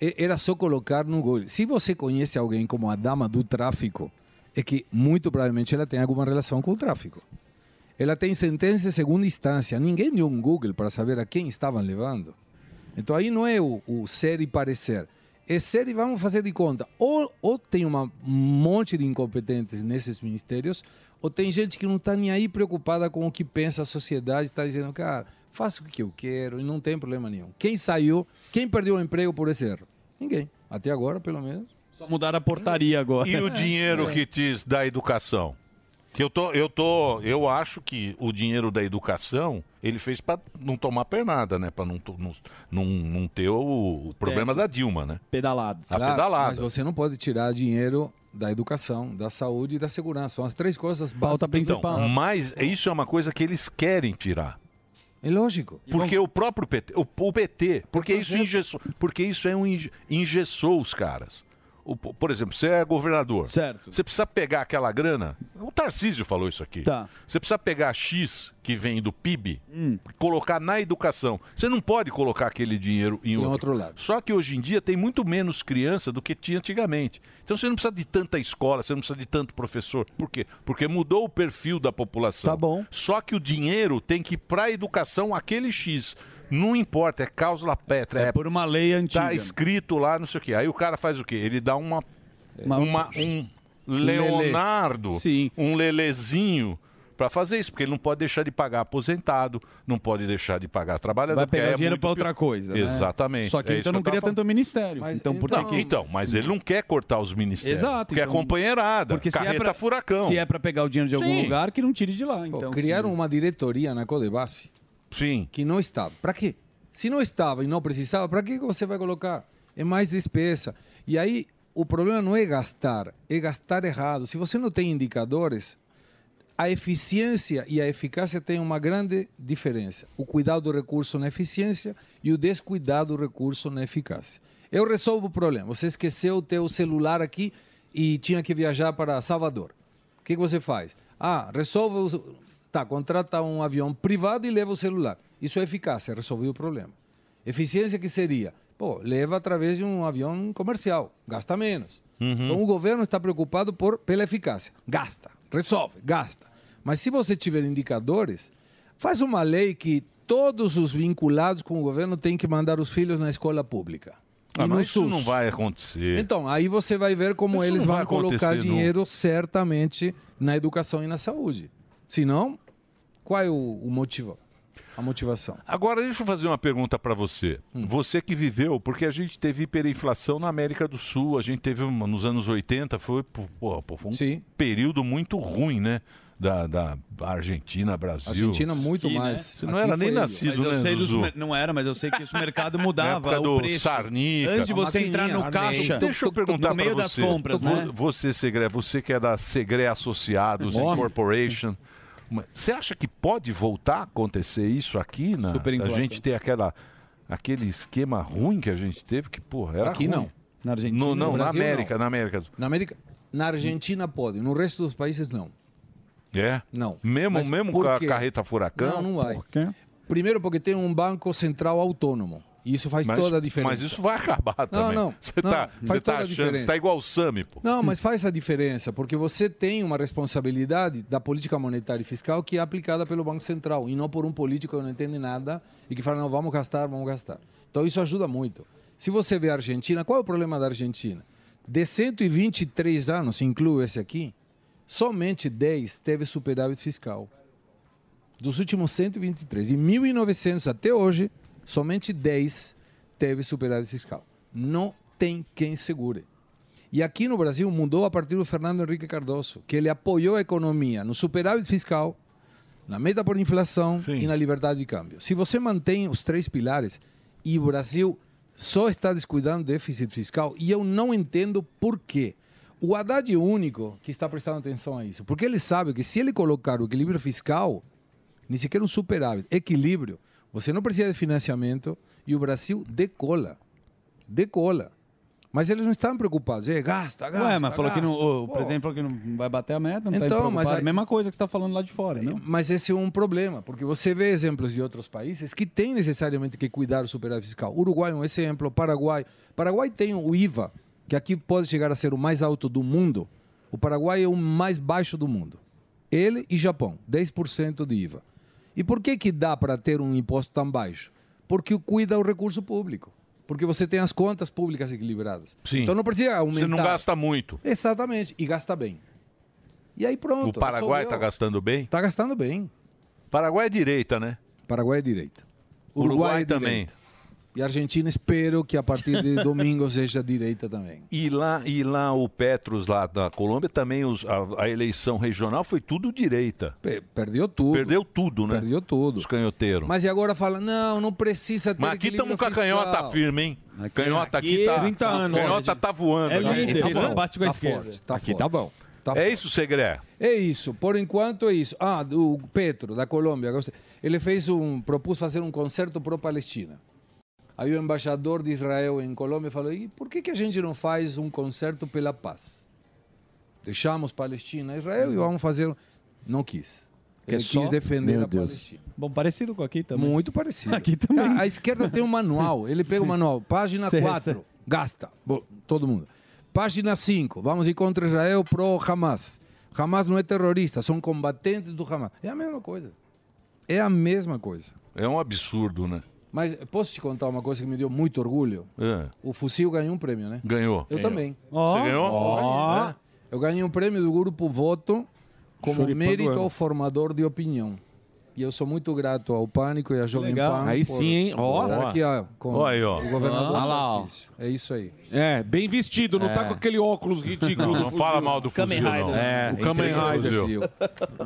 S23: E- Era só colocar no gol. Se você conhece alguém como a dama do tráfico, é que muito provavelmente ela tem alguma relação com o tráfico. Ela tem sentença em segunda instância. Ninguém deu um Google para saber a quem estavam levando. Então aí não é o, o ser e parecer. É ser e vamos fazer de conta. Ou, ou tem uma- um monte de incompetentes nesses ministérios, ou tem gente que não está nem aí preocupada com o que pensa a sociedade, está dizendo, cara, faço o que eu quero e não tem problema nenhum. Quem saiu, quem perdeu o emprego por esse erro? Ninguém. Até agora, pelo menos.
S9: Só mudaram a portaria agora.
S5: E o dinheiro
S9: É.
S5: que diz da educação? Que eu tô, eu tô, eu acho que o dinheiro da educação ele fez para não tomar pernada, né? Para não, to- não, não, não ter o, o problema da Dilma, né?
S10: Pedalados.
S5: A
S23: Claro,
S5: pedalada.
S23: Mas você não pode tirar dinheiro da educação, da saúde e da segurança. São as três coisas básicas.
S5: Então, mas isso é uma coisa que eles querem tirar.
S23: É lógico.
S5: Porque o próprio PT, o, o PT, porque isso engessou, porque isso é um inge- engessou os caras. O- por exemplo, você é governador.
S9: Certo.
S5: Você precisa pegar aquela grana. O Tarcísio falou isso aqui. Você precisa pegar X que vem do PIB, colocar na educação. Você não pode colocar aquele dinheiro em outro. lado. Só que hoje em dia tem muito menos criança do que tinha antigamente. Então você não precisa de tanta escola, você não precisa de tanto professor. Por quê? Porque mudou o perfil da população. Tá bom. Só que o dinheiro tem que ir para a educação aquele X. Não importa, é cláusula petra. É, por
S9: uma lei antiga.
S5: Tá escrito lá, não sei o quê. Aí o cara faz o quê? Ele dá uma,
S9: Uma-
S5: uma- um
S9: Lele.
S5: Leonardo,
S9: Sim.
S5: um lelezinho para fazer isso, porque ele não pode deixar de pagar aposentado, não pode deixar de pagar trabalhador.
S9: Vai
S5: porque
S9: pegar
S5: aí é
S9: dinheiro
S5: muito
S9: pra
S5: pior.
S9: outra coisa. né?
S5: Exatamente.
S9: Só que
S5: É
S9: ele
S5: isso
S9: então não
S5: eu tava
S9: queria tanto o ministério. então, por
S5: não, então, mas ele não quer cortar os ministérios.
S9: Exato,
S5: Porque
S9: então-
S5: é companheirada.
S9: Porque se é
S5: carreta
S9: pra-
S5: furacão.
S9: se é pra pegar o dinheiro de algum lugar,
S23: que não tire de lá. Então, criaram uma diretoria na Codebasf.
S5: Sim.
S23: Que não estava. Para quê? Se não estava e não precisava, para que você vai colocar? É mais despesa. E aí, o problema não é gastar, é gastar errado. Se você não tem indicadores, a eficiência e a eficácia têm uma grande diferença. O cuidado do recurso na eficiência e o descuidado do recurso na eficácia. Eu resolvo o problema. Você esqueceu o teu celular aqui e tinha que viajar para Salvador. O que, que você faz? Ah, resolve. os- Tá, contrata um avião privado e leva o celular. Isso é eficácia, resolveu o problema. Eficiência que seria? Pô, leva através de um avião comercial, gasta menos.
S5: Uhum.
S23: Então o governo está preocupado por, pela eficácia. Gasta, resolve, gasta. Mas se você tiver indicadores, faz uma lei que todos os vinculados com o governo têm que mandar os filhos na escola pública.
S5: Ah,
S23: E no
S5: mas isso
S23: SUS.
S5: não vai acontecer.
S23: Então, aí você vai ver como
S5: Isso
S23: eles
S5: não
S23: vão
S5: vai acontecer,
S23: colocar
S5: não.
S23: dinheiro certamente na educação e na saúde. Se não, qual é o, o motivo? A motivação.
S5: Agora, deixa eu fazer uma pergunta para você.
S9: Hum.
S5: Você que viveu, porque a gente teve hiperinflação na América do Sul, a gente teve uma- nos anos 80, foi, pô, pô, pô, foi um período muito ruim, né? Da, da Argentina, Brasil.
S23: Argentina, muito Aqui, né? mais.
S5: Você não
S23: Aqui
S5: era nem
S23: foi-
S5: nascido,
S9: Mas eu
S5: né,
S9: sei dos
S5: Zuzu?
S9: mer- Não era, mas eu sei que esse mercado
S5: Na
S9: mudava
S5: época do
S9: o preço.
S5: Sarnica.
S9: Antes de você
S5: Maquininha,
S9: entrar no
S5: Sarney.
S9: caixa,
S5: Deixa eu
S9: tuc, tuc, tuc,
S5: perguntar
S9: no meio
S5: pra
S9: das
S5: você.
S9: compras,
S5: Vo-
S9: né?
S5: Você, Segre, você que é da Segre Associados
S9: Homem.
S5: Incorporation. Uma- Você acha que pode voltar a acontecer isso aqui? Na, a
S9: Superinflação.
S5: gente ter aquela, aquele esquema ruim que a gente teve, que, porra, era
S23: Aqui
S5: ruim.
S23: não. Na Argentina,
S5: No,
S23: no
S5: não, na
S23: Brasil,
S5: América,
S23: não.
S5: na América. do-
S23: Na América, na Argentina pode, no resto dos países não.
S5: É?
S23: Não.
S5: Mesmo,
S23: Mas
S5: mesmo
S23: por
S5: com a
S23: quê?
S5: carreta furacão?
S23: Não, não vai. Primeiro porque tem um banco central autônomo. E isso faz
S5: Mas-
S23: toda a diferença.
S5: Mas isso vai acabar
S23: Não,
S5: também.
S23: não.
S5: Você
S23: não,
S5: tá,
S23: faz
S5: você tá
S23: toda a
S5: achando,
S23: diferença.
S5: você tá igual o Sami, pô.
S23: Não, mas faz a diferença, porque você tem uma responsabilidade da política monetária e fiscal que é aplicada pelo Banco Central, e não por um político que não entende nada e que fala, não, vamos gastar, vamos gastar. Então isso ajuda muito. Se você vê a Argentina, qual é o problema da Argentina? De 123 anos, incluo esse aqui, somente 10 teve superávit fiscal. Dos últimos 123. Em 1900 até hoje, somente 10 teve superávit fiscal. Não tem quem segure. E aqui no Brasil mudou a partir do Fernando Henrique Cardoso, que ele apoiou a economia no superávit fiscal, na meta por inflação e na liberdade de câmbio. Se você mantém os três pilares e o Brasil só está descuidando do déficit fiscal, e eu não entendo por quê. O Haddad é o único que está prestando atenção a isso, porque ele sabe que se ele colocar o equilíbrio fiscal, nem sequer um superávit, equilíbrio, você não precisa de financiamento e o Brasil decola. Decola. Mas eles não estão preocupados. É, gasta, gasta.
S9: Ué, mas falou que não- o
S23: Pô.
S9: presidente falou que não vai bater a meta, não tá
S23: Então, mas
S9: mas
S23: aí-
S9: mesma coisa que você tá falando lá de fora, não?
S23: Mas esse é um problema, porque você vê exemplos de outros países que têm necessariamente que cuidar do superávit fiscal. Uruguai é um exemplo, Paraguai. Paraguai tem o IVA, que aqui pode chegar a ser o mais alto do mundo. O Paraguai é o mais baixo do mundo. Ele e Japão, 10% de IVA. E por que, que dá para ter um imposto tão baixo? Porque cuida o recurso público. Porque você tem as contas públicas equilibradas.
S5: Sim.
S23: Então não precisa aumentar.
S5: Você não gasta muito.
S23: Exatamente, e gasta bem. E aí pronto.
S5: O Paraguai tá
S23: resolveu.
S5: gastando bem?
S23: Tá gastando bem.
S5: Paraguai é direita, né?
S23: Paraguai é direita.
S5: Uruguai,
S23: Uruguai é
S5: também.
S23: E a Argentina espero que a partir de domingo seja direita também.
S5: E lá, e lá o Petros, lá da Colômbia, também os- a, a eleição regional foi tudo direita.
S23: perdeu tudo.
S5: Perdeu tudo, né? Perdeu
S23: tudo.
S5: Os canhoteiros. Mas,
S23: Mas e agora fala, não, não precisa ter
S5: aqui
S23: equilíbrio
S5: estamos com a
S23: fiscal.
S5: canhota firme, hein? canhota aqui,
S23: aqui
S5: tá.
S23: 30 anos.
S5: Canhota tá voando.
S23: É
S5: aqui.
S23: líder,
S5: Aqui
S23: tá
S5: só
S23: bom.
S5: bate com a
S23: Tá
S5: esquerda.
S23: forte, tá
S5: aqui
S23: forte.
S5: tá bom. é isso, Segré?
S23: É isso, por enquanto é isso. Ah, o Petro, da Colômbia, gostei. ele fez um, propôs fazer um concerto pró-Palestina. Aí o embaixador de Israel em Colômbia falou, e por que, que a gente não faz um concerto pela paz? Deixamos Palestina, Israel e vamos fazer... um-" Não quis.
S9: Que
S23: Ele
S9: é só-
S23: quis defender
S9: Meu
S23: a
S9: Deus.
S23: Palestina.
S9: Bom, parecido com aqui também.
S23: Muito parecido.
S9: Aqui também.
S23: Cara, a esquerda tem um manual. Ele pega o
S9: Sim.
S23: manual. Página
S9: Você
S23: 4,
S9: recebe.
S23: gasta. Bo- todo mundo. Página 5, vamos ir contra Israel pro Hamas. Hamas não é terrorista, são combatentes do Hamas. É a mesma coisa. É a mesma coisa.
S5: É um absurdo, né?
S23: Mas posso te contar uma coisa que me deu muito orgulho?
S5: É.
S23: O Fuzil ganhou um prêmio, né?
S5: Ganhou.
S23: Eu
S5: Ganhou.
S23: também.
S5: Ó. Você ganhou?
S23: Eu ganhei, né? Eu ganhei um prêmio do Grupo Voto como
S5: Choripã do
S23: mérito
S5: ano.
S23: ao formador de opinião. E eu sou muito grato ao Pânico e à Jovem
S4: Legal.
S23: Pan.
S4: Aí sim, hein? Ó.
S23: estar aqui, ó, com
S4: Ó aí, ó.
S23: o governador
S4: Ah lá, ó.
S23: Tarcísio. É isso aí.
S4: É, bem vestido, não tá
S23: É.
S4: com aquele óculos ridículo.
S23: Não,
S4: do
S23: não
S4: fuzil.
S5: fala mal do Kamen fuzil, não. Rider.
S23: né?
S4: É, o
S5: Entrega
S4: Kamen
S5: o
S4: Rider.
S5: fuzil.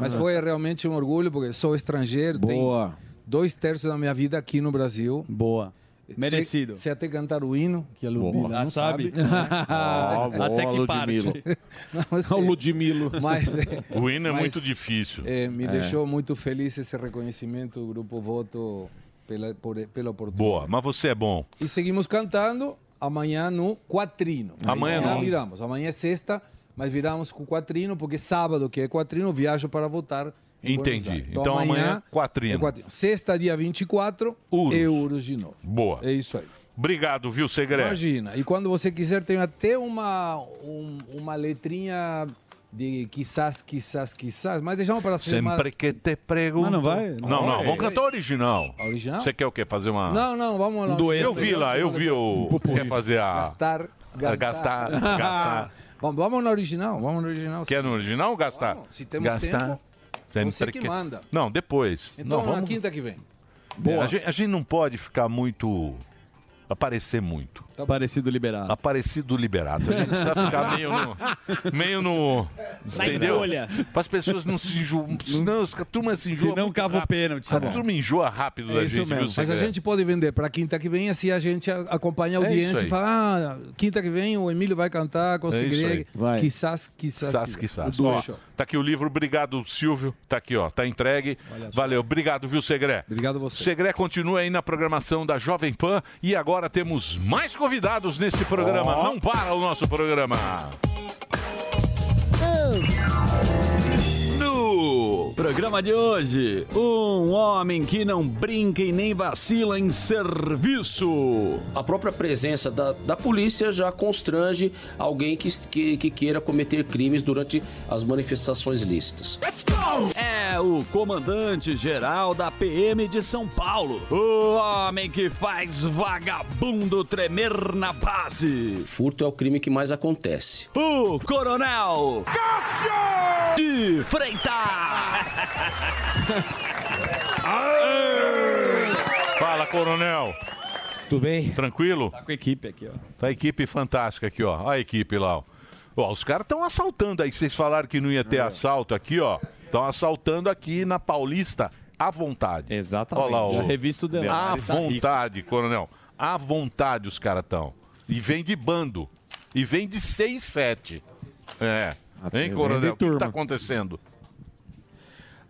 S23: Mas foi realmente um orgulho, porque sou estrangeiro, Boa. tenho dois terços da minha vida aqui no Brasil.
S9: Boa. Merecido.
S23: Sei, sei até cantar o hino, que a Ludmilla
S9: Boa.
S23: não
S9: Ah, sabe?
S23: sabe.
S9: Ah, boa, Até que Ludmilla. parte.
S23: o Ludmilo. Mas,
S5: O hino é
S23: mas,
S5: muito difícil.
S23: é, me
S5: É.
S23: deixou muito feliz esse reconhecimento do Grupo Voto pela, por, pela oportunidade.
S5: Boa, mas você é bom.
S23: E seguimos cantando amanhã no Quatrino.
S5: Amanhã
S23: Já
S5: não.
S23: viramos. Amanhã é sexta, mas viramos com o Quatrino, porque sábado, que é Quatrino, viajo para votar. em Buenos
S5: Entendi.
S23: Aires.
S5: Então amanhã, Quatrino.
S23: é Sexta, dia 24, euros é de novo.
S5: Boa.
S23: É isso aí.
S5: Obrigado, viu, Segré?
S23: Imagina. E quando você quiser, tem até uma, um- uma letrinha de quizás, quizás, quizás. Mas deixamos para a semana.
S5: Sempre que te pergunto.
S23: Mas Ah, não vai?
S5: Não, não.
S23: Não,
S5: Vamos
S23: é.
S5: cantar original.
S23: Original?
S5: Você quer o quê? Fazer uma.
S23: Não, não, vamos lá.
S5: Um
S23: Um
S5: Eu vi lá, eu vi o. Quer fazer a.
S23: Gastar, gastar.
S5: Gastar, gastar.
S23: vamos, vamos na original, vamos na original.
S5: Quer no original ou gastar?
S23: se temos
S5: gastar.
S23: tempo,
S5: Sempre
S23: você que manda.
S5: Não, depois.
S23: Então
S5: não,
S23: na
S5: vamos...
S23: quinta que vem.
S5: É, a, gente, a gente não pode ficar muito. Aparecer muito.
S9: Aparecido liberado.
S5: Aparecido liberado. A gente precisa ficar meio no. Meio no.
S9: Na
S5: entendeu?
S9: encolha.
S5: Para as pessoas não se enjoam. Não, a turma se enjoa.
S9: Senão
S5: muito
S9: cava o
S5: rápido.
S9: pênalti.
S5: A
S9: Tá bom.
S5: turma enjoa rápido da gente, viu,
S23: É Mas a
S5: Segre?
S23: gente pode vender para quinta que vem, assim a gente a- acompanha a
S5: É isso
S23: audiência
S5: aí.
S23: e fala: ah, quinta que vem o Emílio vai cantar com o
S5: É isso aí.
S23: Segre.
S5: Vai.
S23: Quizás, quizás.
S5: Sas que sas.
S23: O
S5: Ó,
S23: Ducho.
S5: tá aqui o livro, obrigado Silvio, tá aqui ó, tá entregue. Valeu, obrigado viu Segré.
S23: Obrigado você.
S5: Segré continua aí na programação da Jovem Pan e agora temos mais convidados nesse programa.
S25: Ó.
S5: Não para o nosso programa.
S25: Oh.
S5: No
S9: programa de hoje, um homem que não brinca e nem vacila em serviço.
S25: A própria presença da, da polícia já constrange alguém que, que, que queira cometer crimes durante as manifestações lícitas.
S9: É o comandante geral da PM de São Paulo, o homem que faz vagabundo tremer na base.
S25: Furto é o crime que mais acontece.
S9: O coronel Cássio de Freitas.
S5: Fala, coronel.
S10: Tudo bem?
S5: Tranquilo?
S9: Tá com a equipe aqui, ó.
S5: Tá a equipe fantástica aqui, ó. Ó a equipe lá, ó. Ó, os caras estão assaltando aí. Vocês falaram que não ia ter assalto aqui, ó. Estão assaltando aqui na Paulista à vontade.
S10: Exatamente.
S5: Olha lá, ó.
S10: Já revista o Delari
S5: À
S10: tá rico.
S5: vontade, coronel. À vontade os caras estão. E vem de bando. E vem de 6, 7. É.
S15: vem
S5: Hein,
S15: de
S5: coronel? O que
S15: turma.
S5: está acontecendo?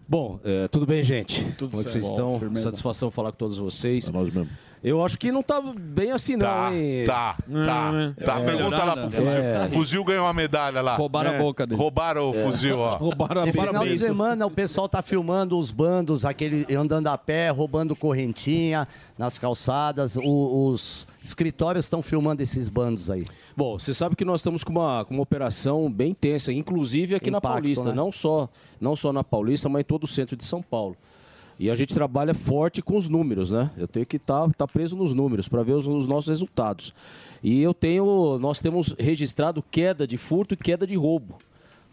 S15: Bom, é, tudo bem, gente?
S25: Tudo
S15: Como é que
S25: certo.
S15: vocês
S25: Bom,
S15: estão?
S25: firmeza.
S15: Satisfação falar com todos vocês. É nós mesmo. Eu acho que não tá bem assim, não, É.
S5: Tá,
S15: hein?
S5: tá, tá.
S9: né? É
S5: tá. Pergunta
S25: É.
S5: lá pro fuzil. O fuzil ganhou uma medalha lá.
S15: Roubaram a boca
S5: dele. Roubaram o
S15: É.
S5: fuzil, ó.
S11: No final de semana o pessoal tá filmando os bandos, aquele andando a pé, roubando correntinha nas calçadas. O- os escritórios estão filmando esses bandos aí.
S25: Bom, você sabe que nós estamos com uma, com uma operação bem intensa, inclusive aqui na
S11: Impacto,
S25: Paulista,
S11: né?
S25: não, só, não só na Paulista, mas em todo o centro de São Paulo. E a gente trabalha forte com os números, né? Eu tenho que estar preso nos números para ver os, os nossos resultados. E eu tenho, nós temos registrado queda de furto e queda de roubo.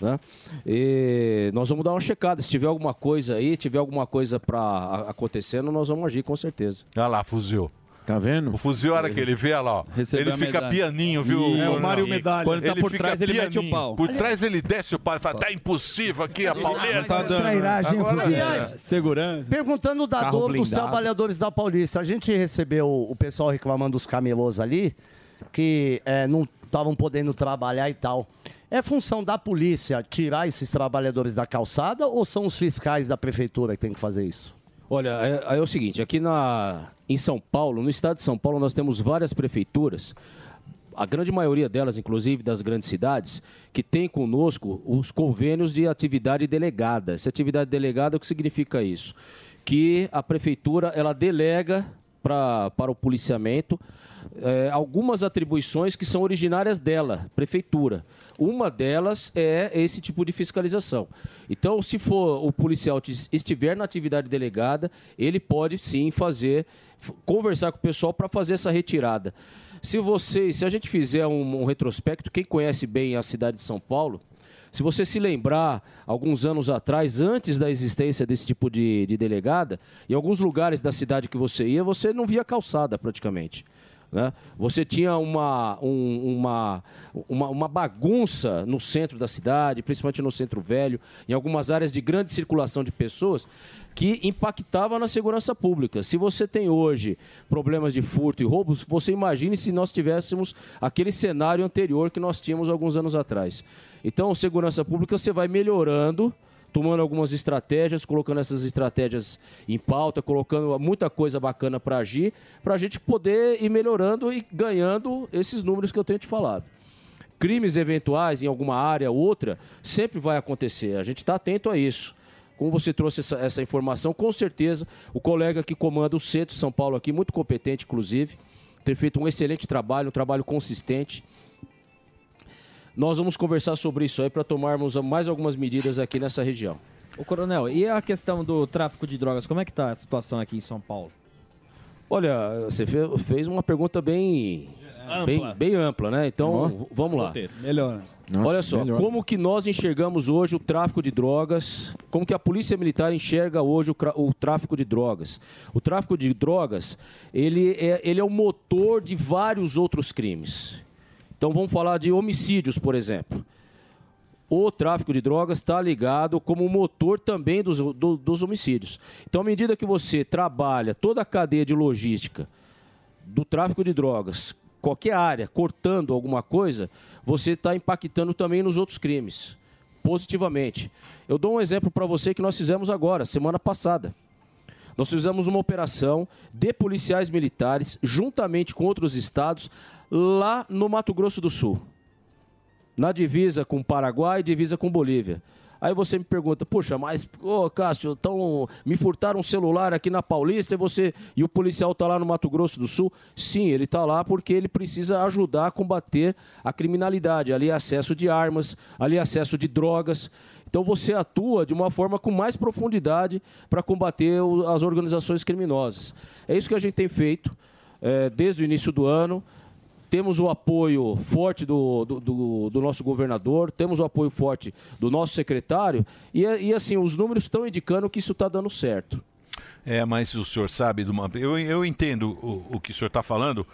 S25: Né? E nós vamos dar uma checada. Se tiver alguma coisa aí, tiver alguma coisa para acontecendo, nós vamos agir com certeza.
S5: Olha lá, fuzil.
S15: Tá vendo?
S5: O fuzil, a hora que ele vê, olha lá, ó.
S25: Recebeu
S5: ele
S25: a
S5: fica
S25: medalha.
S5: pianinho, viu?
S25: Isso. É, o
S5: Bruno?
S25: Mário Medalha.
S5: Quando tá
S25: Ele
S5: por
S25: fica
S5: trás, ele mete o
S25: pianinho.
S5: pau. Por trás, ele desce o pau e fala, tá impossível aqui, a Paulista. é.
S15: tá dando, né? Trairagem, fuzil. Aliás,
S9: Segurança.
S11: Perguntando o dador
S9: Carro
S11: dos
S9: blindado.
S11: trabalhadores da Paulista. A gente recebeu o pessoal reclamando dos camelôs ali, que eh, não estavam podendo trabalhar e tal. É função da polícia tirar esses trabalhadores da calçada ou são os fiscais da prefeitura que tem que fazer isso?
S25: Olha, é, é o seguinte, aqui na, em São Paulo, no estado de São Paulo, nós temos várias prefeituras, a grande maioria delas, inclusive das grandes cidades, que tem conosco os convênios de atividade delegada. Essa atividade delegada, o que significa isso? Que a prefeitura, ela delega pra, para o policiamento eh, algumas atribuições que são originárias dela, prefeitura. Uma delas é esse tipo de fiscalização. Então, se for o policial tis- estiver na atividade delegada, ele pode sim fazer, f- conversar com o pessoal para fazer essa retirada. Se vocês, se a gente fizer um, um retrospecto, quem conhece bem a cidade de São Paulo, se você se lembrar, alguns anos atrás, antes da existência desse tipo de, de delegada, em alguns lugares da cidade que você ia, você não via calçada praticamente. né? Você tinha uma, um- uma, uma, uma bagunça no centro da cidade, principalmente no centro velho, em algumas áreas de grande circulação de pessoas, que impactava na segurança pública. Se você tem hoje problemas de furto e roubos, você imagine se nós tivéssemos aquele cenário anterior que nós tínhamos alguns anos atrás. Então, segurança pública você vai melhorando, tomando algumas estratégias, colocando essas estratégias em pauta, colocando muita coisa bacana para agir, para a gente poder ir melhorando e ganhando esses números que eu tenho te falado crimes eventuais em alguma área ou outra, sempre vai acontecer. A gente está atento a isso. Como você trouxe essa, essa informação, com certeza o colega que comanda o Centro de São Paulo aqui, muito competente, inclusive, tem feito um excelente trabalho, um trabalho consistente. Nós vamos conversar sobre isso aí para tomarmos mais algumas medidas aqui nessa região.
S10: Ô, coronel, e a questão do tráfico de drogas? Como é que tá a situação aqui em São Paulo?
S25: Olha, você fe- fez uma pergunta bem
S10: Ampla.
S25: bem, bem ampla, né? Então,
S10: Ó,
S25: vamos lá.
S9: Melhor.
S25: Olha só,
S9: melhor.
S25: como que nós enxergamos hoje o tráfico de drogas, como que a Polícia Militar enxerga hoje o, cra- o tráfico de drogas. O tráfico de drogas, ele é, ele é o motor de vários outros crimes. Então vamos falar de homicídios, por exemplo. O tráfico de drogas está ligado como motor também dos, do- dos homicídios. Então, à medida que você trabalha toda a cadeia de logística do tráfico de drogas, qualquer área, cortando alguma coisa, você está impactando também nos outros crimes, positivamente. Eu dou um exemplo para você que nós fizemos agora, semana passada. Nós fizemos uma operação de policiais militares, juntamente com outros estados, lá no Mato Grosso do Sul na divisa com Paraguai e divisa com Bolívia. Aí você me pergunta, puxa, mas, ô Cássio, tão, me furtaram um celular aqui na Paulista e você. E o policial tá lá no Mato Grosso do Sul? Sim, ele tá lá porque ele precisa ajudar a combater a criminalidade. Ali é acesso de armas, ali é acesso de drogas. Então você atua de uma forma com mais profundidade para combater o- as organizações criminosas. É isso que a gente tem feito eh, desde o início do ano. Temos o apoio forte do, do, do- do nosso governador, temos o apoio forte do nosso secretário, e, é- e assim, os números estão indicando que isso está dando certo.
S5: É, mas o senhor sabe de uma. Eu, eu entendo o, o que o senhor está falando,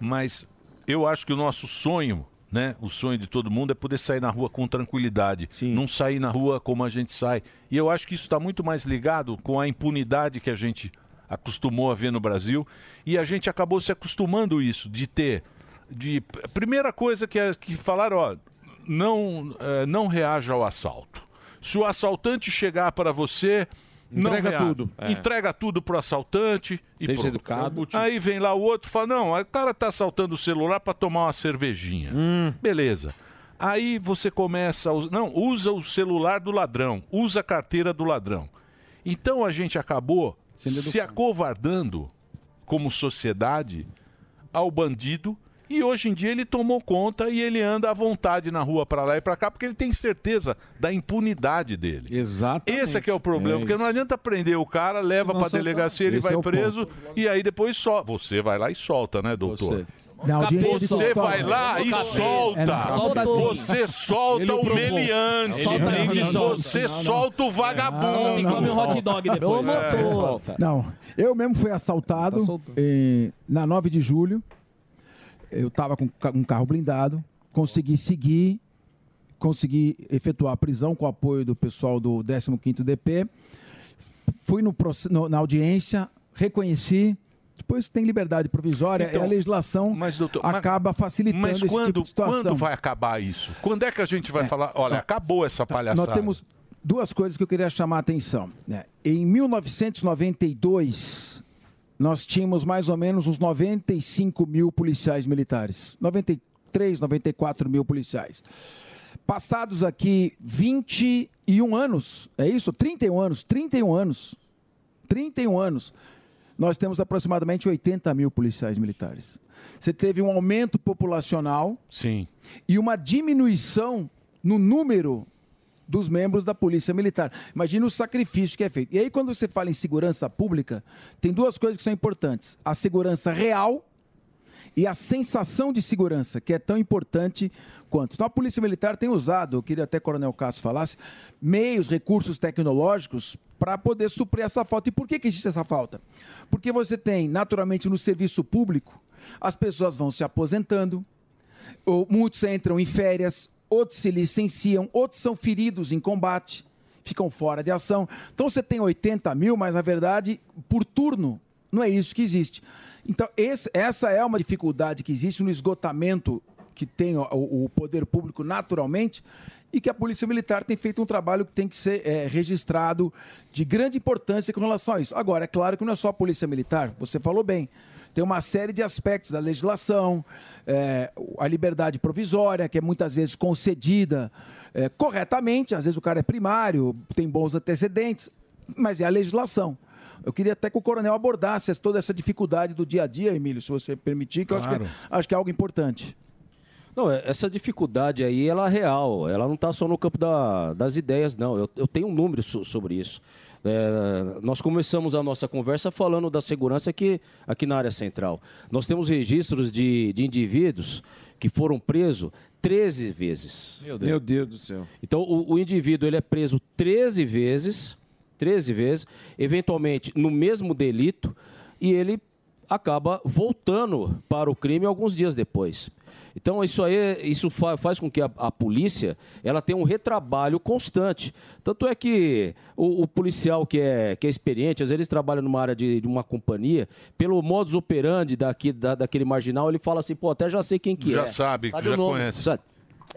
S5: mas eu acho que o nosso sonho, né? O sonho de todo mundo é poder sair na rua com tranquilidade. Não sair na rua como a gente sai. E eu acho que isso está muito mais ligado com a impunidade que a gente acostumou a ver no Brasil. E a gente acabou se acostumando isso, de ter. De, a primeira coisa que, é- que falaram, ó, não, eh, não reaja ao assalto. Se o assaltante chegar para você. não
S3: Entrega
S5: reaja.
S3: tudo. É.
S5: Entrega entrega tudo pro assaltante e
S3: Seja
S5: pronto.
S3: educado.
S5: Aí vem lá o outro e fala: "Não, o cara tá assaltando o celular para tomar uma cervejinha".
S3: Hum.
S5: Beleza. Aí você começa a us- não, usa o celular do ladrão, usa a carteira do ladrão. Então a gente acabou se acovardando como sociedade ao bandido e hoje em dia ele tomou conta e ele anda à vontade na rua para lá e para cá porque ele tem certeza da impunidade dele.
S7: Exato.
S5: Esse é que é o problema,
S7: É
S5: porque não
S7: isso.
S5: adianta prender o cara, leva
S7: Não
S5: para
S7: soltar.
S5: delegacia, ele
S7: Esse
S5: vai
S7: é o
S5: preso e aí depois só você vai lá e solta, né, doutor?
S13: Na audiência de
S5: você
S13: Cristóvão.
S5: vai lá e
S13: É,
S5: solta.
S13: não, solta sim.
S5: você solta
S13: Ele
S5: o
S13: provou.
S5: meliante.
S13: Solta
S5: Ele
S13: sim,
S5: diz,
S13: solta.
S5: Você
S13: Não, não.
S5: solta o vagabundo. É,
S13: Ô, motor. Não, eu mesmo fui
S5: Tá
S13: assaltado eh, na 9 de julho. Eu estava com ca- um carro blindado. Consegui seguir, consegui efetuar a prisão com o apoio do pessoal do 15º DP. Fui no proce- no- na audiência, reconheci. Depois tem liberdade provisória,
S5: Então,
S13: e a legislação acaba facilitando
S5: Mas
S13: esse
S5: quando,
S13: tipo de situação.
S5: quando vai acabar isso? Quando é que a gente vai falar, olha, acabou essa palhaçada?
S13: tá, Nós temos duas coisas que eu queria chamar a atenção. né? Em 1992, nós tínhamos mais ou menos uns 95 mil policiais militares. 93, 94 mil policiais. Passados aqui 21 anos, é isso? 31 anos, 31 anos. 31 anos, nós temos aproximadamente 80 mil policiais militares. Você teve um aumento populacional
S5: Sim.
S13: e uma diminuição no número dos membros da Polícia Militar. Imagina o sacrifício que é feito. E aí, quando você fala em segurança pública, tem duas coisas que são importantes: a segurança real e a sensação de segurança, que é tão importante quanto. Então, a Polícia Militar tem usado, eu queria até que o Coronel Cássio falasse, meios, recursos tecnológicos para poder suprir essa falta. E por que, que existe essa falta? Porque você tem, naturalmente, no serviço público, as pessoas vão se aposentando, ou muitos entram em férias, outros se licenciam, outros são feridos em combate, ficam fora de ação. Então você tem 80 mil, mas na verdade, por turno, não é isso que existe. Então, esse- essa é uma dificuldade que existe no esgotamento que tem o, o- o poder público naturalmente e que a Polícia Militar tem feito um trabalho que tem que ser eh, registrado de grande importância com relação a isso. Agora, é claro que não é só a Polícia Militar, você falou bem. Tem uma série de aspectos da legislação, eh, a liberdade provisória, que é muitas vezes concedida eh, corretamente, às vezes o cara é primário, tem bons antecedentes, mas é a legislação. Eu queria até que o coronel abordasse essa- toda essa dificuldade do dia a dia, Emílio, se você permitir, que eu acho
S25: Claro.
S13: que, acho que é algo importante.
S25: Não, é- essa dificuldade aí, ela é real. Ela não está só no campo da- das ideias, não. Eu, eu tenho um número so- sobre isso. É, nós começamos a nossa conversa falando da segurança aqui, aqui na área central. Nós temos registros de, de indivíduos que foram presos 13 vezes.
S3: Meu Deus do céu.
S25: Então, o, o indivíduo ele é preso 13 vezes, 13 vezes, eventualmente no mesmo delito, e ele acaba voltando para o crime alguns dias depois. Então, isso aí isso fa- faz com que a, a polícia ela tenha um retrabalho constante. Tanto é que o, o policial que é, que é experiente, às vezes ele trabalha numa área de, de uma companhia, pelo modus operandi daqui, da, daquele marginal, ele fala assim, pô, até já sei quem que
S5: Já
S25: é.
S5: sabe, já
S25: o nome.
S5: conhece.
S25: Sabe?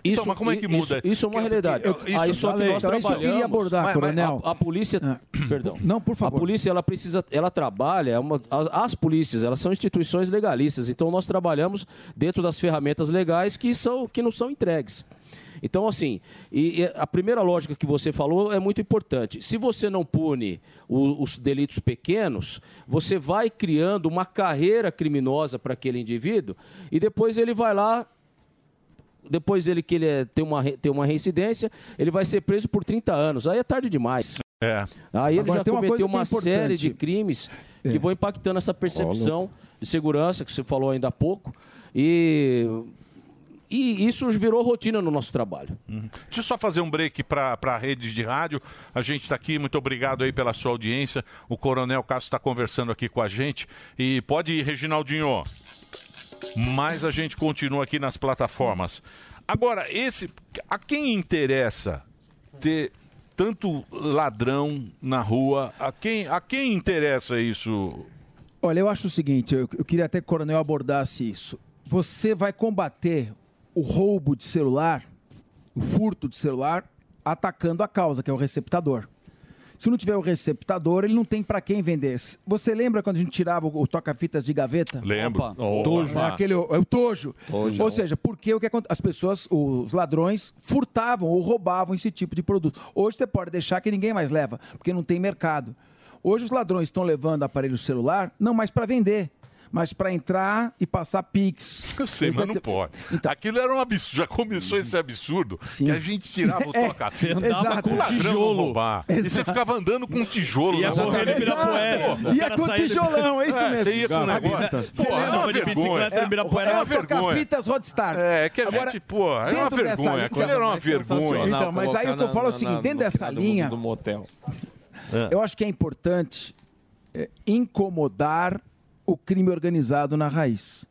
S5: Então, mas como é que muda?
S25: Isso, isso é uma
S5: Porque-
S25: realidade.
S5: porque-
S25: Isso, aí
S5: isso-
S25: só que
S5: Valeu.
S25: nós
S5: Então, isso eu
S25: trabalhamos.
S5: queria abordar,
S25: Mas- mas
S5: coronel. Ah.
S25: A, a polícia, perdão. Não, por favor. A polícia ela precisa, ela trabalha. é uma- as, as polícias elas são instituições legalistas. Então nós trabalhamos dentro das ferramentas legais que são que não são entregues. Então, assim, e, e a primeira lógica que você falou é muito importante. Se você não pune o- os delitos pequenos, você vai criando uma carreira criminosa para aquele indivíduo e depois ele vai lá depois ele que ele é- tem uma, re- tem uma reincidência, ele vai ser preso por 30 anos. Aí é tarde demais.
S5: É.
S25: Aí ele
S5: Agora,
S25: já
S5: tem uma
S25: cometeu
S5: coisa que é
S25: uma série
S5: importante.
S25: de
S5: É.
S25: crimes que vão impactando essa percepção de segurança que você falou ainda há pouco. E, e isso virou rotina no nosso trabalho.
S5: Deixa eu só fazer um break para a rede de rádio. A gente está aqui, muito obrigado aí pela sua audiência. O Coronel Castro está conversando aqui com a gente. E pode ir, Reginaldinho. Mas a gente continua aqui nas plataformas. Agora, esse. A quem interessa ter tanto ladrão na rua? A quem, a quem interessa isso?
S13: Olha, eu acho o seguinte, eu, eu queria até que o coronel abordasse isso. Você vai combater o roubo de celular, o furto de celular, atacando a causa, que é o receptador. Se não tiver o receptador, ele não tem para quem vender. S- Você lembra quando a gente tirava o, o toca-fitas de gaveta?
S5: Lembro. Opa.
S13: Tojo.
S5: Opa.
S13: Aquele, é o tojo.
S5: Tojo.
S13: Ou seja, porque o que acontece? As pessoas, os ladrões, furtavam ou roubavam esse tipo de produto. Hoje você pode deixar que ninguém mais leva, porque não tem mercado. Hoje os ladrões estão levando aparelho celular, não mais para vender, mas para entrar e passar Pix.
S5: Eu sei, mas não pode.
S13: Então-
S5: Aquilo era um absurdo. Já começou esse absurdo que a gente tirava o
S13: É,
S5: toca
S13: você andava Exato. com tijolo.
S5: E você ficava andando com tijolo.
S13: Ia
S5: na rua.
S13: correndo e Ibirapuera.
S5: Exato.
S13: Ia O cara com saía do- tijolão, é isso mesmo.
S5: Você ia com o
S13: Gaveta.
S5: negócio.
S13: Você
S5: Pô, é
S13: lembra
S5: uma
S13: de
S5: vergonha.
S13: bicicleta no Ibirapuera?
S5: É uma
S13: Era
S5: vergonha.
S13: toca-fitas Rodstar.
S5: É, que a gente, pô, é uma
S13: dentro dessa
S5: vergonha.
S13: linha-
S5: Aquilo era uma vergonha.
S13: Então, mas aí o que eu falo é o seguinte, dentro dessa linha,
S3: motel.
S13: eu acho que é importante é, incomodar o crime organizado na raiz.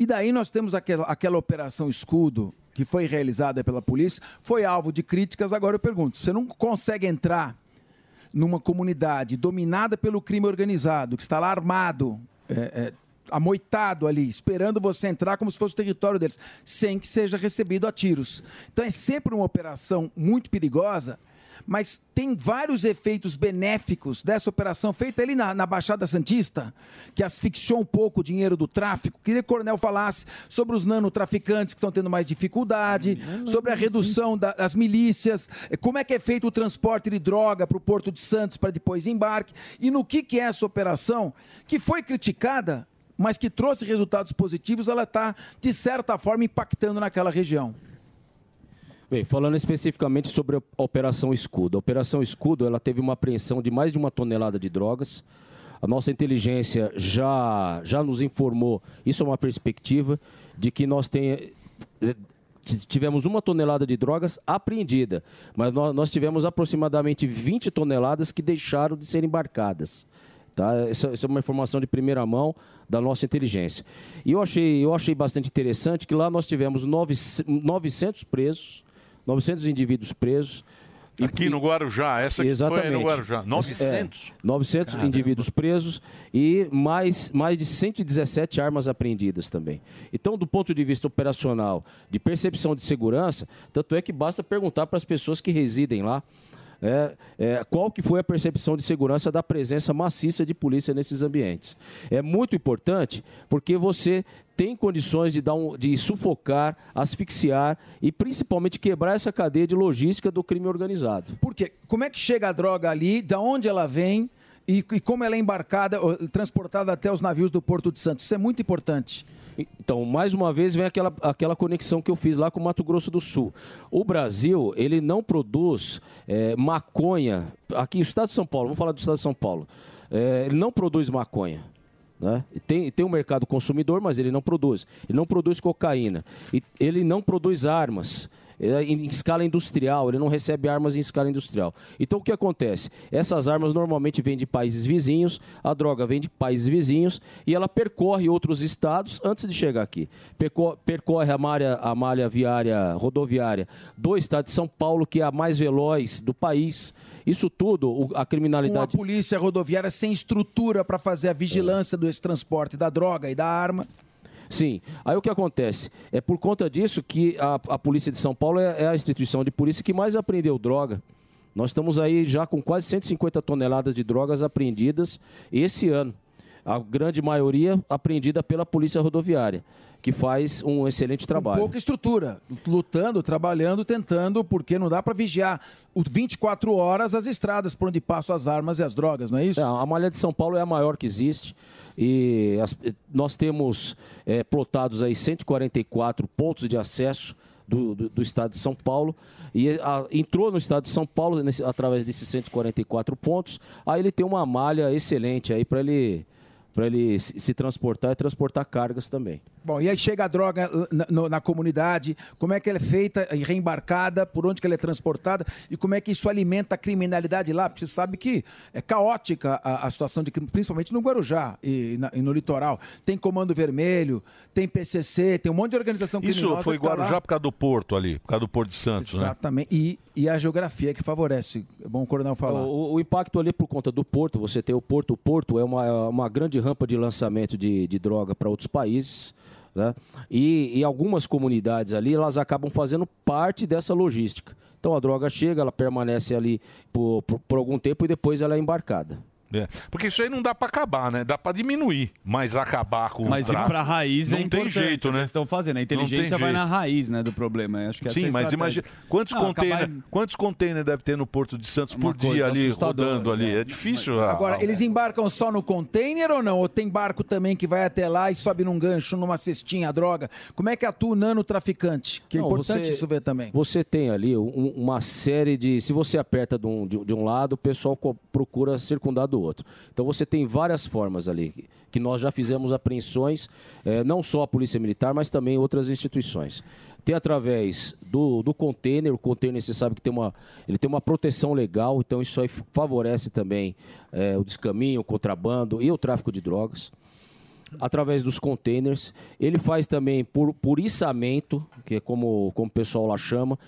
S13: E daí nós temos aquela, aquela operação escudo que foi realizada pela polícia, foi alvo de críticas. Agora eu pergunto: você não consegue entrar numa comunidade dominada pelo crime organizado, que está lá armado, é, é, amoitado ali, esperando você entrar como se fosse o território deles, sem que seja recebido a tiros. Então é sempre uma operação muito perigosa, mas tem vários efeitos benéficos dessa operação feita ali na, na Baixada Santista, que asfixiou um pouco o dinheiro do tráfico. Queria que o Coronel falasse sobre os nanotraficantes que estão tendo mais dificuldade, sobre a redução da- das milícias, eh, como é que é feito o transporte de droga para o Porto de Santos para depois embarque, e no que, que é essa operação, que foi criticada, mas que trouxe resultados positivos, ela está, de certa forma, impactando naquela região.
S25: Bem, falando especificamente sobre a Operação Escudo. A Operação Escudo ela teve uma apreensão de mais de uma tonelada de drogas. A nossa inteligência já, já nos informou, isso é uma perspectiva, de que nós tenha, eh, t- tivemos uma tonelada de drogas apreendida, mas nó- nós, tivemos aproximadamente 20 toneladas que deixaram de ser embarcadas. Tá? Essa, essa é uma informação de primeira mão da nossa inteligência. E eu achei, eu achei bastante interessante que lá nós tivemos 9, 900 presos, 900 indivíduos presos. E-
S5: Aqui no Guarujá, essa que foi no Guarujá. 900.
S25: É, 900 É, indivíduos presos e mais, mais de 117 armas apreendidas também. Então, do ponto de vista operacional, de percepção de segurança, tanto é que basta perguntar para as pessoas que residem lá é, é, qual que foi a percepção de segurança da presença maciça de polícia nesses ambientes. É muito importante porque você tem condições de, dar um, de sufocar, asfixiar e principalmente quebrar essa cadeia de logística do crime organizado.
S13: Por quê? Como é que chega a droga ali, da onde ela vem e, e como ela é embarcada, ou, transportada até os navios do Porto de Santos? Isso é muito importante.
S25: Então, mais uma vez, vem aquela, aquela conexão que eu fiz lá com o Mato Grosso do Sul. O Brasil, ele não produz eh, maconha. Aqui, o Estado de São Paulo, vamos falar do Estado de São Paulo. Eh, ele não produz maconha. Né? E Tem, tem um mercado consumidor, mas ele não produz. Ele não produz cocaína. E ele não produz armas. eh, Em em escala industrial, ele não recebe armas em escala industrial. Então o que acontece? Essas armas normalmente vêm de países vizinhos, a droga vem de países vizinhos e ela percorre outros estados antes de chegar aqui. Perco- Percorre a malha, a malha viária rodoviária do estado de São Paulo, que é a mais veloz do país. Isso tudo, o- a
S13: Com a
S25: criminalidade.
S13: polícia rodoviária sem estrutura para fazer a vigilância desse transporte da droga e da arma.
S25: Sim. Aí o que acontece? É por conta disso que a, a Polícia de São Paulo é, é a instituição de polícia que mais apreendeu droga. Nós estamos aí já com quase 150 toneladas de drogas apreendidas esse ano. A grande maioria apreendida pela Polícia Rodoviária, que faz um excelente trabalho.
S13: Pouca estrutura, lutando, trabalhando, tentando, porque não dá para vigiar o 24 horas as estradas por onde passam as armas e as drogas, não é isso?
S25: a malha de São Paulo é a maior que existe e as- nós temos eh, plotados aí 144 pontos de acesso do, do- do estado de São Paulo e a- entrou no estado de São Paulo nesse- através desses 144 pontos. Aí ele tem uma malha excelente aí para ele para ele se se transportar e transportar cargas também.
S13: Bom, e aí chega a droga eh, na, no- na comunidade, como é que ela é feita e reembarcada, por onde que ela é transportada e como é que isso alimenta a criminalidade lá? Porque você sabe que é caótica a, a situação de crime, principalmente no Guarujá e, na- e no litoral. Tem Comando Vermelho, tem PCC, tem um monte de organização criminosa.
S5: Isso foi
S13: que tá lá.
S5: Guarujá né? por causa do Porto ali, por causa do Porto de Santos, né?
S13: Exatamente. E, e a geografia que favorece. É bom o coronel falar.
S25: O, o- o impacto ali por conta do porto, você tem o porto. O porto é uma, uma grande rampa de lançamento de, de droga para outros países. Né? E, e algumas comunidades ali, elas acabam fazendo parte dessa logística. Então a droga chega, ela permanece ali por, por- por algum tempo e depois ela é embarcada.
S5: É, Porque isso aí não dá pra acabar, né? Dá pra diminuir, mas acabar com
S9: Mas
S5: o
S9: ir
S5: tráfico...
S9: pra raiz é
S5: não tem
S9: importante,
S5: jeito, né?
S9: Estão fazendo. A
S5: Não tem
S9: inteligência vai
S5: jeito.
S9: na raiz, né, do problema. Eu Acho que essa é
S5: Sim,
S9: a
S5: mas
S9: estratégia.
S5: imagina. Quantos,
S9: Não, acabar
S5: container, quantos container deve ter no Porto de Santos por dia
S9: coisa
S5: ali,
S9: assustadora, né?
S5: rodando ali? É difícil. a-
S13: Agora,
S5: a-
S13: eles embarcam só no container ou não? Ou tem barco também que vai até lá e sobe num gancho, numa cestinha, a droga? Como é que atua o nanotraficante? Que é
S25: Não,
S13: importante
S25: você-
S13: isso ver também.
S25: Você tem ali um- uma série de. Se você aperta de um, de, um- de um lado, o pessoal co- procura circundar do outro. Então você tem várias formas ali, que nós já fizemos apreensões, eh, não só a Polícia Militar, mas também outras instituições. Tem através do, do container, o container você sabe que tem uma, ele tem uma proteção legal, então isso aí favorece também eh, o descaminho, o contrabando e o tráfico de drogas através dos containers. Ele faz também por puriçamento, que é como, como o pessoal lá chama,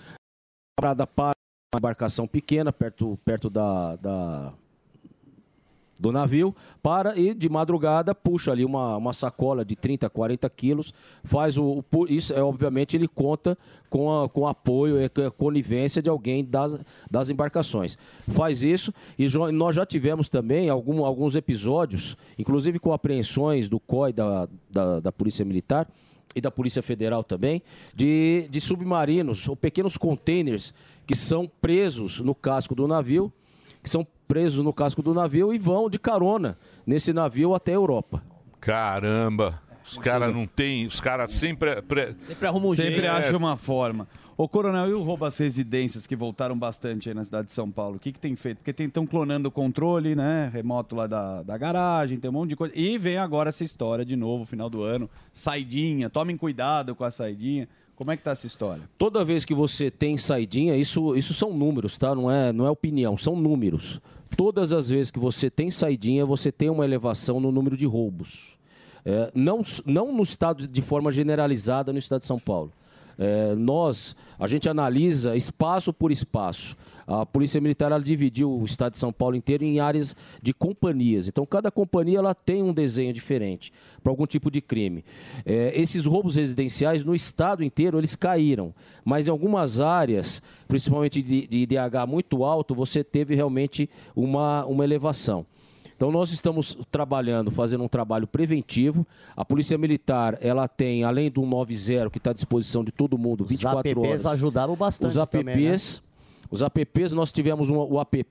S25: parada para uma embarcação pequena, perto, perto da, da- do navio, para e de madrugada puxa ali uma, uma sacola de 30, 40 quilos, faz o, o pu- isso é obviamente ele conta com, a, com o apoio e com a conivência de alguém das, das embarcações. Faz isso e jo- nós já tivemos também algum, alguns episódios, inclusive com apreensões do COI da, da, da Polícia Militar e da Polícia Federal também, de, de submarinos ou pequenos containers que são presos no casco do navio que são presos no casco do navio e vão de carona nesse navio até a Europa.
S5: Caramba! Os caras não tem, os caras sempre. é
S9: Sempre arruma um Sempre jeito. acha uma forma. Ô, Coronel, e o roubo às residências que voltaram bastante aí na cidade de São Paulo? O que, que tem feito? Porque estão clonando o controle, né? Remoto lá da, da garagem, tem um monte de coisa. E vem agora essa história de novo, final do ano. Saidinha, tomem cuidado com a saidinha. Como é que tá essa história?
S25: Toda vez que você tem saidinha, isso, isso são números, tá? Não é, não é opinião, são números. Todas as vezes que você tem saidinha, você tem uma elevação no número de roubos. É, não, s- não no estado de forma generalizada no estado de São Paulo. É, nós, a gente analisa espaço por espaço. A Polícia Militar ela dividiu o estado de São Paulo inteiro em áreas de companhias. Então, cada companhia ela tem um desenho diferente para algum tipo de crime. É, esses roubos residenciais no estado inteiro eles caíram, mas em algumas áreas, principalmente de, de IDH muito alto, você teve realmente uma, uma elevação. Então nós estamos trabalhando, fazendo um trabalho preventivo. A Polícia Militar, ela tem, além do 190 que está à disposição de todo mundo, 24
S11: apps
S25: horas.
S11: ajudaram bastante
S25: Os apps,
S11: também, né?
S25: os apps nós tivemos um- o app,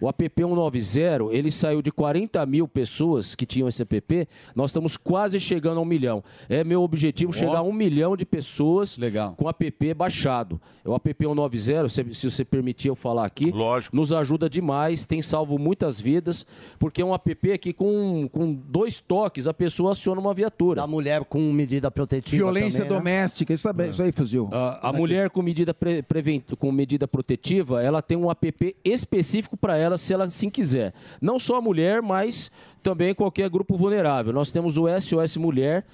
S25: o app 190, ele saiu de 40 mil pessoas que tinham esse app, nós estamos quase chegando a um milhão. É meu objetivo chegar a um milhão de pessoas com o app baixado. O app 190, se, se você permitir eu falar aqui, nos ajuda demais, tem salvo muitas vidas, porque é um app que com, com dois toques a pessoa aciona uma viatura.
S11: A mulher com medida protetiva.
S13: Violência
S11: também, né?
S13: doméstica, isso, é- isso aí, fuzil.
S25: Ah, A mulher com medida, pre- preven- com medida protetiva, ela tem um app específico para ela, se ela assim quiser. Não só a mulher, mas também qualquer grupo vulnerável. Nós temos o SOS Mulher,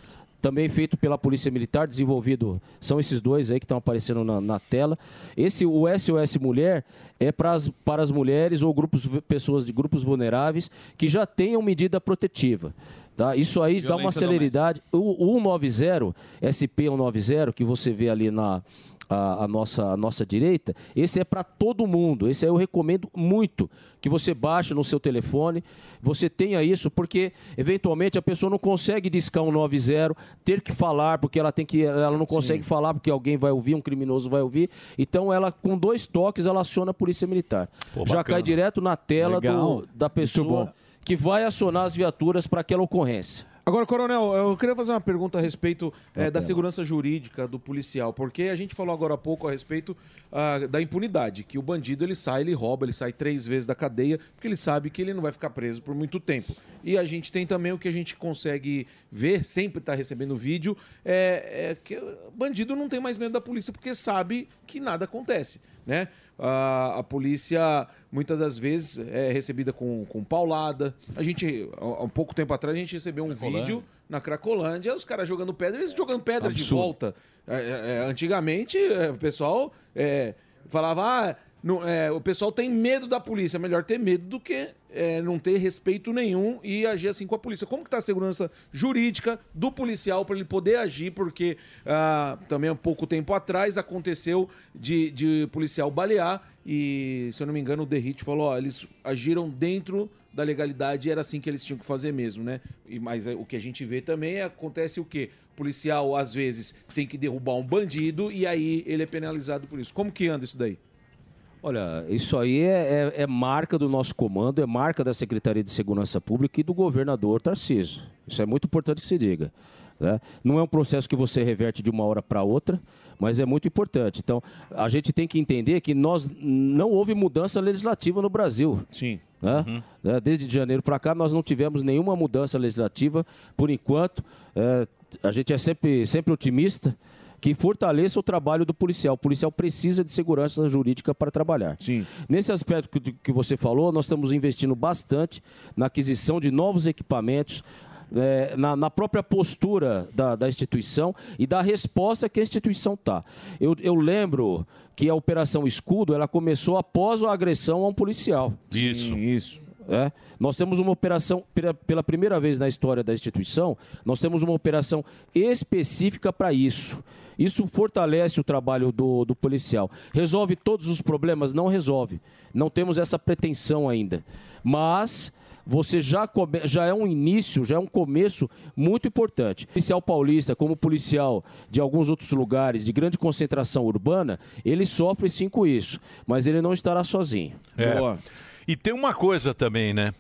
S25: também feito pela Polícia Militar, desenvolvido. São esses dois aí que estão aparecendo na, na tela. Esse, o SOS Mulher, é pras- para as mulheres ou grupos, pessoas de grupos vulneráveis que já tenham medida protetiva. Tá? Isso aí dá uma
S12: Violência
S25: um celeridade. O, o 190, SP 190, que você vê ali na, à, à nossa, à nossa direita, esse é para todo mundo. Esse aí eu recomendo muito que você baixe no seu telefone, você tenha isso, porque eventualmente a pessoa não consegue discar um 90, ter que falar, porque ela tem que. Ela não consegue falar, porque alguém vai ouvir, um criminoso vai ouvir. Então ela, com dois toques, ela aciona a polícia militar.
S15: Pô,
S25: Já
S15: bacana.
S25: cai direto na tela
S15: Legal.
S25: do- da pessoa que vai acionar as viaturas para aquela ocorrência.
S4: Agora, Coronel, eu queria fazer uma pergunta a respeito eh, da segurança jurídica do policial, porque a gente falou agora há pouco a respeito ah, da impunidade, que o bandido ele sai, ele rouba, ele sai três vezes da cadeia, porque ele sabe que ele não vai ficar preso por muito tempo. E a gente tem também o que a gente consegue ver, sempre está recebendo vídeo, é, é que o bandido não tem mais medo da polícia porque sabe que nada acontece, né? Ah, a polícia muitas das vezes é recebida com, com paulada. A gente, há há um pouco tempo atrás, a gente recebeu um
S3: Cracolândia.
S4: vídeo na Cracolândia, os caras jogando pedra, eles jogando pedra de
S3: Absurdo.
S4: volta. É, é, é, antigamente, é, o pessoal é, falava, ah, não- é, o pessoal tem medo da polícia, é melhor ter medo do que é, não ter respeito nenhum e agir assim com a polícia. Como que tá a segurança jurídica do policial para ele poder agir? Porque ah, também há pouco tempo atrás aconteceu de, de policial balear e, se eu não me engano, o Derrite falou, ó, eles agiram dentro da legalidade era assim que eles tinham que fazer mesmo, né? E, mas é, o que a gente vê também é, acontece o quê? O policial, às vezes, tem que derrubar um bandido e aí ele é penalizado por isso. Como que anda isso daí?
S25: Olha, isso aí é, é- é marca do nosso comando, é marca da Secretaria de Segurança Pública e do governador Tarcísio. Isso é muito importante que se diga. né? Não é um processo que você reverte de uma hora para outra, mas é muito importante. Então, a gente tem que entender que nós não houve mudança legislativa no Brasil. Né?
S4: Sim.
S25: Desde janeiro para cá, nós não tivemos nenhuma mudança legislativa, por enquanto. É, a gente é sempre, sempre otimista que fortaleça o trabalho do policial. O policial precisa de segurança jurídica para trabalhar. Nesse aspecto que, que você falou, nós estamos investindo bastante na aquisição de novos equipamentos. eh, na, na própria postura da, da instituição e da resposta que a instituição está. Eu, eu lembro que a Operação Escudo ela começou após a agressão a um policial.
S5: Isso.
S4: isso.
S25: É. Nós temos uma operação, pela- pela primeira vez na história da instituição, nós temos uma operação específica para isso. Isso fortalece o trabalho do, do policial. Resolve todos os problemas? Não resolve. Não temos essa pretensão ainda. Mas você já, come- já é um início, já é um começo muito importante. O policial paulista, como o policial de alguns outros lugares de grande concentração urbana, ele sofre sim com isso. Mas ele não estará sozinho.
S5: É. E tem uma coisa também, né?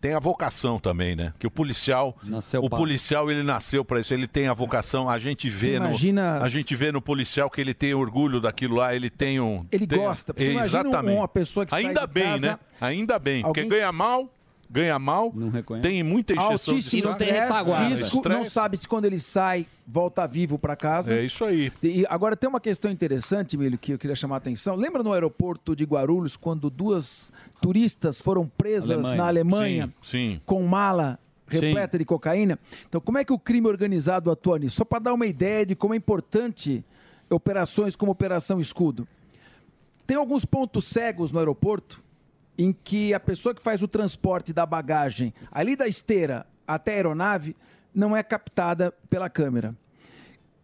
S5: Tem a vocação também, né? Que o policial, o
S9: pra-
S5: policial ele nasceu pra isso, ele tem a vocação. A gente vê
S13: Você
S5: no,
S13: imagina as-
S5: a gente vê no policial que ele tem orgulho daquilo lá, ele tem um
S13: Ele
S5: tem-
S13: gosta. Você imagina um-
S5: Exatamente.
S13: uma pessoa que sai
S5: ainda
S13: de
S5: bem,
S13: casa-
S5: né? Ainda bem,
S13: Alguém
S5: porque
S13: que-
S5: ganha mal, ganha mal, tem muita injeção de
S13: Altíssimo
S5: sangue.
S13: estresse, risco, não
S5: Estresse.
S13: sabe se quando ele sai, volta vivo para casa.
S5: É isso aí.
S13: E agora tem uma questão interessante, Milho, que eu queria chamar a atenção. Lembra no aeroporto de Guarulhos, quando duas turistas foram presas na Alemanha?
S5: Sim, sim.
S13: com mala repleta de cocaína. Então, como é que o crime organizado atua nisso? Só para dar uma ideia de como é importante operações como Operação Escudo. Tem alguns pontos cegos no aeroporto em que a pessoa que faz o transporte da bagagem ali da esteira até a aeronave não é captada pela câmera.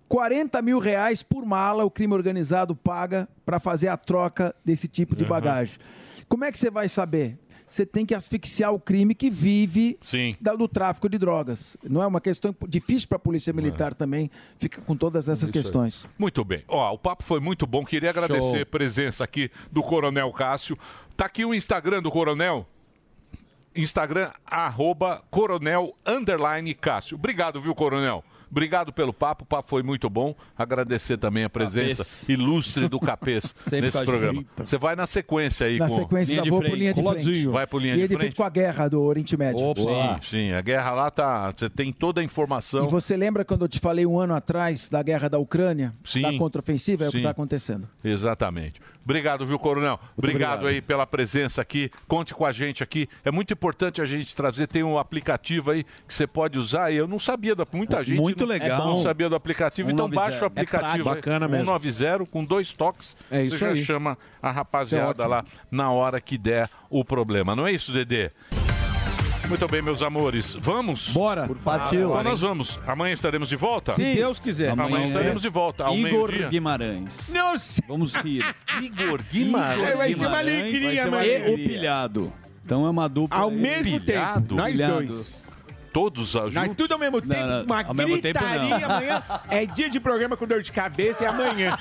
S13: 40 mil reais por mala o crime organizado paga para fazer a troca desse tipo de
S5: Uhum.
S13: bagagem. Como é que você vai saber? Você tem que asfixiar o crime que vive
S5: Sim.
S13: da- do tráfico de drogas. Não é uma questão imp- difícil para a polícia
S5: É.
S13: militar também, fica com todas essas questões.
S5: Muito bem. Ó, o papo foi muito bom. Queria agradecer
S13: Show.
S5: a presença aqui do Coronel Cássio. Tá aqui o Instagram do Coronel. Instagram, arroba coronel underline Cássio. Obrigado, viu, coronel? Obrigado pelo papo, o papo foi muito bom. Agradecer também a presença
S9: Capês.
S5: ilustre do Capês
S9: Sempre com
S5: nesse
S9: a
S5: programa.
S9: gente.
S5: Você vai na sequência aí
S13: Na
S5: com
S13: sequência, já vou para linha de frente.
S5: Vai pro linha, de, frente.
S13: com a guerra do Oriente Médio.
S5: Sim, sim, a guerra lá tá. Você tem toda a informação.
S13: E você lembra quando eu te falei um ano atrás da guerra da Ucrânia?
S5: Sim.
S13: Da contraofensiva? É o que
S5: Sim.
S13: está acontecendo.
S5: Exatamente. Obrigado, viu, Coronel? Obrigado,
S13: obrigado.
S5: aí pela presença aqui. Conte com a gente aqui. É muito importante a gente trazer. Tem um aplicativo aí que você pode usar. E eu não sabia da muita gente.
S9: Muito
S5: não-
S9: legal.
S5: Não sabia do aplicativo. então
S9: 190.
S5: baixa o
S9: É
S5: aplicativo.
S9: prático.
S5: aí,
S9: Bacana mesmo.
S5: 190 com dois toques.
S9: É
S5: você
S9: isso
S5: já
S9: aí.
S5: chama a
S9: Isso é
S5: rapaziada
S9: ótimo.
S5: lá na hora que der o problema. Não é isso, Dedê? Muito bem, meus amores. Vamos?
S4: Bora.
S5: Partiu. Então nós vamos. Amanhã estaremos de volta?
S4: Se Deus quiser.
S5: Amanhã,
S4: Amanhã.
S5: estaremos de volta. Ao
S9: Igor
S5: meio-dia.
S9: Guimarães.
S4: Não
S9: Vamos rir. Igor
S4: Guimarães. É, Vai ser uma
S9: Guimarães
S4: alegria,
S9: vai ser uma
S4: mano.
S9: alegria. E o Pilhado. Então é uma dupla.
S4: Ao mesmo tempo, nós dois.
S5: Todos
S4: Nós
S5: juntos?
S4: tudo ao mesmo tempo,
S9: não,
S4: uma
S9: ao mesmo tempo, não.
S4: gritaria amanhã. É dia de programa com dor de cabeça, é amanhã.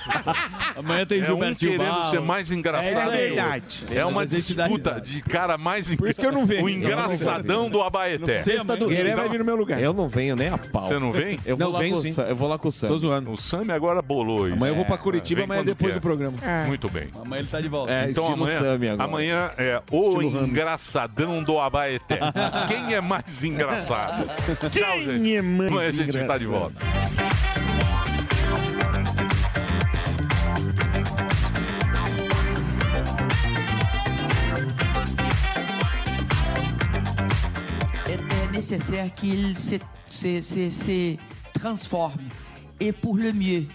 S9: Amanhã tem
S5: é um
S9: Gilbertinho
S5: querendo
S9: Barros.
S5: ser mais engraçado.
S4: Essa é
S5: que o outro.
S4: verdade.
S5: É uma
S4: Mas a gente dá
S5: disputa
S4: risada.
S5: de cara mais engraçado.
S4: Por isso que eu não venho.
S5: O
S4: Eu não
S5: engraçadão
S4: venho.
S5: do Abaeté.
S4: Sexta tá do Guilherme vai vir no meu lugar.
S3: Eu não venho nem a pau.
S5: Você não vem?
S3: Eu vou, lá, com o Sam- eu vou lá com o Sam.
S5: Tô zoando. O Sam agora bolou isso.
S3: Amanhã eu vou pra Curitiba,
S5: É, Vem
S3: amanhã
S5: quando
S3: depois
S5: quer.
S3: do programa.
S4: É.
S5: Muito bem.
S9: Amanhã ele tá de volta.
S5: É, então amanhã, amanhã é o
S9: Estilo Rami.
S5: engraçadão do Abaeté. Quem é mais engraçado? Tchau, gente.
S4: Quem é mais
S5: amanhã a gente tá de
S4: engraçado?
S5: volta.
S12: est nécessaire qu'il se, se- se- se transforme et pour le mieux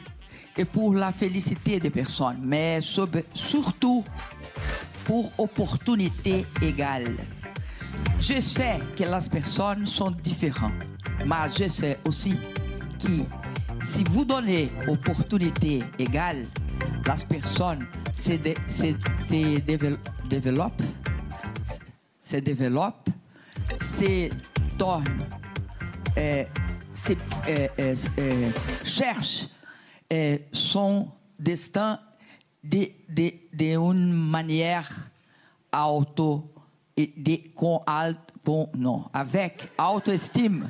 S12: et pour la félicité des personnes, mais sob- surtout pour opportunité égale. Je sais que les personnes sont différentes, mais je sais aussi que si vous donnez opportunité égale, les personnes se, dé- se- se dével- développent, se- se développent se torne, euh, se, euh, euh, euh, cherche euh, son destin d'une de, de une manière auto et de, con alt- bon, non, avec autoestime.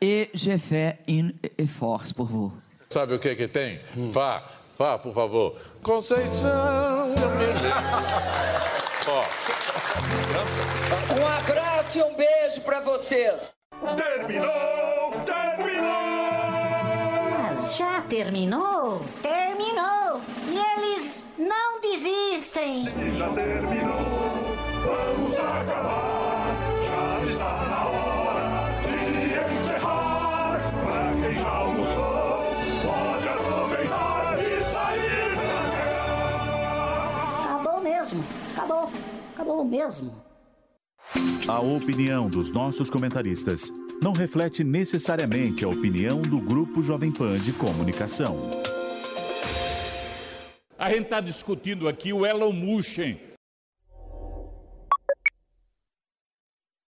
S12: Et je fais un effort pour vous.
S16: Sabe o que que tem? Vá, vá, por favor. Conceição. Ó.
S12: Um abraço e um beijo para vocês.
S6: Terminou! Terminou! Mas já terminou? Terminou! E eles não desistem! Se já terminou, vamos acabar! Já está na hora de encerrar! Pra quem já almoçou, pode aproveitar e sair pra cá! Acabou mesmo! Acabou! Acabou mesmo!
S26: A opinião dos nossos comentaristas não reflete necessariamente a opinião do Grupo Jovem Pan de Comunicação.
S27: tá A gente está discutindo aqui o Elon Musk,